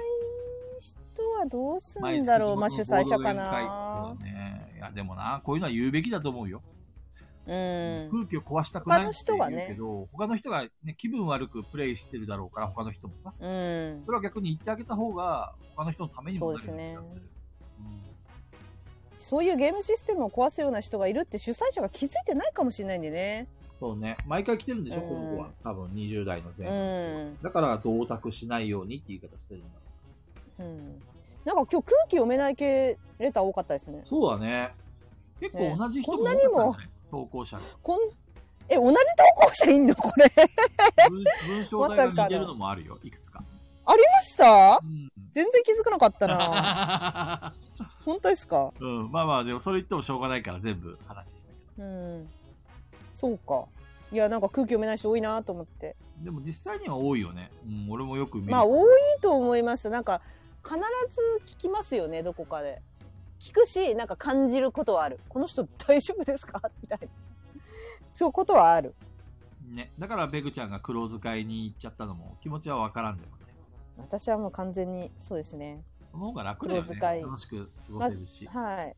人はどうすんだろうまあ主催者毎月のゴールデかなン会そうだねいやでもなこういうのは言うべきだと思うよ、うん空気を壊したくない他のって人がね言うけど、他の人が、ね、気分悪くプレイしてるだろうから他の人もさうんそれは逆に言ってあげた方が他の人のためにもなるような気がすそうるでそういうゲームシステムを壊すような人がいるって主催者が気づいてないかもしれないんでね。うんそうね毎回来てるんでしょ、うんこの子は多分20代の前う半、ん。だから同卓しないようにって言い方してるんだろうん。なんか今日空気読めない系レター多かったですねう。そうだね結構同じ人ねこんなにも多かったね投稿者がこん、え、同じ投稿者いんのこれ。 文文章題が似てるのもあるよいくつか、ありましたうん全然気づかなかっ たな。本当ですかうん、まあまあ、でもそれ言ってもしょうがないから全部話したけど。うん。そうか。いや、なんか空気読めない人多いなと思って。でも実際には多いよね。うん、俺もよく見る。まあ、多いと思います。なんか、必ず聞きますよね、どこかで。 聞くし、なんか感じることはある。この人大丈夫ですかみたいな。そういうことはある。ね。だから、ベグちゃんが黒使いに行っちゃったのも、気持ちはわからんでもない。私はもう完全にそうですね。その方が楽だよね。黒使い楽しく過ごせるし。はい。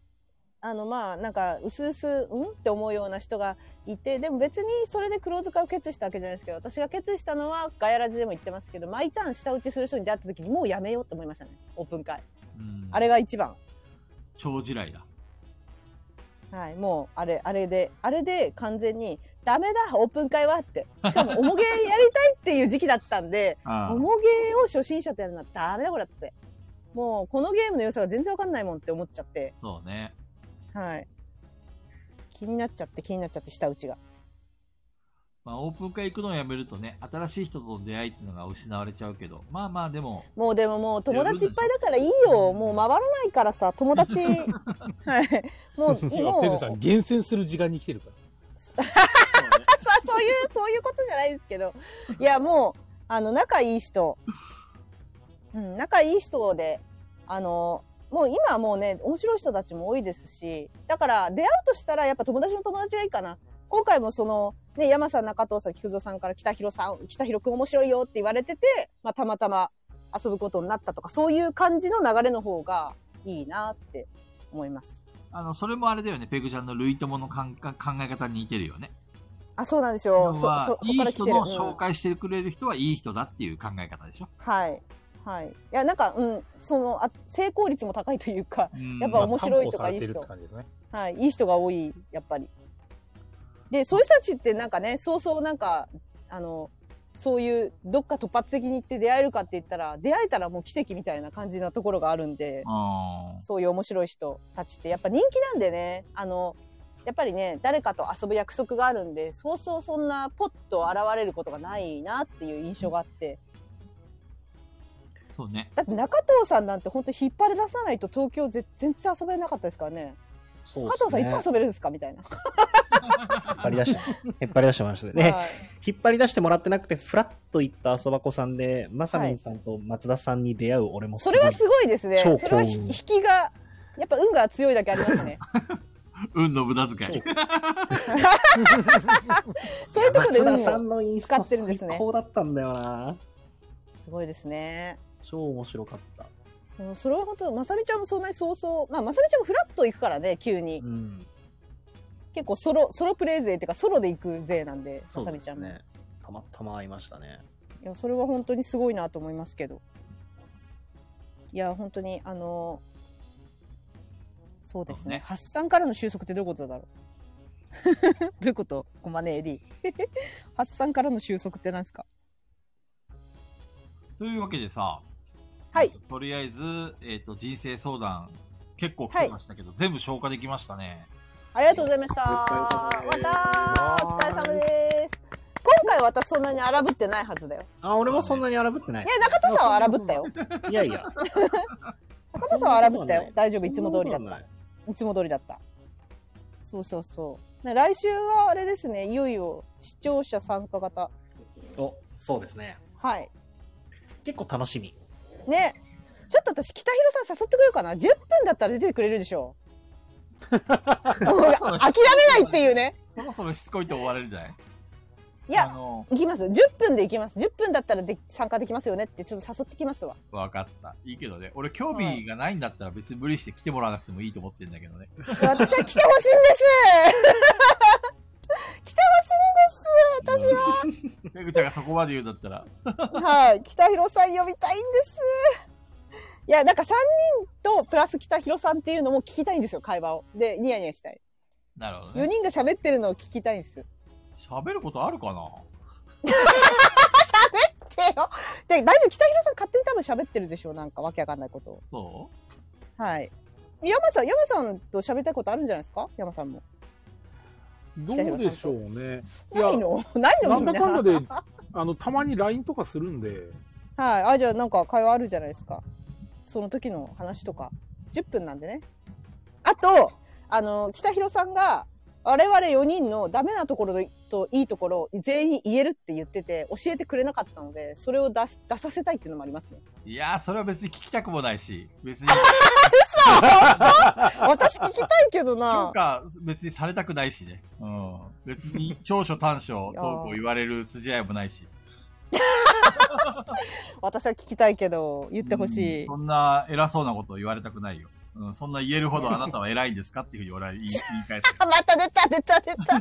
あのまあなんかうすうすうんって思うような人がいてでも別にそれで黒塚を決意したわけじゃないですけど私が決意したのはガヤラジでも言ってますけど毎ターン下打ちする人に出会った時にもうやめようと思いましたねオープン会うんあれが一番超地雷だ。はいもうあれあれであれで完全に「ダメだオープン会は」ってしかも「おもげやりたい」っていう時期だったんであおーもげを初心者とやるのはダメだこれってもうこのゲームの良さが全然わかんないもんって思っちゃってそうね。はい気になっちゃって気になっちゃって下打ちがまあ、オープン会行くのをやめるとね、新しい人との出会いっていうのが失われちゃうけど、まあまあ、でも、もうでももう友達いっぱいだからいいよもう回らないからさ 友達はいもうい今、もテうルさん、厳選する時間に来てるから。さそういうそういうことじゃないですけどいやもうあの仲いい人、うん、仲いい人であのもう今はもうね面白い人たちも多いですしだから出会うとしたらやっぱ友達の友達がいいかな今回もそのね山さん中藤さん菊蔵さんから北広さん北広くん面白いよって言われてて、まあ、たまたま遊ぶことになったとかそういう感じの流れの方がいいなって思いますあの、それもあれだよね、ペグちゃんの類友の考え考え方に似てるよね。あそうなんです要よそはそそいこかいら来人てるのうん紹介してくれる人はいい人だっていう考え方でしょ。はい。はい。いや、なんか、うん、その、あ成功率も高いというか、 うんやっぱ面白いとかいい担人保されてるって感じですね。はい、いい人が多い、やっぱり。で、そういう人たちってなんかね、そうそうなんか、あの、そういう、どっか突発的に行って出会えるかって言ったら、出会えたらもう奇跡みたいな感じなところがあるんで、あーそういう面白い人たちって、やっぱ人気なんでね、あの、やっぱりね、誰かと遊ぶ約束があるんで、そうそうそんなポッと現れることがないなっていう印象があって、そうね。だって中藤さんなんて本当引っ張り出さないと東京ぜ全然遊べなかったですからねそう加藤さんいつ遊べるんですかみたいな、引っ張り出して、引っ張り出してましたね。ではい引っ張り出してもらってなくて、フラッと行った遊ばこさんで、まさみんさんと松田さんに出会う俺もすそごいれはすごいですね超幸運それはひ引きがやっぱ運が強いだけありま すね運の無駄遣い。そういうとこ松で運田をさんのインス使タってるんですね最高だったんだよな。すごいですね超面白かった。うんそれは本当まさみちゃんもそんなにそうそうまあまさみちゃんもフラッと行くからね急に、うん。結構ソロソロプレイ勢っていうかソロで行く勢なんでまさみちゃんも、ね。たまたま会いましたね。いやそれは本当にすごいなと思いますけどいや本当にあのそうですそうねね発散からの収束ってどういうことだろう どういうことごまね AD 発散からの収束って何ですかというわけでさ、はい。とりあえず、えっ、と、人生相談、結構来てましたけど、全部消化できましたね。ありがとうございましたお疲れ様ですまたお疲れ様です今回私そんなに荒ぶってないはずだよあ、俺もそんなに荒ぶってないい。や中田さんは荒ぶったよ いやいや。中田さんは荒ぶったよ大丈夫いつも通りだそっんなことたないつも通りだった。そうそうそう。ね来週はあれですね、いよいよ視聴者参加型。お、そうですね。はい。結構楽しみ。ね。ちょっと私、北広さん誘ってこようかな。10分だったら出てくれるでしょ。 もう諦めないっていうね。そろそろしつこいと終われるんじゃないいあや、の、行きます。10分で行きます。10分だったらで参加できますよねって、ちょっと誘ってきますわ。わかった。いいけどね。俺、興味がないんだったら別に無理して来てもらわなくてもいいと思ってんだけどね。私は来てほしいんです 来てほしいんです私はペグちゃんがそこまで言うんだったら、はい、北広さん呼びたいんです。いや、なんか3人とプラス北広さんっていうのも聞きたいんですよ、会話を。で、ニヤニヤしたい。なるほど4ね。人が喋ってるのを聞きたいんです。喋ることあるかなでよで、大丈夫、北広さん勝手に多分喋ってるでしょう、なんかわけわかんないことを。そはい。山さん、山さんと喋りたいことあるんじゃないですか山さんも。どうでしょうね。いやないの ないのなんみんな。だかんだ はい。で、あの、たまに LINE とかするんで、あ、じゃあなんか会話あるじゃないですか。その時の話とか。10分なんでね。あと、あの、北広さんが、我々4人のダメなところといいところ、全員言えるって言ってて、教えてくれなかったので、それを出す出させたいっていうのもあります ね。いやー、それは別に聞きたくもないし、別 に、私聞きたいけ ど評な。価別にされたくないしね。うん。別に長所短所、やーどうこう言われる筋合いもないし。私は聞きたいけど、言ってほしうんい。そんな偉そうなことを言われたくないよ。うん、そんな言えるほどあなたは偉いんですかっていうふうに俺は言い言い返 す。あ、また出た出た出た。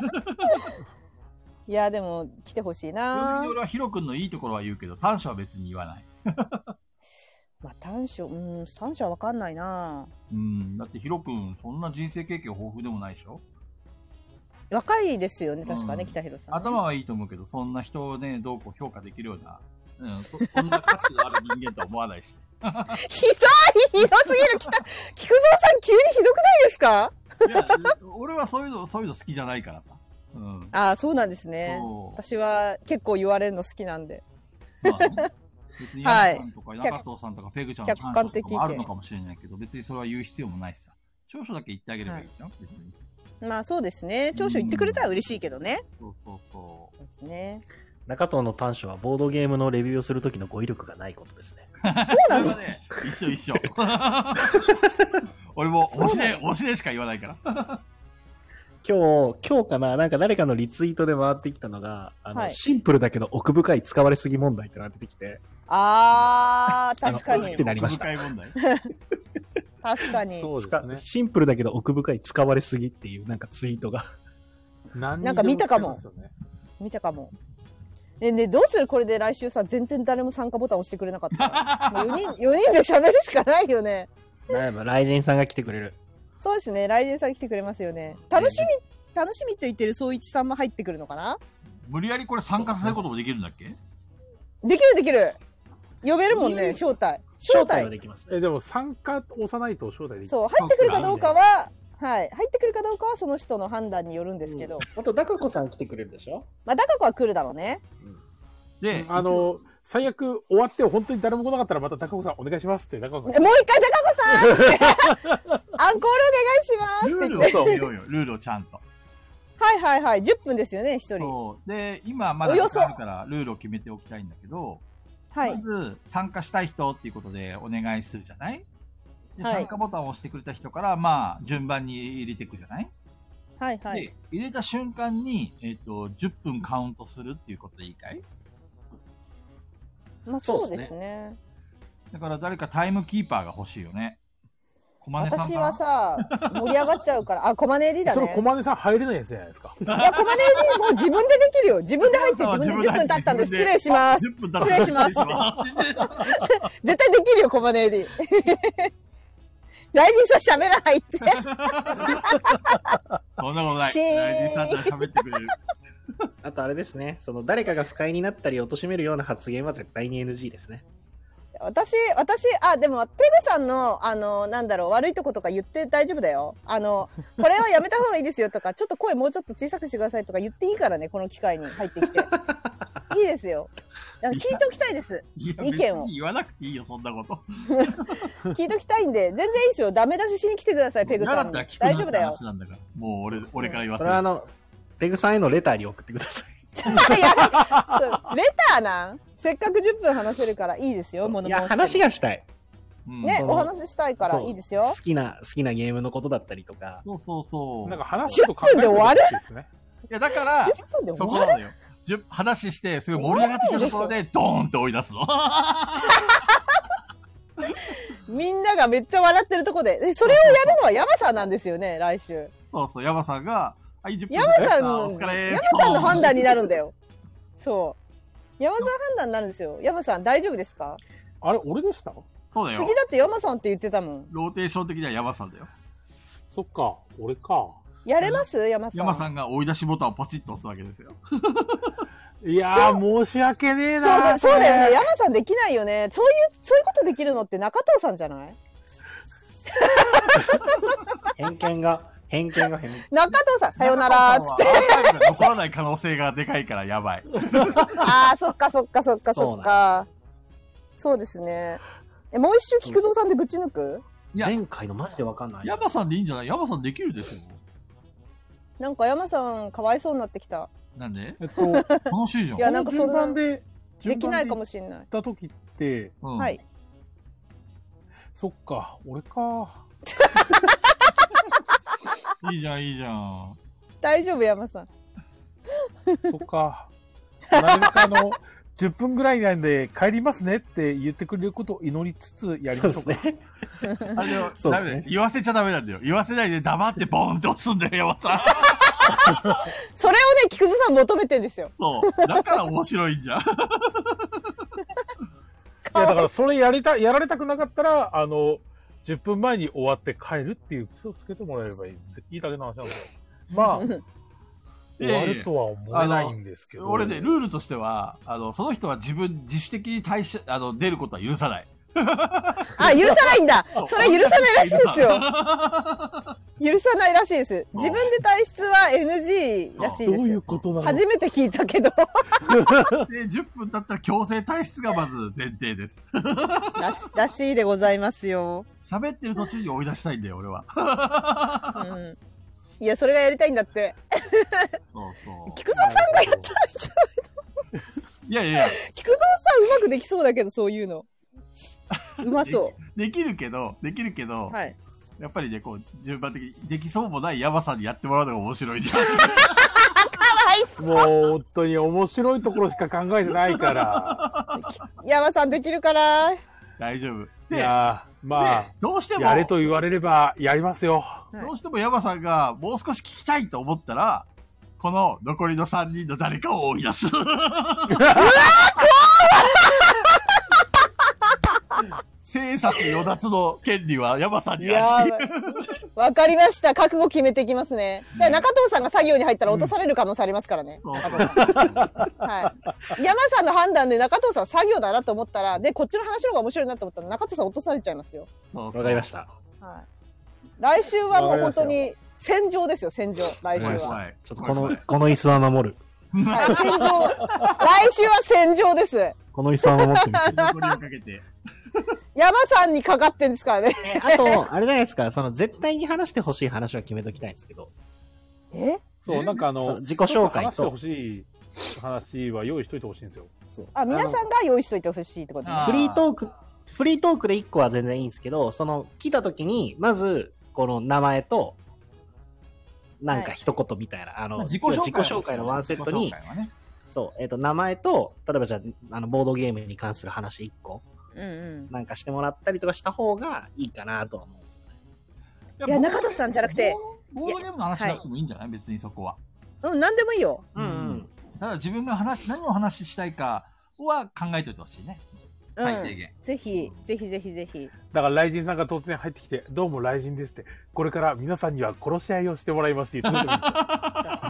いや、でも、来てほしい基本的なに。俺はヒロ君のいいところは言うけど、短所は別に言わない。まあ、短所、うん、短所はわかんないな。うん。だってヒロ君、そんな人生経験豊富でもないでしょ若いですよね、確かね、うん北広さんね、頭はいいと思うけど、そんな人をね、どうこう評価できるような、うん、そそんな価値のある人間とは思わないし。ひどいひどすぎる北、菊蔵さん急にひどくないですかいや、俺はそういうの、そういうの好きじゃないからさ。うん。ああ、そうなんですね。そう私は結構言われるの好きなんで。まあね、別には山いさんとか中藤さんとかペグちゃんの客短所客観的とか意見もあるのかもしれないけど、別にそれは言う必要もないしさ。長所だけ言ってあげればいいじゃん、別に。まあそうですね。長所言ってくれたら嬉しいけどね。そうそうそそうですね。中藤の短所はボードゲームのレビューをするときの語彙力がないことですね。そうう。な それはのね、一緒 一緒。俺も、おしれ、おしれしか言わないから。今日、今日かななんか誰かのリツイートで回ってきたのが、あの、はいシンプルだけど奥深い使われすぎ問題ってなってきて、あー、確かあのにって。なりました奥深い問題。確かに。そうです使ね。シンプルだけど奥深い使われすぎっていうなんかツイートが。なんなんか見たかも見たかも。ねえねえどうするこれで来週さ、全然誰も参加ボタン押してくれなかったら。もう4人、4人で喋るしかないよね。なば雷神さんが来てくれる。そうですね。来年さん来てくれますよね。楽しみ、楽しみと言ってる総一さんも入ってくるのかな無理やりこれ参加させることもできるんだっけできるできる。呼べるもんね、招待。招招待は待。できますね。え、でも参加押さないと招待できそう、入ってくるかどうかは、はい。入ってくるかどうかはその人の判断によるんですけど。あと、ダカ子さん来てくれるでしょまあ、高子は来るだろうね。で、あの、最悪終わって本当に誰も来なかったらまた高子さんお願いしますって高子もうさ一ん。回高子さんってアンコールルお願いしますってー言ルっをて。決めようよ、ルールをちゃんと。はいはいはい。10分ですよね、一人。そう。で、今まだおよ時そ間あるから、ルールを決めておきたいんだけど、はいま。ず参加したい人っていうことでお願いするじゃないで、はい参加ボタンを押してくれた人から、まあ、順番に入れていくじゃない、はいはい。で、入れた瞬間に、えっ、と、10分カウントするっていうことでいいかいまあ、そうです ね。だから誰かタイムキーパーが欲しいよね。小金さん私かはなさ、盛り上がっちゃうから。あ、コマネ AD だそのね。コマネさん入れないやつじゃないですか。いや、コマネ AD もう自分でできるよ。自分で入って、自分で10分経ったんで失礼します。 10分経った失礼します失礼します絶対できるよ、コマネ AD。大臣さん喋らない っ て。そんなことない。シーン大臣さんじゃ喋ってくれる。あとあれですね、その誰かが不快になったり貶めるような発言は絶対に NG ですね。私、私、あ、でも、ペグさんの、あの、なんだろう、悪いとことか言って大丈夫だよ。あの、これをやめた方がいいですよとか、ちょっと声もうちょっと小さくしてくださいとか言っていいからね、この機会に入ってきて。いいですよ。だから聞いておきたいです。いや、意別見をに言わなくていいよ、そんなこと。聞いておきたいんで、全然いいですよ。ダメ出ししに来てください、ペグ嫌ださっんにたら聞。くな大っ丈て夫だよ話。なんだから。もう俺、俺から言わせそれるはあ。の、ペグさんへのレターに送ってください。 やばいレターなんせっかく10分話せるからいいですよ、物い申しや、ても話がしたい。うんね、そうお話ししたいからそういいですよ好。きな、好きなゲームのことだったりとか、そうそうそう。なんか話すこと考えて10分で終わるほしいですねいや、だから、 10分でそ終こわなるのよ。じゅ話して、すごい盛り上がってきたところで、ドーンって追い出すの。 みんながめっちゃ笑ってるとこで。えそれをやるのは山さんなんですよね、来週。そうそう、山さんが、あ、10分山さんあおの、疲れ山さんの判断になるんだよ。そう。山さん判断になるんですよ。山さん大丈夫ですかあれ、俺でしたそうだ次だよ。って山さんって言ってたもん。ローテーション的には山さんだよ。そっか、俺か。やれます山さん。山さんが追い出しボタンをポチッと押すわけですよ。いやー、申し訳ねえそうなだーそうだよこね。れ山さんできないよね。そういう、そういうことできるのって中藤さんじゃない偏見 が、偏見が偏見。中藤さん、さよならーっつって。アーカイブが残らない可能性がでかいからやばい。ああ、そっかそっかそっかそうなそんっか。そうですね。え、もう一周菊蔵さんでぶち抜くいや前回のマジでわかんない。山さんでいいんじゃない山さんできるでしょ。なんか山さんかわいそうになってきたなん でえっと、楽しいじゃんい。やなんかそん順な番で、できないか行っもしれないた時って、うんはいそっか、俺か。いいじゃん、いいじゃん。大丈夫山さんそっか。なるべくあの、10分ぐらいなんで帰りますねって言ってくれることを祈りつつやりそうましょうですか。ね。あれは、そうでダすねメだよ言わせちゃダメなんだよ。言わせないで黙ってボーンって押すんだよ、また。それをね菊池さん求めてんですよそう。だから面白いんじゃん。いや、だからそれやりた、やられたくなかったら、あの、10分前に終わって帰るっていう癖をつけてもらえればいい。いいだけの話なんですよ。まあ、終わるとは思えないんですけど。俺ね、ルールとしては、あの、その人は自分、自主的に対し、あの、出ることは許さ ない。 あ許さないんだそれ許さないらしいですよ許さないらしいです自分で体質は NG らしいどでうすいうよことなの初めて聞いたけどで、10分経ったら強制退出がまず前提です。らしらしいでございますよ、喋ってる途中に追い出したいんだよ、俺は。うん、いやそれがやりたいんだってそうそう。菊蔵さんがやったらいいじゃいやんいやいや、 菊蔵さんうまくできそうだけどそういうのうまそできるけど、できるけど、うはいやっぱりね、こう、順番的に、できそうもない山さんにやってもらうのが面白い じゃん。もう本当に面白いところしか考えてないから。山さんできるから大丈夫。いで、やー、まであ、どうしても、やれと言われればやりますよ。どうしても山さんがもう少し聞きたいと思ったら、この残りの3人の誰かを追い出す。生殺与奪の権利は山さんいにあやり。ー、わかりました覚悟決めていきますねだから中藤さんが作業に入ったら落とされる可能性ありますからね、そうそうはい、山さんの判断で中藤さん作業だなと思ったらでこっちの話の方が面白いなと思ったら中藤さん落とされちゃいますよ、そうわかりました。はい、来週はもう本当に戦場ですよ戦場来週怖いは、怖い。。ちょっとこの、この椅子は守る。はい、戦場来週は戦場ですこの椅子は守ってみせる残りをかけて。山さんにかかってんですからねえあと、あれじゃないですか、その絶対に話してほしい話は決めときたいんですけど、えそう、なんかあそのう、自己紹ちょ介っ話してとほ、しい話は用意しといてほしいんですよ。そうあ皆さんが用意しといてほしいってことねあフリートーク、フリートークで1個は全然いいんですけど、その、来た時に、まず、この名前と、なんか一言みたいな、あの、自己紹介自己紹介のワンセットに自己、紹介はねそう、えっ、と、名前と、例えばじゃあ、あの、ボードゲームに関する話1個、うんうんなんかしてもらったりとかした方がいいかなとは思うんですよね。いや中藤さんじゃなくてボードゲームの話しなくてもいいんじゃない別にそこは。うん何でもいいようんうんただ自分が話、何を話したいかは考えておいてほしいね。うん最低限。ぜひぜひぜひぜひだから、雷神さんが突然入ってきて、どうも雷神ですって、これから皆さんには殺し合いをしてもらい ますって言ってくるん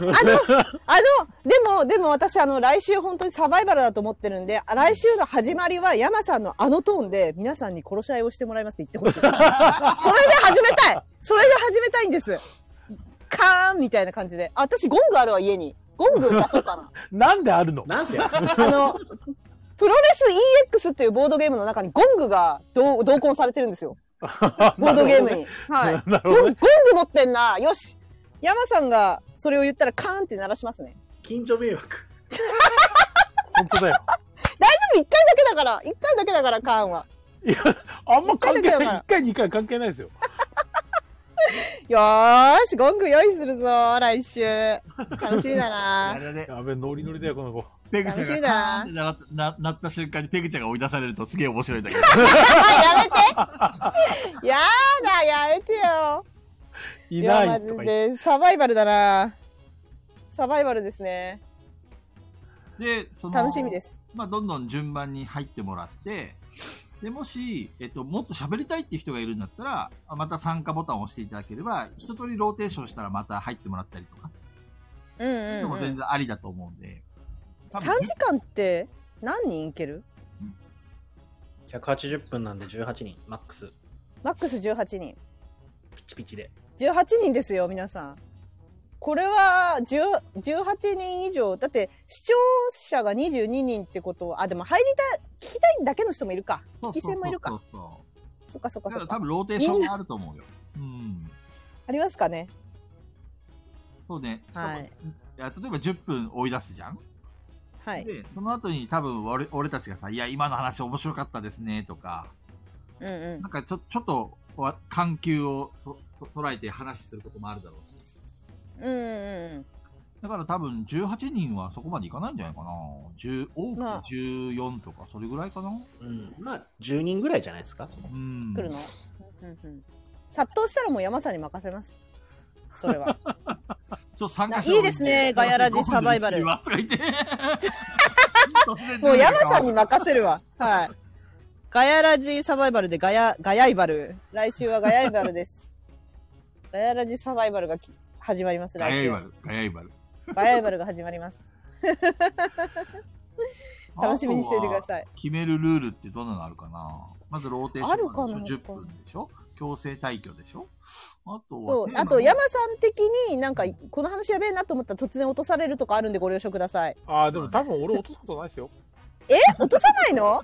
ですよあのでもでも私あの来週本当にサバイバルだと思ってるんであ来週の始まりは山さんのあのトーンで皆さんに殺し合いをしてもらいますって言ってほしいそれで始めたいそれで始めたいんですカーンみたいな感じであ私ゴングあるわ家にゴング出そうかな なんであるの なんであのプロレス EX っていうボードゲームの中にゴングが同同梱されてるんですよボードゲームに、はい なるほどゴンゴンね。グ持ってんなよし山さんがそれを言ったらカーンって鳴らしますね近所迷惑。本当だよ。でも一回だけだから一回だけだからカーンはいや、あんま関係一回だけだかない。ら一回、二回関係ないですよ。よーしゴング用意するぞ来週楽しみだあ なれで、やべ、ノリノリだよ、この子。ペグちゃん楽しみがだカーなンってなななった瞬間にペグちゃんが追い出されるとすげえ面白いんだけ ど。あやめてやだやめてよいないマとジか言って。でサバイバルだなサバイバルですねで、その、楽しみですまあ、どんどん順番に入ってもらって、で、もし、えっと、もっと喋りたいっていう人がいるんだったら、あまた参加ボタンを押していただければ、一通りローテーションしたらまた入ってもらったりとか、うんでうん、もう全ん、然ありだと思うんで。多3分時間って何人いける180分なんで18人、マックス。マックス18人ピチピチで。 18人ですよ皆さんこれは10 18人以上だって視聴者が22人ってことはあでも入りたい聞きたいだけの人もいるかそう聞そうそうき戦もいるそかうそそっかそっうかだかそらっか多分ローテーションがあると思うよ。うん。ありますかねそうね。しかも、はいい。や例えば10分追い出すじゃん。はい。で、その後に多分俺俺たちがさ、いや、今の話面白かったですね、とか、うんうんなんかちょちょっとわ緩急をとと捉えて話することもあるだろうし。うんうんだから多分18人はそこまでいかないんじゃないかな。10多くてまあ14とか、それぐらいかな。うん、まあ、10人ぐらいじゃないですか。うん。うん。来るの。うんうん。殺到したらもう山さんに任せます。それは。ちょっと参加いいですねガヤ ラジサバイバル5分で打ち切り ますとか言ってもう山さんに任せるわ。はい。ガヤラジサバイバルでガヤ、ガヤイバル。来週はガヤイバルです。ガヤラジサバイバルがき始まります、ガ来ヤイ週バ。ル、ガヤイバル。ガヤイバルが始まります。楽しみにしていてくだい。さい。決めるルールってどんなのあるかなまずローテーションあるかなでしょ ?10 分でしょ強制退去でしょあとはそう。テーマあと、山さん的になんか、この話やべえなと思ったら突然落とされるとかあるんでご了承ください。ああ、でも多分俺落とすことないですよ。え落とさないの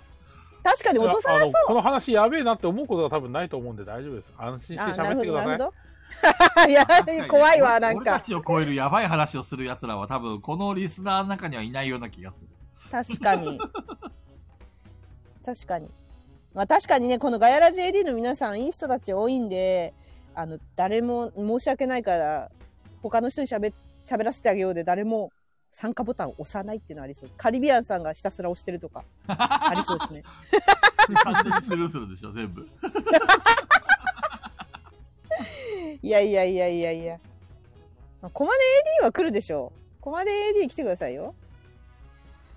確かに落とさあなのこの話やべえなって思うことは多分ないと思うんで大丈夫です。安心してあ、な喋るっほてくど、だなさいる。ほど。い や確かにね、怖いわ、なん俺たか。ちを超えるやばい話をする奴らは多分このリスナーの中にはいないような気がする。確かに確かにまあ確かにねこのガヤラ JD の皆さんいい人たち多いんであの誰も申し訳ないから他の人にしゃべらせてあげようで誰も参加ボタンを押さないっていうのはありそうカリビアンさんがひたすら押してるとかありそうですね完全にスルーするでしょ、全部。いやいやいやいやいやまあコマネ AD は来るでしょうコマネ AD 来てくださいよ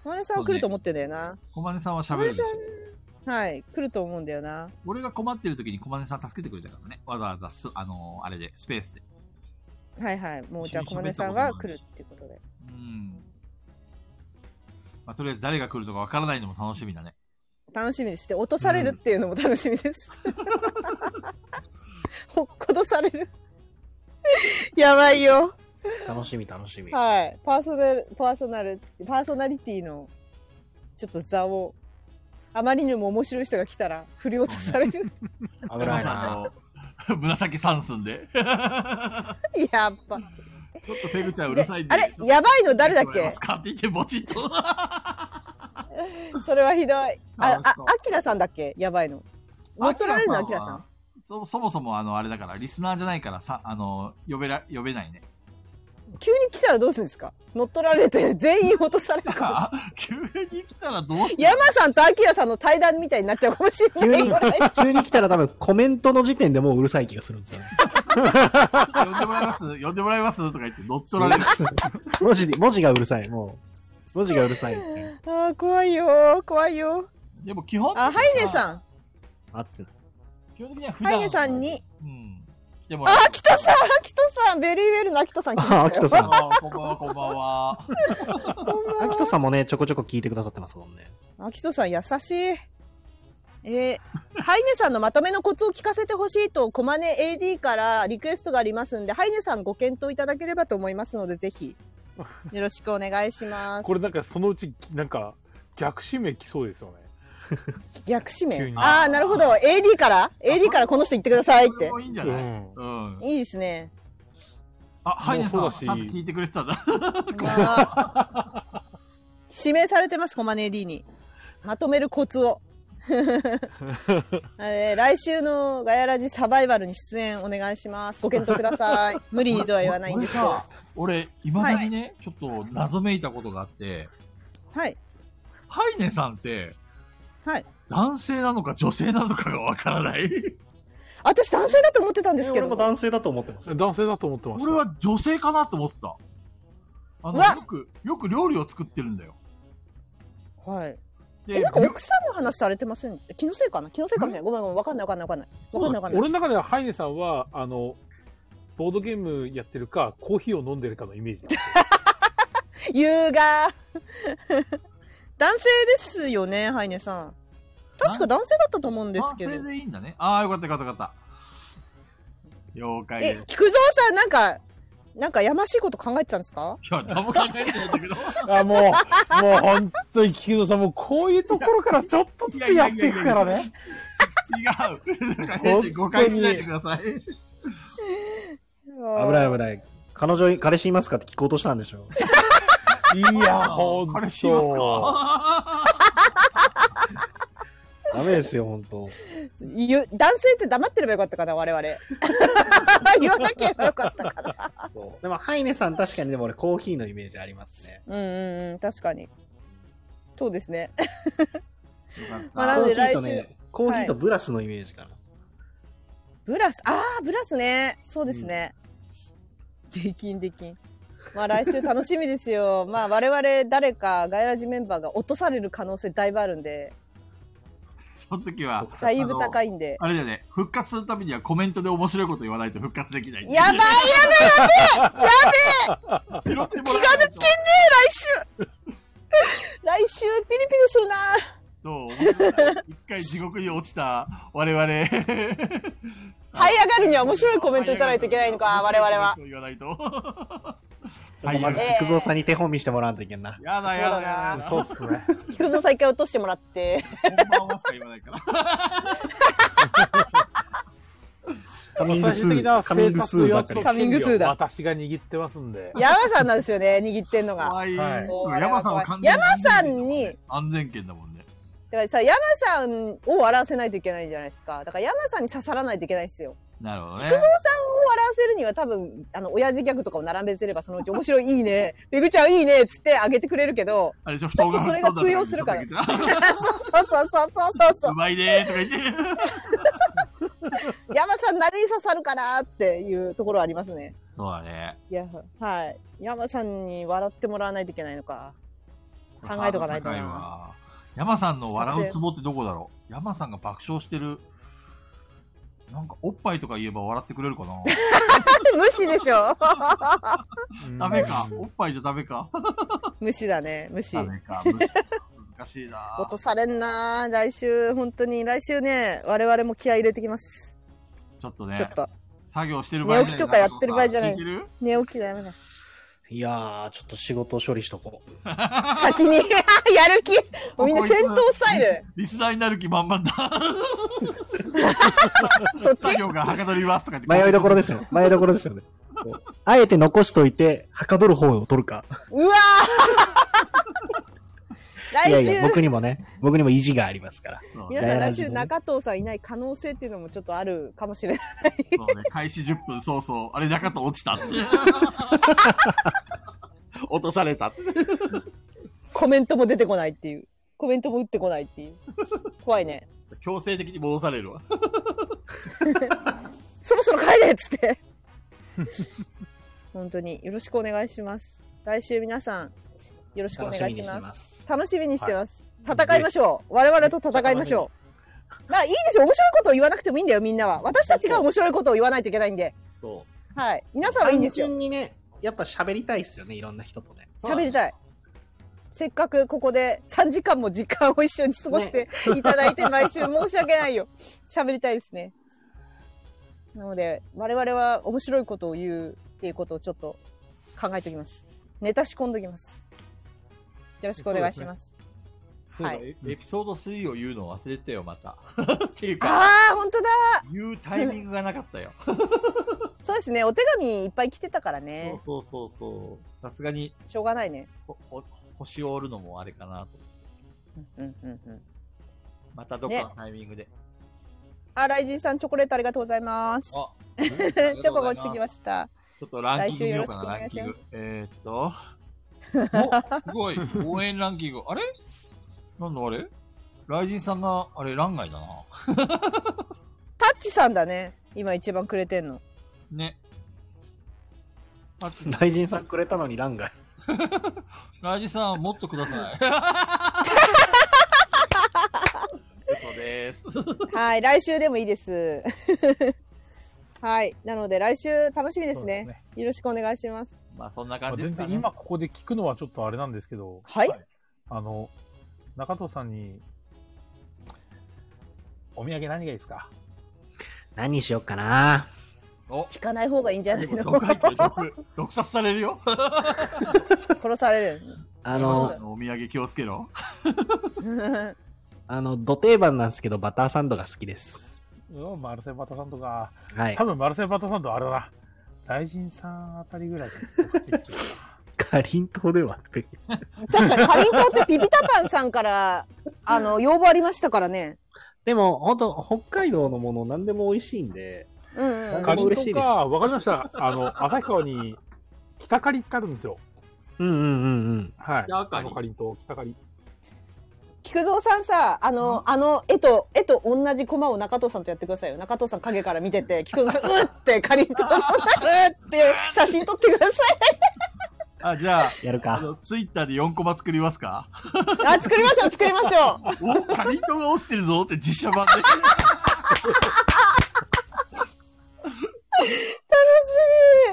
コマネさんは来ると思ってんだよな、小金さんは喋るでしょ。はい来ると思うんだよな俺が困ってる時に小金さん助けてくれたからね。わざわざす、あのーあれで、スペースで。はいはいもうじゃあ一コ緒にマ喋ネったさことんもないは来るっていうことでうん。まあ、とりあえず誰が来るのかわからないのも楽しみだね。楽しみです。で、落とされるっていうのも楽し みです。ほっことされる。やばいよ。楽しみ、楽しみ。はい。パーソナル、パーソナル、パーソナリティの、ちょっと座を、あまりにも面白い人が来たら、振り落とされる。危ないな。山さんの 紫三寸で。やっぱ。ちょっとペグちゃんうるでさいんで。あれやばいの誰だっ聞こえまけすかって言って、ぼちっと。 それはひどい。あ、あ、楽しそうあきらさんだっけやばいの。乗っ取られるのあきらさんは。そそもそもあのあれだからリスナーじゃないからさあの呼べら呼べないね急に来たらどうするんですか乗っ取られて全員落とされるかもしれないあ急に来たらどうする山さんとアキラさんの対談みたいになっちゃうかもしれ急ないにぐらい。、急に来たら多分コメントの時点でもううるさい気がするんですよね。ちょっと呼んでもらいます呼んでもらいますとか言って乗っ取られる文字、文字がうるさい、もう。文字がうるさい、 ね。あー怖いよー怖いよーでも基本的にあハイネさんあってない。基本的には普ハ段イネさんにうん来てもらうあキトさんキトさんベリーウェルのアキトさん来ましたよあ、秋人さん。あこんばんはこんばんは秋人さんもね、ちょこちょこ聞いてくださってますもんね。アキトさん優しいえー、ハイネさんのまとめのコツを聞かせてほしいとコマネ AD からリクエストがありますんでハイネさんご検討いただければと思いますのでぜひよろしくお願いしますこれなんかそのうち、なんか逆指名来そうですよね。逆指急名にああなるほど AD から AD からこの人言ってくださいっこれてもいいんじゃうないん。うんいいですねあハイネさんもはうそうだしちゃんと聞いてくれてたんだまあ 指名されてます、コマネ AD に。まとめるコツを。えー来週のガヤラジサバイバルに出演お願いします。ご検討ください。無理にとは言わないんですけ俺どさ。俺いまだにねちょっと謎めいたことがあってはい。ハイネさんってはい。男性なのか女性なのかがわからない私男性だと思ってたんですけ俺ども。男性だと思ってます。男性だと思ってました。俺は女性かなと思ってた。あの、うわよく、よく料理を作ってるんだよ。はい。でえ、なんか料奥さんの話されてません気のせいかな気のせいかもしれない。ごめんごめん。わかんないわかんないわかんない。わかんないわかんない。俺の中ではハイネさんは、あの、ボードゲームやってるか、コーヒーを飲んでるかのイメージだ。優雅。 男性ですよね、ハイネさん。確か男性だったと思うんですけど。男性でいいんだね。ああ、よかったよかったよかった。了解です。え、菊蔵さん、なんか、なんかやましいこと考えてたんですかいや、何も考えてないんだ けど。 あ、もう、もう本当に菊野さん、もうこういうところからちょっとずつやっていくからいやいやいやいね。 違う。なんか変で誤解しないでください。危危ない危ない。彼女、彼氏いますかって聞こうとしたんでしょ。いや、ほんと。彼氏いますか ダメですよ、本当ゆ男性って黙ってればよかったかな我々 言わなきゃよかったかなそう。でも、ハイネさん確かにでも俺コーヒーのイメージありますね。うんうんうん確かにそうですね かったまあなんで来コ週ーヒーとね、コーヒーとブラスのイメージかな。ブラスああブラスねそうですね、できんできんまあ来週楽しみですよ まあ我々誰かガイラジメンバーが落とされる可能性だいぶあるんでその時は、だいぶ高い。いんであれだよね、復活するためにはコメントで面白いこと言わないと復活できない。やばいやべえ拾ってもらえないと来週ピリピリするなどう一回地獄に落ちた我々。這い上がるには面白いコメントいただいていけないのか我々は。言わないと。ちょっとまず、はいはい菊蔵さんに手本見してもらわんといけんな。やだやだやだ。そうっすね。菊蔵さん一回落としてもらってこんばんはしか言わないから。カミング最ス終的なー、カミン生グス活ーやばっっとかり。カミングスーだ私が握ってますんで。山さんなんですよ ね握ってんのが怖い。はい山さんは完全に山さんに安全圏だもんね。だからさ山さんを笑わせないといけないじゃないですかだから山さんに刺さらないといけないですよなるほどね。を笑わせるには多分あの親父ギャグとかを並べてればそのうち面白いいい ねペグちゃんいいねっつってあげてくれるけどあれでしょ、布ちょ団っとがそれが通用するから布団がそうそうそうそうそう うまいねーとか言って。そう山さん誰に刺さるかなっていうところありますねそうだね。いやはい山さんに笑ってもらわないといけないのか 考えとかないハードとなル高わ。山さんの笑うツボってどこだろう山さんが爆笑してる。なんか、おっぱいとか言えば笑ってくれる かな無視でしょダメか。おっぱいじゃダメか。無視だね無視ダメか。むし難しいな落とされんな来週本当に来週ね我々も気合い入れてきますちょっとねちょっと作業してる場合寝起きとかやってる場合じゃない聞てる寝起きだやめだいやー、ちょっと仕事処理しとこう。先に やる気もうみんな戦闘スタイルリスナーになる気満々だ。そっち作業がはかどりますと か言って迷いどころですよ。 迷いどころですよね。そうあえて残しといて、はかどる方を取るか。うわいー来週やいや、僕にもね、僕にも意地がありますから。そうね皆さんガヤラ来ジ週ね中藤さんいない可能性っていうのもちょっとあるかもしれない。 そうね開始10分、そうそう。あれ、中と落ちたって。 落とされたって。コメントも出てこないっていう。コメントも打ってこないっていう。怖いね。強制的に戻されるわ。そろそろ帰れっつって。本当によろしくお願いします。来週皆さんよろしくお楽し願みいしにしてまます。す。楽しみにしてます。戦いましょう。我々と戦いましょう。まあいいですよ。面白いことを言わなくてもいいんだよ、みんなは。私たちが面白いことを言わないといけないんで。そう。はい。皆さんはいいんですよ単。純にね、やっぱ喋りたいっすよね、いろんな人とね。喋りたい。せっかくここで3時間も時間を一緒に過ごして いただいて、毎週申し訳ないよ。喋りたいですね。なので、我々は面白いことを言うっていうことをちょっと考えておきます。ネタ仕込んでおきます。よろしくお願いします。そうはだい。エエピソード3を言うの忘れてたよ、また。 っていうか、ああ、本当だ。言うタイミングがなかったよ。そうですね。お手紙いっぱい来てたから ね。そうそうそうそう。さすがに、しょうがないね。ほほ星を折るのもあれかなと。うんうんうんうん。またどっかのタイミングで。あ、ライジンさん、チョコレートありがとうございます。あ、 チョコが落ちてきましした。た。ちょっとランキング見ようかな、ラン来週キよンろグ。えー、っと、お、す ごい、応援ランキング。あれなんだあれライジンさんが、あれ、欄外だな。タッチさんだね。今一番くれてんの。ね。あ 大臣さんくれたのに欄外。ライジンさん、もっとくださ い。嘘です。はい、来週でもいいです。 はい、なので来週楽しみですね。そうでよろしくお願いします。まあ、そんなまあ感じで全すか然ね。今ここで聞くのはちょっとあれなんですけど、はいあの、中藤さんに、お土産何がいいですか 何しよっかなお聞かない方がいいんじゃないの毒入ってる毒毒殺されるよ。 殺される。 あそうのだ、お土産気をつけろ。あの、土定番なんですけど、バターサンドが好きです。うん、マルセバタさんとか、はい多。分マルセバタさんとあれだな、雷神さんあたりぐ らいから送ってきてるかりんとうではって。確かに、かりんとうってピピタパンさんから、あの、要望ありましたからね。でも、本当北海道のもの何でも美味しいんで、うん、うん。かりん嬉とうしいですか、わかりました。あの、旭川に北狩りってあるんですよ。うんうんうんうん。はい。北狩りあのかりんとう、北狩り。菊蔵さんさ、あの、あの、絵と、絵と同じコマを中藤さんとやってくださいよ。中藤さん影から見てて、菊蔵さん、うっって、かりんとうの、うっていう写真撮ってくださあ、じゃあ、やるあか。の、ツイッターで4コマ作ります かい。あ、作りましょう、作りましょう。お、かりんとうが落ちてるぞって実写版で。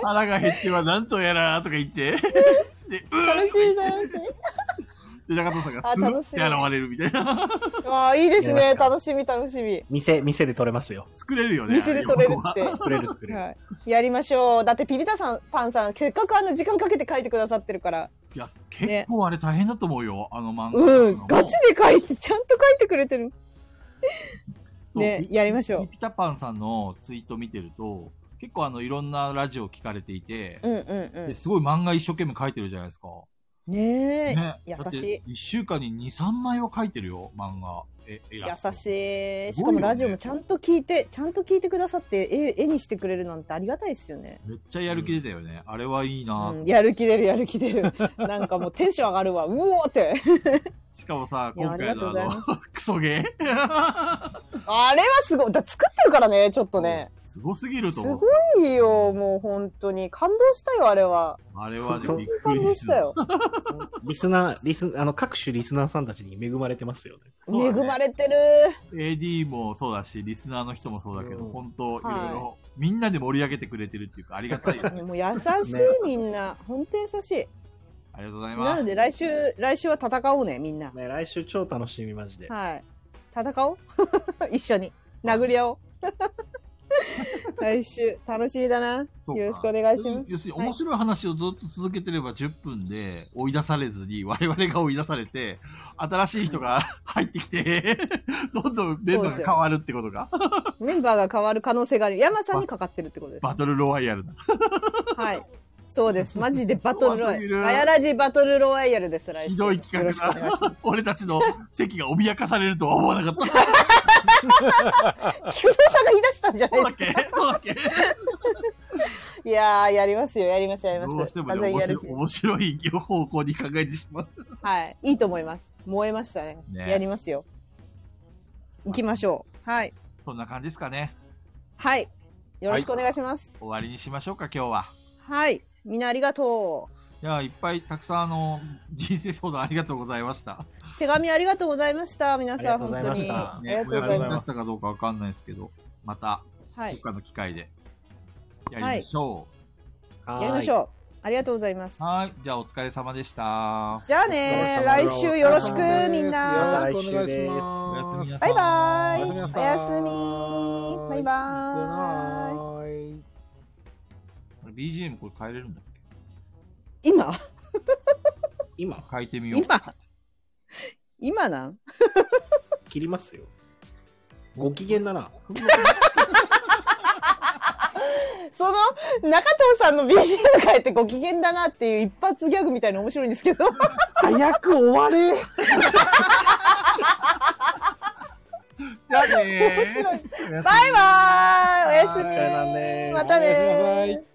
腹が減ってはなんとやらとか言って、で、う楽しい、楽しい、楽しで、中田さんがあスルッ楽てし現みれるみたいな。い。ああ、いいですやりね。ますか楽しみ、楽しみ。店、店で取れますよ。作れるよね。店で撮れるあっれて。作れる作れる。はい、やりましょう。だってピピタさん、パンさん、せっかくあの時間かけて書いてくださってるから。いや、結構あれ大変だと思うよ、あの漫画。うん、ガチで書いて、ちゃんと書いてくれてる。そうねやりましょうピピタパンさんのツイート見てると、結構あの、いろんなラジオ聞かれていてう、んうんですごい漫画一生懸命書いてるじゃないですか。うん。ねえ、ね優だってし一週間に2、3枚は書いてるよ、漫画。え、優優しい。すしごいよねかもラジオもちゃんと聞いて、ちゃんと聞いてくださって、絵絵にしてくれるなんてありがたいですよね。めっちゃやる気出たよね。あれはいいな、うん、やる気出る、やる気出 る。なんかもうテンション上がるわ。うおーって。しかもさ、いや、今ありが回とうのございます。あの、クソゲー。あれはすごい。だ作ってるからね、ちょっとね。すごすぎるとす思う。ごいよ、もう本当に。感動したよ、あれは。あれはね、本当びっく感動りしたよ。リスナー、リス、あの、各種リスナーさんたちに恵まれてますよね。 そうだ恵ねまれてる。 AD もそうだし、リスナーの人もそうだけど、うん本当、いろいはろ、みんなで盛り上げてくれてるっていうか、ありがたいよ ね。もう優しい、みんな。本当優しい。ありがとうございまなのす。で来週、来週は戦おうね、みんな。ね、来週超楽しみ、マジで。はい。戦おう 一緒に。殴り合おう。 来週、楽しみだな。そうかよろしくお願いします要するに、はい面白い話をずっと続けてれば10分で追い出されずに、我々が追い出されて、新しい人が入ってきて、 どんどんメンバーが変わるってことが、メンバーが変わる可能性がある。山さんにかかってるってことです。バトルロワイヤルだ。はい。そうです。マ ジでバトルロワバイヤトルル。あやらじバトルロワイヤルです、来週。ひどい企よろ画しくお願いします。だ。俺たちの席が脅かされるとは思わなかった。菊蔵さんが言い出したんじゃなそういだでっけそうだっけすか。いやー、やりますよ、やります、やります。どうしてもまね、ずは面や白るい面白い方向に考えてしまう。はい。いいと思います。燃えましたね。ねやりますよ。行きましょう。はい。そんな感じですかね。はい。よろしくお願いします。終わりにしましょうか、今日は。はい。みんなありがといや、いっぱいたくさんあの、人生相談ありがとうございました。う。手紙ありがとうございました。皆あさりん、がとう本ござい当ましに。たありね、がおとうご役ざにい立まったかどうかわかんないですけど、また、す。はどいっ。かの機会で、やりましょはーいやりましょう。ありがとうございますう。。はい、じゃあお疲れ様でした。じゃあねー、来週よろしく、みんな。よろしくお願いおやしすみまなさす。バいイバーイ。おやすみなおさいやすみ。バイバーイ。ーイ。 BGM これ変えれるんだっけ今今、変えてみよう。今今なん切りますよ。ご機嫌だな。その、中藤さんの BGM 変えてご機嫌だなっていう一発ギャグみたいな面白いんですけど。早く終われじゃあねー面白い。バイバーイおやはいすさよならみねまたねおやすみなさーい